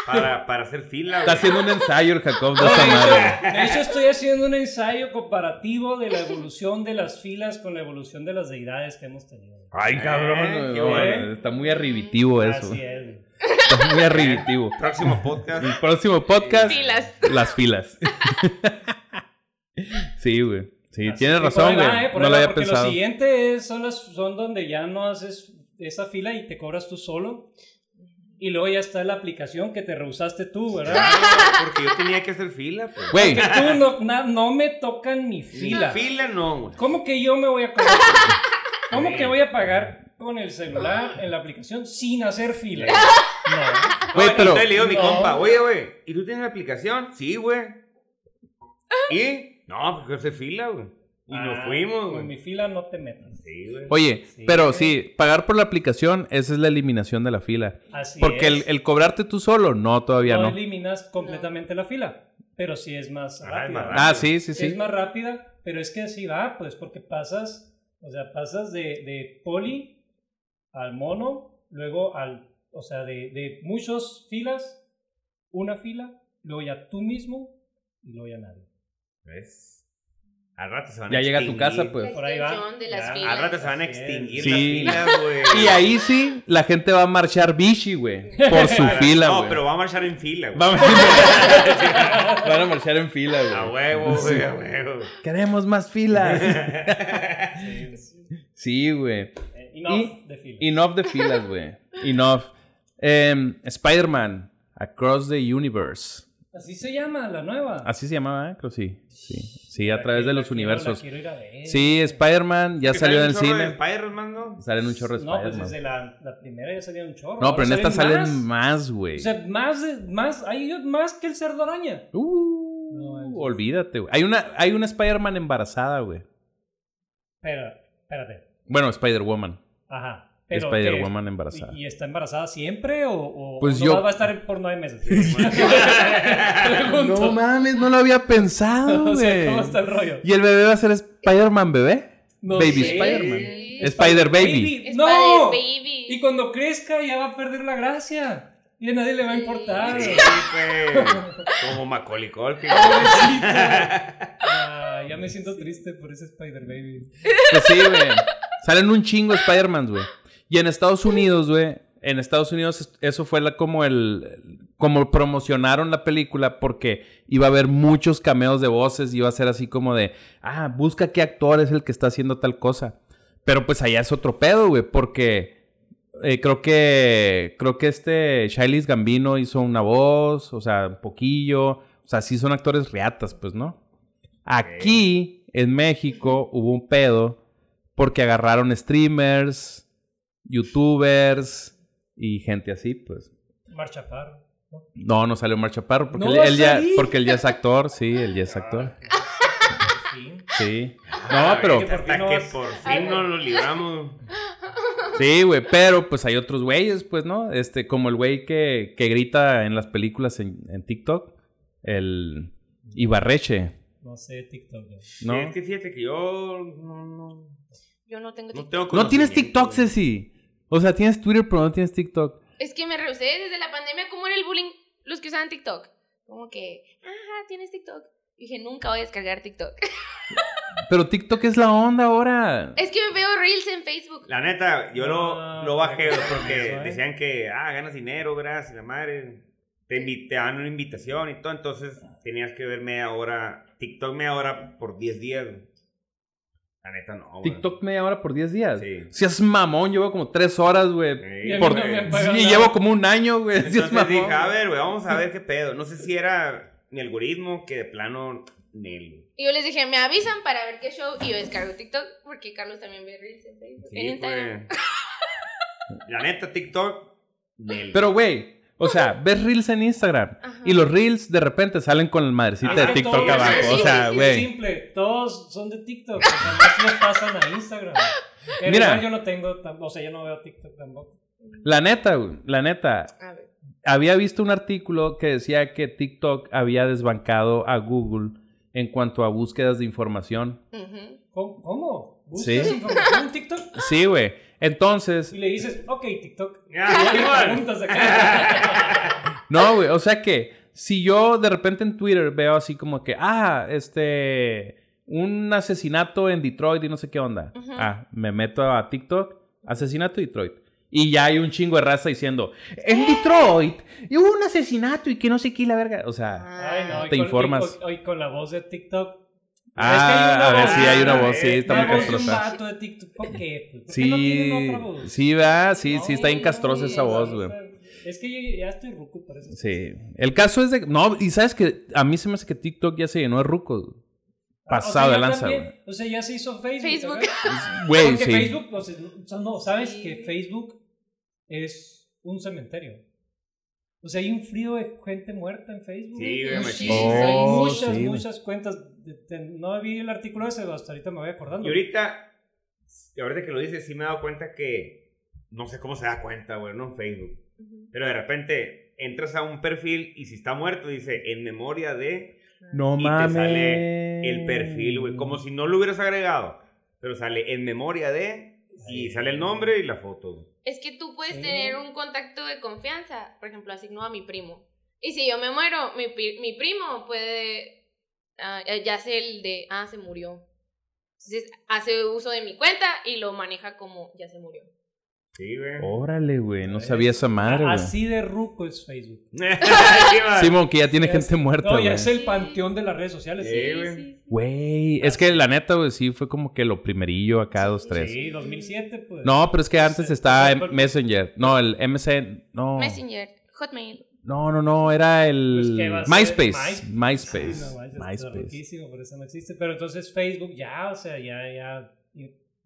Speaker 3: Para, para hacer fila,
Speaker 2: Está
Speaker 3: güey.
Speaker 2: haciendo un ensayo el Jacob de esa madre.
Speaker 4: De hecho, estoy haciendo un ensayo comparativo de la evolución de las filas con la evolución de las deidades que hemos tenido.
Speaker 2: Ay,
Speaker 3: cabrón,
Speaker 4: güey.
Speaker 2: Está muy arribitivo eso.
Speaker 4: Eh, Así es. güey.
Speaker 2: Está muy arribitivo.
Speaker 3: Próximo podcast.
Speaker 2: El próximo podcast,
Speaker 5: Filas.
Speaker 2: las filas. [LAUGHS] Sí, güey. Sí,
Speaker 4: Así
Speaker 2: tienes
Speaker 4: que por
Speaker 2: razón,
Speaker 4: ahí
Speaker 2: güey.
Speaker 4: va, eh, por
Speaker 2: No lo
Speaker 4: ahí va,
Speaker 2: había
Speaker 4: porque
Speaker 2: pensado.
Speaker 4: Lo siguiente es- son, las, son donde ya no haces esa fila y te cobras tú solo. Y luego ya está la aplicación que te rehusaste tú, ¿verdad?
Speaker 3: Ah, Porque yo tenía que hacer fila, pues.
Speaker 2: Güey,
Speaker 4: que tú no, na- no me tocan mi
Speaker 3: Ni
Speaker 4: fila.
Speaker 3: fila no, güey.
Speaker 4: ¿Cómo que yo me voy a cobrar? ¿Cómo que voy a pagar con el celular en la aplicación sin hacer fila? No.
Speaker 2: Güey,
Speaker 3: No,
Speaker 2: pero-
Speaker 3: entonces le digo a mi
Speaker 4: No.
Speaker 3: compa, oye, güey, ¿y tú tienes la aplicación? Sí, güey. ¿Y? No, porque hace fila, güey. Y nos
Speaker 4: Ah,
Speaker 3: fuimos,
Speaker 4: Con mi
Speaker 3: güey.
Speaker 4: fila no te metas.
Speaker 3: Sí, güey.
Speaker 2: oye,
Speaker 4: Sí.
Speaker 2: pero sí, pagar por la aplicación, esa es la eliminación de la fila.
Speaker 4: Así
Speaker 2: Porque el,
Speaker 4: es.
Speaker 2: el cobrarte tú solo, no, todavía
Speaker 4: no,
Speaker 2: no.
Speaker 4: eliminas completamente la fila, pero sí es más
Speaker 3: Ah, es
Speaker 4: rápido.
Speaker 3: más rápido.
Speaker 2: Ah, sí, sí, sí.
Speaker 4: es más rápida, pero es que así va, pues porque pasas, o sea, pasas de, de poli al mono, luego al, o sea, de, de muchas filas, una fila, luego ya tú mismo y luego ya nadie.
Speaker 3: ¿Ves? Al rato se van
Speaker 2: Ya
Speaker 3: a
Speaker 2: llega a tu
Speaker 3: extinguir.
Speaker 2: casa, pues.
Speaker 4: Por ahí va.
Speaker 5: Extensión de las
Speaker 4: Ya.
Speaker 5: filas.
Speaker 3: Al rato se van a
Speaker 4: Así es.
Speaker 3: extinguir
Speaker 2: Sí.
Speaker 3: las
Speaker 2: [LAUGHS]
Speaker 3: filas, güey.
Speaker 2: Y ahí sí, la gente va a marchar bichi, güey. Por
Speaker 3: [LAUGHS]
Speaker 2: su fila,
Speaker 3: No,
Speaker 2: güey.
Speaker 3: pero va a marchar en fila, güey.
Speaker 2: Van a- Van a marchar en fila,
Speaker 3: A
Speaker 2: güey.
Speaker 3: huevo, Ah, güey,
Speaker 2: [LAUGHS]
Speaker 3: a huevo. [LAUGHS]
Speaker 2: Queremos más filas. [LAUGHS] Sí, güey.
Speaker 4: Eh, Enough
Speaker 2: Y-
Speaker 4: de fila.
Speaker 2: Enough de filas, güey. Enough. Em, Spider-Man, Across the Universe.
Speaker 4: Así se llama la nueva.
Speaker 2: Así se llamaba, eh? creo sí. Sí, sí a
Speaker 4: La
Speaker 2: través
Speaker 4: que-
Speaker 2: de
Speaker 4: la
Speaker 2: los
Speaker 4: quiero- la
Speaker 2: universos.
Speaker 4: quiero ir a ver.
Speaker 2: Sí, Spider-Man ya
Speaker 3: Que
Speaker 2: salió en el
Speaker 3: sale un chorro de
Speaker 2: cine.
Speaker 3: Spider-Man, ¿no?
Speaker 2: Salen un chorro de
Speaker 4: No, pues
Speaker 2: Spider-Man.
Speaker 4: desde la, la primera ya salía un chorro.
Speaker 2: No,
Speaker 4: ahora
Speaker 2: pero en esta salen
Speaker 4: más.
Speaker 2: más, güey.
Speaker 4: O sea, más, de- más, hay más que el cerdo araña.
Speaker 2: Uh,
Speaker 4: No, es-
Speaker 2: olvídate, güey. Hay una, hay una Spider-Man embarazada, güey.
Speaker 4: Pero, espérate.
Speaker 2: Bueno, Spider-Woman.
Speaker 4: Ajá. Pero
Speaker 2: Spider-Woman
Speaker 4: ¿qué?
Speaker 2: embarazada.
Speaker 4: ¿Y, y está embarazada siempre o, o
Speaker 2: Pues
Speaker 4: o
Speaker 2: yo-
Speaker 4: nomás va a estar por
Speaker 2: [LAUGHS]
Speaker 4: nueve meses? [LAUGHS] Pregunto.
Speaker 2: No mames, no lo había pensado,
Speaker 4: [LAUGHS] O sea,
Speaker 2: güey.
Speaker 4: ¿Cómo está el rollo?
Speaker 2: ¿Y el bebé va a ser Spider-Man bebé?
Speaker 4: No
Speaker 2: Baby
Speaker 4: sé.
Speaker 2: Spider-Man.
Speaker 5: Sí.
Speaker 2: Spider Baby.
Speaker 5: Es para el
Speaker 4: ¡No!
Speaker 5: baby.
Speaker 4: Y cuando crezca ya va a perder la gracia. Y a nadie le va a importar.
Speaker 3: Sí, güey. Como Macaulay Culkin.
Speaker 4: Ah, ya me siento triste por ese Spider Baby.
Speaker 2: Pues sí, güey. Salen un chingo Spider-Man, güey. Y en Estados Unidos, güey. En Estados Unidos es- eso fue la- como el... Como promocionaron la película porque iba a haber muchos cameos de voces. Iba a ser así como de... Ah, busca qué actor es el que está haciendo tal cosa. Pero pues allá es otro pedo, güey. Porque... eh, creo que... Creo que este... Shailis Gambino hizo una voz. O sea, un poquillo. O sea, sí son actores reatas, pues, ¿no? Aquí en México hubo un pedo porque agarraron streamers, youtubers y gente así, pues.
Speaker 4: Marcha Parro.
Speaker 2: No, no salió Omar Chaparro porque,
Speaker 4: No
Speaker 2: él,
Speaker 4: va a
Speaker 2: él ya,
Speaker 4: salir.
Speaker 2: porque él ya es actor, sí, él ya es actor.
Speaker 4: Sí.
Speaker 2: Sí. No,
Speaker 3: Ah,
Speaker 2: pero
Speaker 3: güey, Hasta
Speaker 4: Por fin
Speaker 3: que
Speaker 4: nos-
Speaker 3: por fin nos lo libramos.
Speaker 2: sí, güey, pero pues hay otros güeyes, pues, ¿no? Este, como el güey que, que grita en las películas en, en TikTok, el Ibarreche,
Speaker 4: No sé, TikTok. yo.
Speaker 2: ¿no?
Speaker 3: Es que fíjate que yo no, no,
Speaker 5: Yo no tengo
Speaker 3: no
Speaker 5: TikTok.
Speaker 3: tengo
Speaker 2: No tienes
Speaker 3: conocimiento,
Speaker 2: TikTok,
Speaker 3: güey.
Speaker 2: Ceci. O sea, tienes Twitter, pero no tienes TikTok.
Speaker 5: Es que me rehusé desde la pandemia. ¿Cómo era el bullying? Los que usaban TikTok. Como que, ajá, tienes TikTok. Y dije, nunca voy a descargar TikTok.
Speaker 2: Pero TikTok es la onda ahora.
Speaker 5: Es que veo reels en Facebook.
Speaker 3: La neta, yo lo,
Speaker 4: Ah,
Speaker 3: lo bajé
Speaker 4: qué
Speaker 3: porque
Speaker 4: curioso, ¿eh?
Speaker 3: decían que, ah, ganas dinero, gracias, la madre. Te, invi- te dan una invitación y todo, entonces tenías que ver media hora, TikTok media hora por 10 días. güey. La neta, no. güey.
Speaker 2: TikTok media hora por 10 días.
Speaker 3: Sí.
Speaker 2: Si es mamón, llevo como 3 horas, güey.
Speaker 3: Sí,
Speaker 4: Y a mí
Speaker 2: Por-
Speaker 4: no me han pagado
Speaker 2: Y
Speaker 4: nada.
Speaker 2: llevo como un año, güey. Si es
Speaker 3: Entonces
Speaker 2: mamón.
Speaker 3: dije, a ver, güey, vamos a ver qué pedo. No sé si era mi algoritmo que de plano, Nel.
Speaker 5: Y yo les dije, me avisan para ver qué show. Y yo descargo TikTok porque Carlos también ve reels en Facebook. en
Speaker 3: Sí,
Speaker 5: Instagram.
Speaker 3: güey. La neta, TikTok, Nel.
Speaker 2: Pero, güey, o sea, ves reels en Instagram.
Speaker 5: Ajá.
Speaker 2: Y los reels de repente salen con el madrecita
Speaker 3: Ajá,
Speaker 2: de
Speaker 4: todos
Speaker 2: TikTok
Speaker 4: son
Speaker 2: abajo.
Speaker 4: así,
Speaker 2: O sea,
Speaker 4: es
Speaker 2: güey.
Speaker 4: simple, todos son de TikTok. O sea, no se los pasan a Instagram. Pero
Speaker 2: Mira.
Speaker 4: igual yo no tengo, tam- o sea, yo no veo TikTok tampoco.
Speaker 2: La neta, güey. La neta.
Speaker 5: A ver.
Speaker 2: Había visto un artículo que decía que TikTok había desbancado a Google en cuanto a búsquedas de información.
Speaker 5: Ujú.
Speaker 4: ¿Cómo? cómo? ¿Buscas
Speaker 2: Sí.
Speaker 4: información en TikTok?
Speaker 2: Sí, güey. Entonces,
Speaker 4: Y le dices, ok, TikTok.
Speaker 2: [LAUGHS]
Speaker 3: Ya,
Speaker 4: Y le
Speaker 3: Simón.
Speaker 4: preguntas acá.
Speaker 2: No, güey, o sea que si yo de repente en Twitter veo así como que, ah, este, un asesinato en Detroit y no sé qué onda.
Speaker 5: Ujú.
Speaker 2: Ah, me meto a TikTok, asesinato Detroit. Y ya hay un chingo de raza diciendo, en Detroit, y hubo un asesinato y que no sé qué, y la verga. O sea,
Speaker 4: Ay, no, y
Speaker 2: Te
Speaker 4: con-
Speaker 2: informas.
Speaker 4: y con- Hoy con la voz de TikTok.
Speaker 2: ah,
Speaker 4: Es que hay una
Speaker 2: a ver,
Speaker 4: voz-
Speaker 2: sí, hay una
Speaker 3: Ah,
Speaker 2: voz, sí,
Speaker 3: eh,
Speaker 2: está
Speaker 4: la
Speaker 2: muy
Speaker 4: voz de un
Speaker 2: castrosa.
Speaker 4: vato de TikTok. ¿Por qué? ¿Por qué no
Speaker 2: Sí,
Speaker 4: tienen otra voz?
Speaker 2: sí, va, sí, sí,
Speaker 4: No,
Speaker 2: está bien
Speaker 4: no,
Speaker 2: castrosa esa
Speaker 4: no,
Speaker 2: voz,
Speaker 4: no,
Speaker 2: güey.
Speaker 4: Es que yo ya estoy ruco para eso.
Speaker 2: Sí. El caso es de. No, y sabes que a mí se me hace que TikTok ya se llenó de rucos. güey. Pasado
Speaker 4: O Ah, sea,
Speaker 2: de
Speaker 4: ya
Speaker 2: lanza,
Speaker 4: también-
Speaker 2: güey.
Speaker 4: O sea, ya se hizo Facebook.
Speaker 5: Facebook.
Speaker 4: ¿verdad?
Speaker 2: [LAUGHS] Güey,
Speaker 4: Porque
Speaker 2: sí.
Speaker 4: Facebook, o sea, no, no, sabes
Speaker 5: Sí.
Speaker 4: que Facebook es un cementerio. O sea, hay un frío de gente muerta en Facebook.
Speaker 3: Sí, güey, machín.
Speaker 5: Muchísimo.
Speaker 4: Hay
Speaker 2: Oh,
Speaker 4: muchas,
Speaker 2: sí, güey.
Speaker 4: muchas cuentas. de- de- no vi el artículo ese, hasta ahorita me voy acordando.
Speaker 3: Y ahorita, y ahorita que lo dices, sí me he dado cuenta que no sé cómo se da cuenta, güey, no en Facebook.
Speaker 5: Ujú.
Speaker 3: Pero de repente entras a un perfil y si está muerto, dice en memoria de
Speaker 2: No
Speaker 3: Y te
Speaker 2: mames.
Speaker 3: sale
Speaker 4: Mm.
Speaker 3: el perfil, güey. Como si no lo hubieras agregado. Pero sale en memoria de y sale el nombre y la foto. güey.
Speaker 5: Es que tú puedes
Speaker 4: Sí.
Speaker 5: tener un contacto de confianza. Por ejemplo, asigno a mi primo. Y si yo me muero, mi, pi- mi primo puede. ah, ya sé el de. Ah, se murió. Entonces hace uso de mi cuenta y lo maneja como ya se murió.
Speaker 3: Sí, güey.
Speaker 4: Oh.
Speaker 2: Órale, güey. No sabía esa madre, güey.
Speaker 4: Así de ruco es Facebook.
Speaker 3: [LAUGHS] Sí, va.
Speaker 2: Simón, que ya tiene
Speaker 4: Ya
Speaker 2: gente
Speaker 4: es-
Speaker 2: muerta,
Speaker 4: No,
Speaker 2: güey.
Speaker 4: ya es el panteón de las redes sociales.
Speaker 3: Sí, güey.
Speaker 2: Güey, es que la neta, güey, sí fue como que lo primerillo acá, dos, tres.
Speaker 4: Sí, 2007, pues.
Speaker 2: No, pero es que antes
Speaker 4: Sí,
Speaker 2: estaba
Speaker 4: sí,
Speaker 2: en
Speaker 4: porque-
Speaker 2: Messenger. No, el MSN. No.
Speaker 5: Messenger, Hotmail.
Speaker 2: No, no, no. Era
Speaker 4: Pues, ¿qué
Speaker 2: el.
Speaker 4: va a ser?
Speaker 2: MySpace.
Speaker 4: Myspace. Sí,
Speaker 2: MySpace.
Speaker 4: no manches, está
Speaker 2: MySpace.
Speaker 4: riquísimo, por eso no existe. Pero entonces Facebook ya, o sea, ya, ya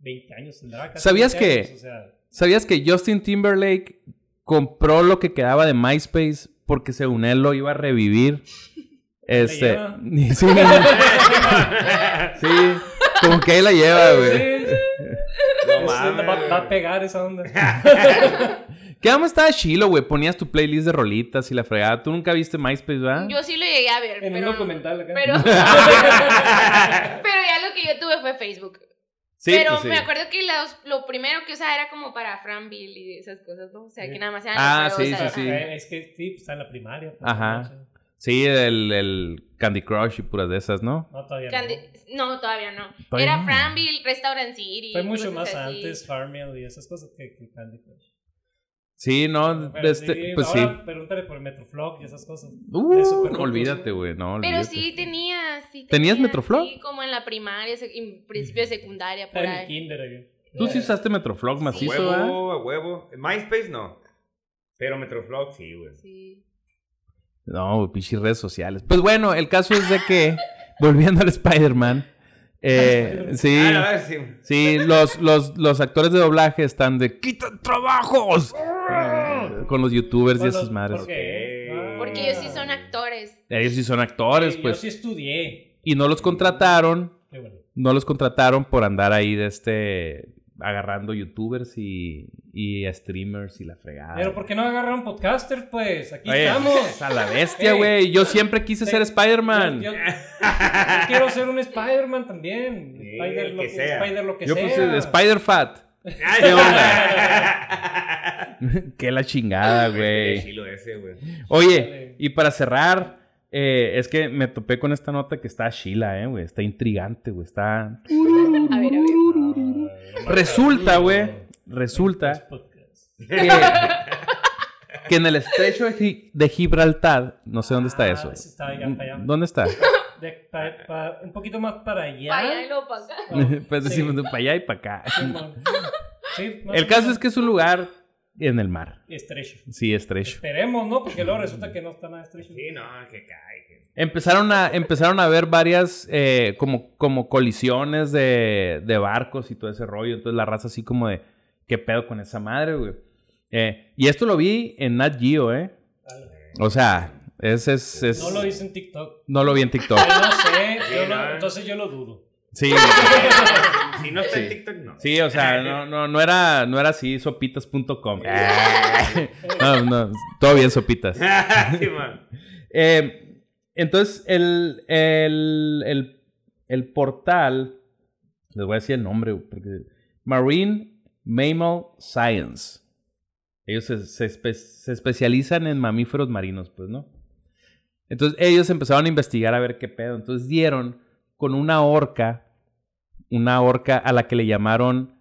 Speaker 4: 20 años tendrá. casi
Speaker 2: ¿Sabías
Speaker 4: 20 años,
Speaker 2: que-
Speaker 4: o sea,
Speaker 2: ¿Sabías que Justin Timberlake compró lo que quedaba de MySpace porque según él lo iba a revivir? Este.
Speaker 4: lleva.
Speaker 2: [LAUGHS] Sí, sí, como que ahí la lleva, güey.
Speaker 4: Sí, sí,
Speaker 3: No
Speaker 4: sí,
Speaker 3: mames,
Speaker 4: va, va a
Speaker 3: güey.
Speaker 4: pegar esa onda.
Speaker 3: [LAUGHS]
Speaker 2: ¿Qué amo estaba chilo, güey? Ponías tu playlist de rolitas y la fregada. ¿Tú nunca viste MySpace,
Speaker 3: ¿Ah?
Speaker 2: verdad?
Speaker 5: Yo sí lo llegué a ver.
Speaker 4: En un
Speaker 5: pero,
Speaker 4: documental acá.
Speaker 5: Pero,
Speaker 2: [LAUGHS]
Speaker 4: [LAUGHS]
Speaker 5: pero ya lo que yo tuve fue Facebook.
Speaker 2: sí,
Speaker 5: pero
Speaker 2: pues sí.
Speaker 5: me acuerdo que los- lo primero que usaba era como para Franville y esas cosas, ¿no? O sea, que nada más eran
Speaker 2: Ah,
Speaker 5: los juegos,
Speaker 2: sí,
Speaker 5: o sea,
Speaker 2: sí, sí.
Speaker 5: ajá.
Speaker 4: Es que sí, pues, está en la primaria. pues,
Speaker 2: Ajá.
Speaker 4: no sé.
Speaker 2: Sí, el, el Candy Crush y puras de esas, ¿no?
Speaker 4: No, todavía no.
Speaker 5: Candy- No, todavía no.
Speaker 2: Todavía
Speaker 5: era
Speaker 2: no.
Speaker 5: Franville, Restaurant City.
Speaker 4: Fue mucho más
Speaker 5: cosas así.
Speaker 4: antes Farmville y esas cosas que, que Candy Crush.
Speaker 2: Sí, no,
Speaker 4: Pero
Speaker 2: este,
Speaker 4: sí,
Speaker 2: pues
Speaker 4: ahora
Speaker 2: sí.
Speaker 4: Pregúntale por Metroflog y esas cosas.
Speaker 2: Uh,
Speaker 4: de pues, Super
Speaker 2: no,
Speaker 4: Hot
Speaker 2: olvídate,
Speaker 4: Wheels.
Speaker 2: güey, no,
Speaker 5: Pero
Speaker 2: olvídate.
Speaker 5: sí tenías. Sí
Speaker 2: ¿Tenías
Speaker 5: tenías,
Speaker 2: Metroflog?
Speaker 5: Sí, como en la primaria, sec- en principio de secundaria, por
Speaker 4: Está en el
Speaker 5: ahí.
Speaker 4: kinder. güey. Eh,
Speaker 2: Tú sí usaste Metroflog
Speaker 3: A
Speaker 2: macizo, ah? ¿verdad?
Speaker 3: huevo, a huevo. En MySpace no. Pero Metroflog sí, güey.
Speaker 5: Sí.
Speaker 2: No, pinches redes sociales. Pues bueno, el caso es de que [LAUGHS] volviendo al Spider-Man. eh, sí.
Speaker 3: Ah, la verdad, sí.
Speaker 2: Sí, los, los, los actores de doblaje están de quitan trabajos con los youtubers y
Speaker 4: Con
Speaker 2: esas
Speaker 4: los-
Speaker 2: madres.
Speaker 4: porque-
Speaker 3: Ok.
Speaker 5: Porque ellos sí son
Speaker 2: Ah.
Speaker 5: actores.
Speaker 2: Ellos sí son actores,
Speaker 4: Sí,
Speaker 2: pues.
Speaker 4: Ah. Eh, Yo sí estudié.
Speaker 2: Y no los contrataron,
Speaker 4: Qué bueno.
Speaker 2: no los contrataron por andar ahí de este agarrando youtubers y, y streamers y la fregada.
Speaker 4: Pero ¿por qué no agarraron podcaster? Pues aquí
Speaker 2: Ah. Oye,
Speaker 4: estamos.
Speaker 2: A la bestia,
Speaker 4: Ey.
Speaker 2: güey. Yo siempre quise ser
Speaker 4: Ey,
Speaker 2: [LAUGHS] Spider-Man.
Speaker 4: Yo, yo- yo quiero ser un Spider-Man también.
Speaker 3: Sí,
Speaker 4: Spider,
Speaker 3: el
Speaker 4: lo
Speaker 3: que
Speaker 4: que
Speaker 3: sea.
Speaker 4: Spider lo que
Speaker 2: Yo pues,
Speaker 4: sea.
Speaker 2: puse Spider-Fat.
Speaker 3: [LAUGHS] Ay,
Speaker 2: ¿Qué
Speaker 3: onda?
Speaker 2: [LAUGHS] Qué la chingada,
Speaker 3: Qué
Speaker 2: güey.
Speaker 3: chilo ese, güey.
Speaker 2: Oye,
Speaker 4: Ándale.
Speaker 2: y para cerrar, eh, es que me topé con esta nota que está chila, eh, güey. Está intrigante, güey. Está.
Speaker 5: A ver, a ver.
Speaker 2: Resulta, güey. Resulta
Speaker 4: Podcast.
Speaker 2: [LAUGHS] que, que en el estrecho de, Gi- de Gibraltar, no sé dónde está
Speaker 4: Ah,
Speaker 2: eso.
Speaker 4: ese está allá, está allá.
Speaker 2: ¿Dónde está?
Speaker 4: De- pa- pa- un poquito más para allá.
Speaker 5: Para allá y luego para acá.
Speaker 2: [LAUGHS]
Speaker 4: [LAUGHS]
Speaker 2: pues
Speaker 4: Sí.
Speaker 2: decimos de para allá y para acá. [LAUGHS]
Speaker 4: Simón. Sí, no,
Speaker 2: El
Speaker 4: no,
Speaker 2: caso
Speaker 4: no.
Speaker 2: es que es un lugar en el mar.
Speaker 4: estrecho.
Speaker 2: Sí, estrecho.
Speaker 4: Esperemos, ¿no? Porque luego resulta que no está nada estrecho.
Speaker 3: Sí, no, que cae. [LAUGHS] que-
Speaker 2: Empezaron a, empezaron a ver varias eh, como, como colisiones de, de barcos y todo ese rollo. Entonces la raza así como de, ¿qué pedo con esa madre, güey? Eh, y esto lo vi en Nat Geo, ¿eh? O sea, es... es, es-
Speaker 4: No lo hice en TikTok.
Speaker 2: no lo vi en TikTok.
Speaker 4: Yo no sé,
Speaker 3: Sí,
Speaker 4: yo no-
Speaker 3: no.
Speaker 4: entonces yo lo dudo.
Speaker 2: Sí,
Speaker 3: Si no está en
Speaker 2: Sí.
Speaker 3: TikTok, no.
Speaker 2: sí, o
Speaker 3: [LAUGHS]
Speaker 2: sea, no, no, no, era, no era así sopitas.com.
Speaker 4: [LAUGHS]
Speaker 3: Ah,
Speaker 2: No, no, todo bien sopitas.
Speaker 3: Sí, man.
Speaker 2: Eh, entonces, el, el, el- el portal, les voy a decir el nombre, porque Marine Mammal Science. Ellos se, se espe- se especializan en mamíferos marinos, pues, ¿no? Entonces, ellos empezaron a investigar a ver qué pedo. Entonces, dieron con una orca, una orca a la que le llamaron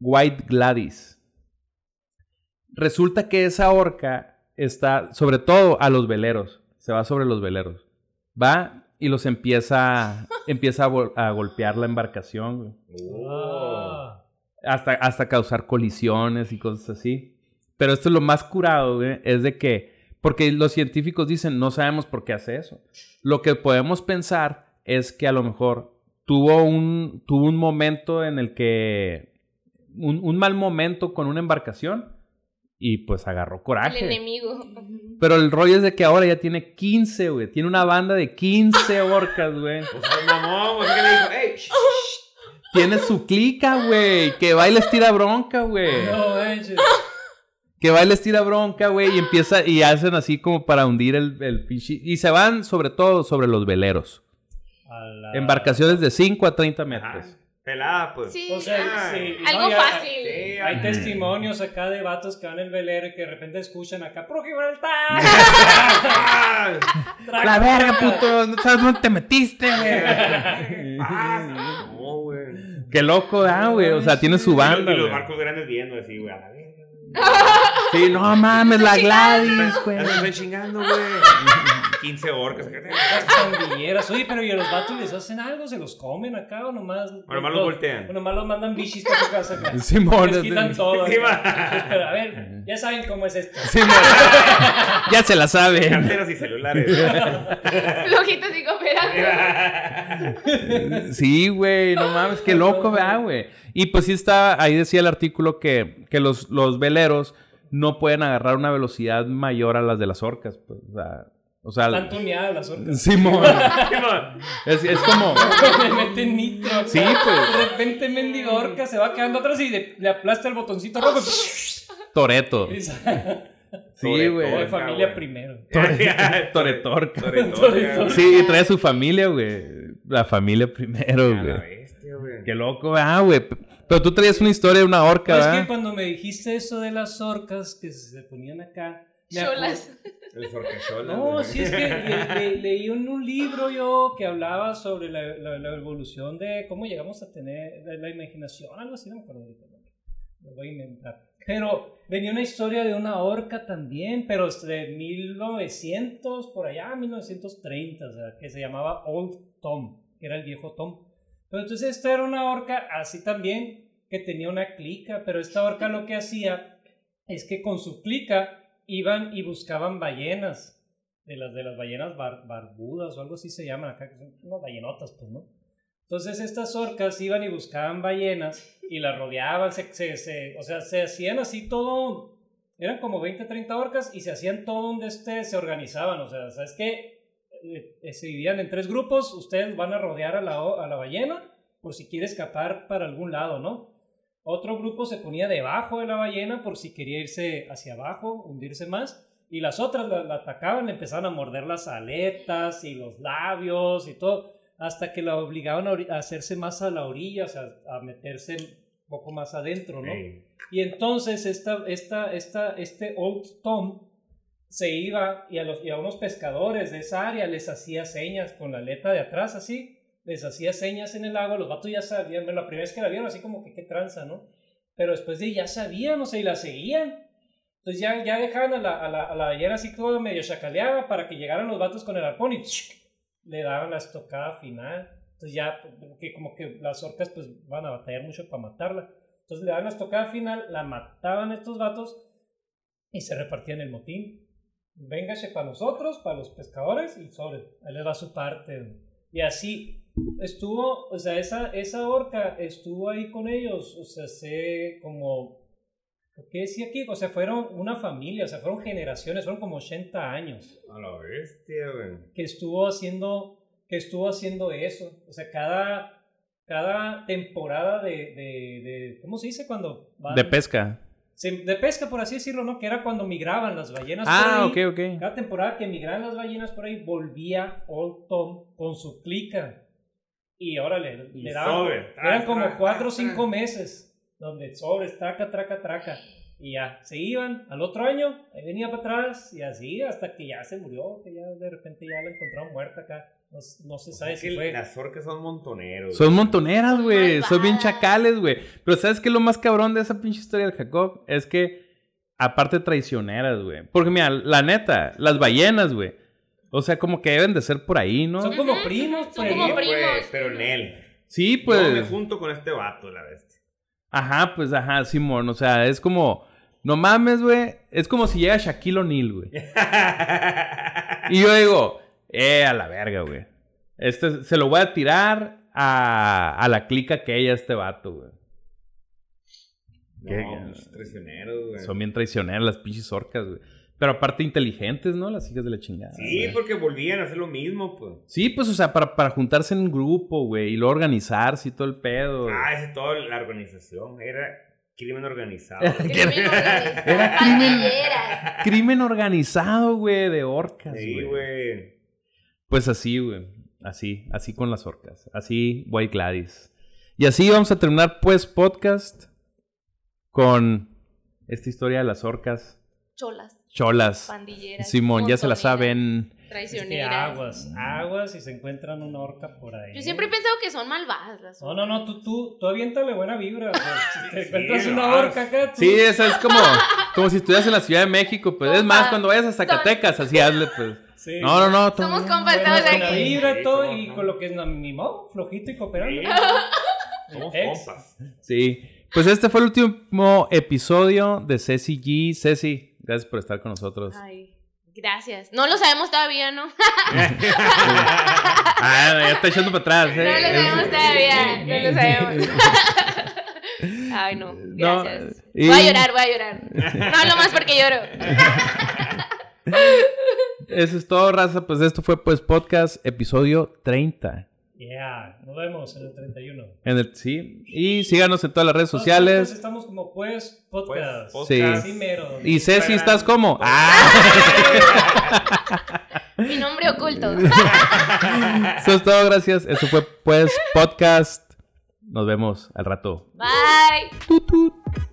Speaker 2: White Gladys. Resulta que esa orca está, sobre todo a los veleros, se va sobre los veleros. Va y los empieza, [LAUGHS] empieza a, vol- a golpear la embarcación, güey.
Speaker 3: Oh.
Speaker 4: Ah.
Speaker 2: Hasta, hasta causar colisiones y cosas así. Pero esto es lo más curado, güey, es de que, porque los científicos dicen, no sabemos por qué hace eso. Lo que podemos pensar es que a lo mejor tuvo un, tuvo un momento en el que, un, un mal momento con una embarcación y pues agarró
Speaker 5: El
Speaker 2: coraje.
Speaker 5: enemigo.
Speaker 2: Pero el rollo es de que ahora ya tiene 15, güey. Tiene una banda de 15 orcas, güey.
Speaker 3: O sea, el mamón, pues, ¿qué le dijo? Ey, sh-
Speaker 2: Tiene su clica, güey. Que va y les tira bronca, güey.
Speaker 4: No manches.
Speaker 2: Que va y les tira bronca, güey. Y empieza y hacen así como para hundir el, el pinche. Y se van sobre todo sobre los veleros.
Speaker 4: A la-
Speaker 2: Embarcaciones de 5 a 30
Speaker 3: ajá,
Speaker 2: metros.
Speaker 3: Pelada, pues.
Speaker 5: Sí,
Speaker 4: O sea,
Speaker 5: ah,
Speaker 4: sí, no,
Speaker 5: algo
Speaker 4: ya-
Speaker 5: fácil. [LAUGHS]
Speaker 3: Sí, ah,
Speaker 2: [LAUGHS]
Speaker 3: [LAUGHS]
Speaker 4: Hay
Speaker 3: ay,
Speaker 4: testimonios acá de vatos que van en el velero y que de repente escuchan acá, ¡Pro
Speaker 2: [LAUGHS]
Speaker 4: Gibraltar!
Speaker 3: ah,
Speaker 4: Traca,
Speaker 2: La verga,
Speaker 4: traca".
Speaker 2: puto. No sabes dónde te metiste,
Speaker 3: ¿qué
Speaker 2: güey.
Speaker 3: pasa? ah, No, güey.
Speaker 2: Qué loco, ah, güey. O sea, tiene su
Speaker 3: Y
Speaker 2: banda.
Speaker 3: los- y los
Speaker 2: güey.
Speaker 3: barcos grandes viendo así, güey, a la [LAUGHS] verga.
Speaker 2: Sí, no mames, la Gladys, güey.
Speaker 3: Ya se están chingando, güey.
Speaker 2: [LAUGHS]
Speaker 3: 15 orcas. acá.
Speaker 4: Las pandilleras. Oye, pero ¿y a los vatos les hacen algo? ¿Se los comen acá o nomás?
Speaker 3: O nomás los voltean.
Speaker 4: O nomás los mandan bichis para su casa acá.
Speaker 2: [LAUGHS] Simón,
Speaker 4: Les
Speaker 2: este-
Speaker 4: quitan todo.
Speaker 3: Sí,
Speaker 4: acá.
Speaker 3: va.
Speaker 4: Entonces, pero a ver, ya saben cómo es esto.
Speaker 2: Sí, mo- [LAUGHS] ya se la
Speaker 3: [LAUGHS]
Speaker 2: saben.
Speaker 3: Carteras y celulares.
Speaker 2: [LAUGHS]
Speaker 5: Flojitos y cooperantes.
Speaker 2: Sí, güey, no mames, qué [LAUGHS] loco, ¿verdad, güey? Y pues sí está, ahí decía el artículo que, que los, los veleros no pueden agarrar una velocidad mayor a las de las orcas. Pues, o sea, o sea,
Speaker 4: Están tuneadas las orcas. [LAUGHS]
Speaker 2: Simón,
Speaker 3: Sí, man.
Speaker 2: es, es como...
Speaker 4: Le meten nitro. acá.
Speaker 2: Sí, pues.
Speaker 4: De repente mendigo orca se va quedando atrás y le, le aplasta el botoncito rojo.
Speaker 2: [LAUGHS]
Speaker 4: Y
Speaker 2: Toreto.
Speaker 4: sale.
Speaker 2: Sí,
Speaker 4: Pobre
Speaker 2: güey.
Speaker 3: Toreto.
Speaker 4: familia
Speaker 3: güey.
Speaker 4: primero.
Speaker 2: Toretorca.
Speaker 3: Toretorca.
Speaker 2: Sí, y trae a su familia, güey. La familia primero,
Speaker 3: A la
Speaker 2: güey.
Speaker 3: bestia, güey.
Speaker 2: Qué loco, ¿verdad, güey? Pero tú traías una historia de una orca,
Speaker 4: Pero Es que
Speaker 2: ¿verdad?
Speaker 4: cuando me dijiste eso de las orcas que se ponían acá. me acor-
Speaker 5: Cholas. [LAUGHS]
Speaker 3: El sorcachola,
Speaker 4: No,
Speaker 3: güey.
Speaker 4: sí
Speaker 3: [LAUGHS]
Speaker 4: es que eh, le- le- leí en un libro yo que hablaba sobre la, la- la evolución de cómo llegamos a tener la, la imaginación, algo así, no me acuerdo ahorita, no, Lo voy a inventar. Pero venía una historia de una orca también, pero es de 1900, por allá, 1930, o sea, que se llamaba Old Tom, que era el viejo Tom. Pero entonces esta era una orca así también, que tenía una clica, pero esta orca lo que hacía es que con su clica iban y buscaban ballenas. de las, de las ballenas bar- barbudas o algo así se llaman acá, que son unas ballenotas, pues, ¿no? Entonces estas orcas iban y buscaban ballenas y las rodeaban, se, se- se- o sea, se hacían así todo, eran como 20, 30 orcas y se hacían todo donde este, se organizaban, o sea, ¿sabes qué? Eh, eh, se dividían en tres grupos, ustedes van a rodear a la, o- a la ballena por si quiere escapar para algún lado, ¿no? Otro grupo se ponía debajo de la ballena por si quería irse hacia abajo, hundirse más. Y las otras la, la atacaban, le empezaban a morder las aletas y los labios y todo, hasta que la obligaban a, ori- a hacerse más a la orilla, o sea, a meterse un poco más adentro, ¿no?
Speaker 3: Ey.
Speaker 4: Y entonces esta, esta, esta, este Old Tom se iba y a, los, y a unos pescadores de esa área les hacía señas con la aleta de atrás así, les hacía señas en el agua, los vatos ya sabían, bueno, la primera vez que la vieron así como que qué tranza, ¿no? Pero después de ya sabían, o sea, y la seguían. Entonces ya, ya dejaban a la, a la, a la ballena así toda medio chacaleada para que llegaran los vatos con el arpón y ¡chic! le daban la estocada final. Entonces ya que como que las orcas pues van a batallar mucho para matarla. Entonces le daban la estocada final, la mataban estos vatos y se repartían el motín. Véngase para nosotros, para los pescadores y sobre. Ahí les va su parte. Y así estuvo, o sea, esa, esa orca estuvo ahí con ellos, o sea, se como. ¿Qué decía aquí? O sea, fueron una familia, o sea, fueron generaciones, fueron como 80 años
Speaker 3: A la bestia, güey.
Speaker 4: que estuvo haciendo que estuvo haciendo eso o sea cada cada temporada de, de, de- cómo se dice cuando van-
Speaker 6: De pesca.
Speaker 4: se- de pesca por así decirlo no que era cuando migraban las ballenas
Speaker 2: Ah,
Speaker 4: por
Speaker 2: ok,
Speaker 4: ahí.
Speaker 2: ok.
Speaker 4: cada temporada que migraban las ballenas por ahí volvía Old Tom con su clica y órale
Speaker 3: Y
Speaker 4: le daban
Speaker 3: sobre.
Speaker 4: eran
Speaker 3: Ah,
Speaker 4: como
Speaker 3: ah,
Speaker 4: cuatro o
Speaker 3: ah,
Speaker 4: cinco
Speaker 3: ah.
Speaker 4: meses donde sobres, traca, traca, traca. Y ya, se iban al otro año, ahí venía para atrás y así hasta que ya se murió, que ya de repente ya la encontraron muerta acá. No, s- no se sabe
Speaker 3: Pues Es que
Speaker 4: si fue.
Speaker 3: las orcas son montoneros.
Speaker 2: Son montoneras, güey.
Speaker 5: Malvadas.
Speaker 2: Son bien chacales, güey. Pero ¿sabes qué? Lo más cabrón de esa pinche historia del Jacob es que, aparte, traicioneras, güey. Porque, mira, la neta, las ballenas, güey. O sea, como que deben de ser por ahí, ¿no?
Speaker 4: Son como primos,
Speaker 5: son
Speaker 4: pero-
Speaker 5: como
Speaker 3: güey,
Speaker 5: primos.
Speaker 3: pues, pero en él.
Speaker 2: Sí,
Speaker 3: Yo me
Speaker 2: pues.
Speaker 3: junto con este vato, la
Speaker 2: [LAUGHS]
Speaker 3: bestia.
Speaker 2: Ajá, pues, ajá, Simón. O sea, es como. No mames, güey. Es como si llega Shaquille O'Neal, güey. Y yo digo, eh, a la verga, güey. Este se lo voy a tirar a, a la clica que ella, este vato, güey. Qué-
Speaker 3: no, pinches traicioneros, güey.
Speaker 2: Son bien traicioneras las pinches orcas, güey. Pero aparte inteligentes, ¿no? Las hijas de la chingada.
Speaker 3: Sí, pues.
Speaker 2: güey.
Speaker 3: porque volvían a hacer lo mismo, pues.
Speaker 2: Sí, pues, o sea, para, para juntarse en grupo, güey. Y luego organizarse y todo el pedo. güey.
Speaker 3: Ah, ese es todo la organización. Era crimen
Speaker 2: [LAUGHS]
Speaker 3: organizado.
Speaker 5: Crimen organizado,
Speaker 2: Era crimen.
Speaker 5: pandilleras.
Speaker 2: Crimen organizado, güey, de orcas,
Speaker 3: Sí,
Speaker 2: güey.
Speaker 3: güey.
Speaker 2: Pues así, güey. Así, así con las orcas. Así, White Gladys. Y así vamos a terminar, pues, podcast con esta historia de las orcas
Speaker 5: Cholas,
Speaker 2: cholas.
Speaker 5: pandilleras.
Speaker 2: Simón, ya se la
Speaker 5: montoneras,
Speaker 2: saben.
Speaker 4: Es que
Speaker 5: Traicioneras.
Speaker 4: aguas, aguas y se encuentran una orca por ahí.
Speaker 5: Yo siempre he pensado que son malvadas las
Speaker 4: Oh, No, no, no, tú, tú, tú aviéntale buena vibra. o sea, si te
Speaker 3: Sí,
Speaker 4: encuentras
Speaker 3: no.
Speaker 4: una orca acá, tú-
Speaker 2: Sí, esa es como, como si estuvieras en la Ciudad de México, pues. Es más,
Speaker 5: Compa,
Speaker 2: cuando vayas a Zacatecas, así hazle, pues.
Speaker 4: Sí.
Speaker 2: No, no, no. todo
Speaker 5: Somos
Speaker 2: bien.
Speaker 5: compas, estamos
Speaker 4: Buena
Speaker 5: aquí.
Speaker 4: vibra,
Speaker 3: Sí,
Speaker 4: todo,
Speaker 3: cómo
Speaker 4: y
Speaker 3: no.
Speaker 4: con lo que es no, ni modo, flojito y cooperando. [LAUGHS]
Speaker 3: Sí. Somos
Speaker 4: Ex.
Speaker 3: compas.
Speaker 2: Sí. Pues este fue el último episodio de Ceci G. Ceci, gracias por estar con nosotros.
Speaker 5: Ay, gracias. No lo sabemos todavía, ¿no? [LAUGHS]
Speaker 2: Ah, ya está echando para atrás,
Speaker 5: No
Speaker 2: eh.
Speaker 5: lo sabemos
Speaker 2: Es-
Speaker 5: todavía. No lo sabemos.
Speaker 2: [LAUGHS]
Speaker 5: Ay, no.
Speaker 2: No,
Speaker 5: Gracias.
Speaker 2: y-
Speaker 5: Voy a llorar, voy a llorar. No hablo más porque lloro.
Speaker 2: [LAUGHS] Eso es todo, raza. Pues esto fue pues podcast episodio 30.
Speaker 4: Yeah, nos vemos en el 31.
Speaker 2: En el, sí. Y síganos en todas las redes
Speaker 4: Nosotros
Speaker 2: sociales.
Speaker 4: Estamos como pues podcast.
Speaker 3: Pues,
Speaker 2: Sí.
Speaker 4: Así mero.
Speaker 2: Y Ceci,
Speaker 3: Instagram.
Speaker 2: ¿estás como? Ah,
Speaker 5: Mi
Speaker 2: [LAUGHS]
Speaker 5: nombre oculto.
Speaker 2: eso es todo, gracias. Eso fue pues podcast. Nos vemos al rato.
Speaker 5: Bye.
Speaker 2: Tut, tut.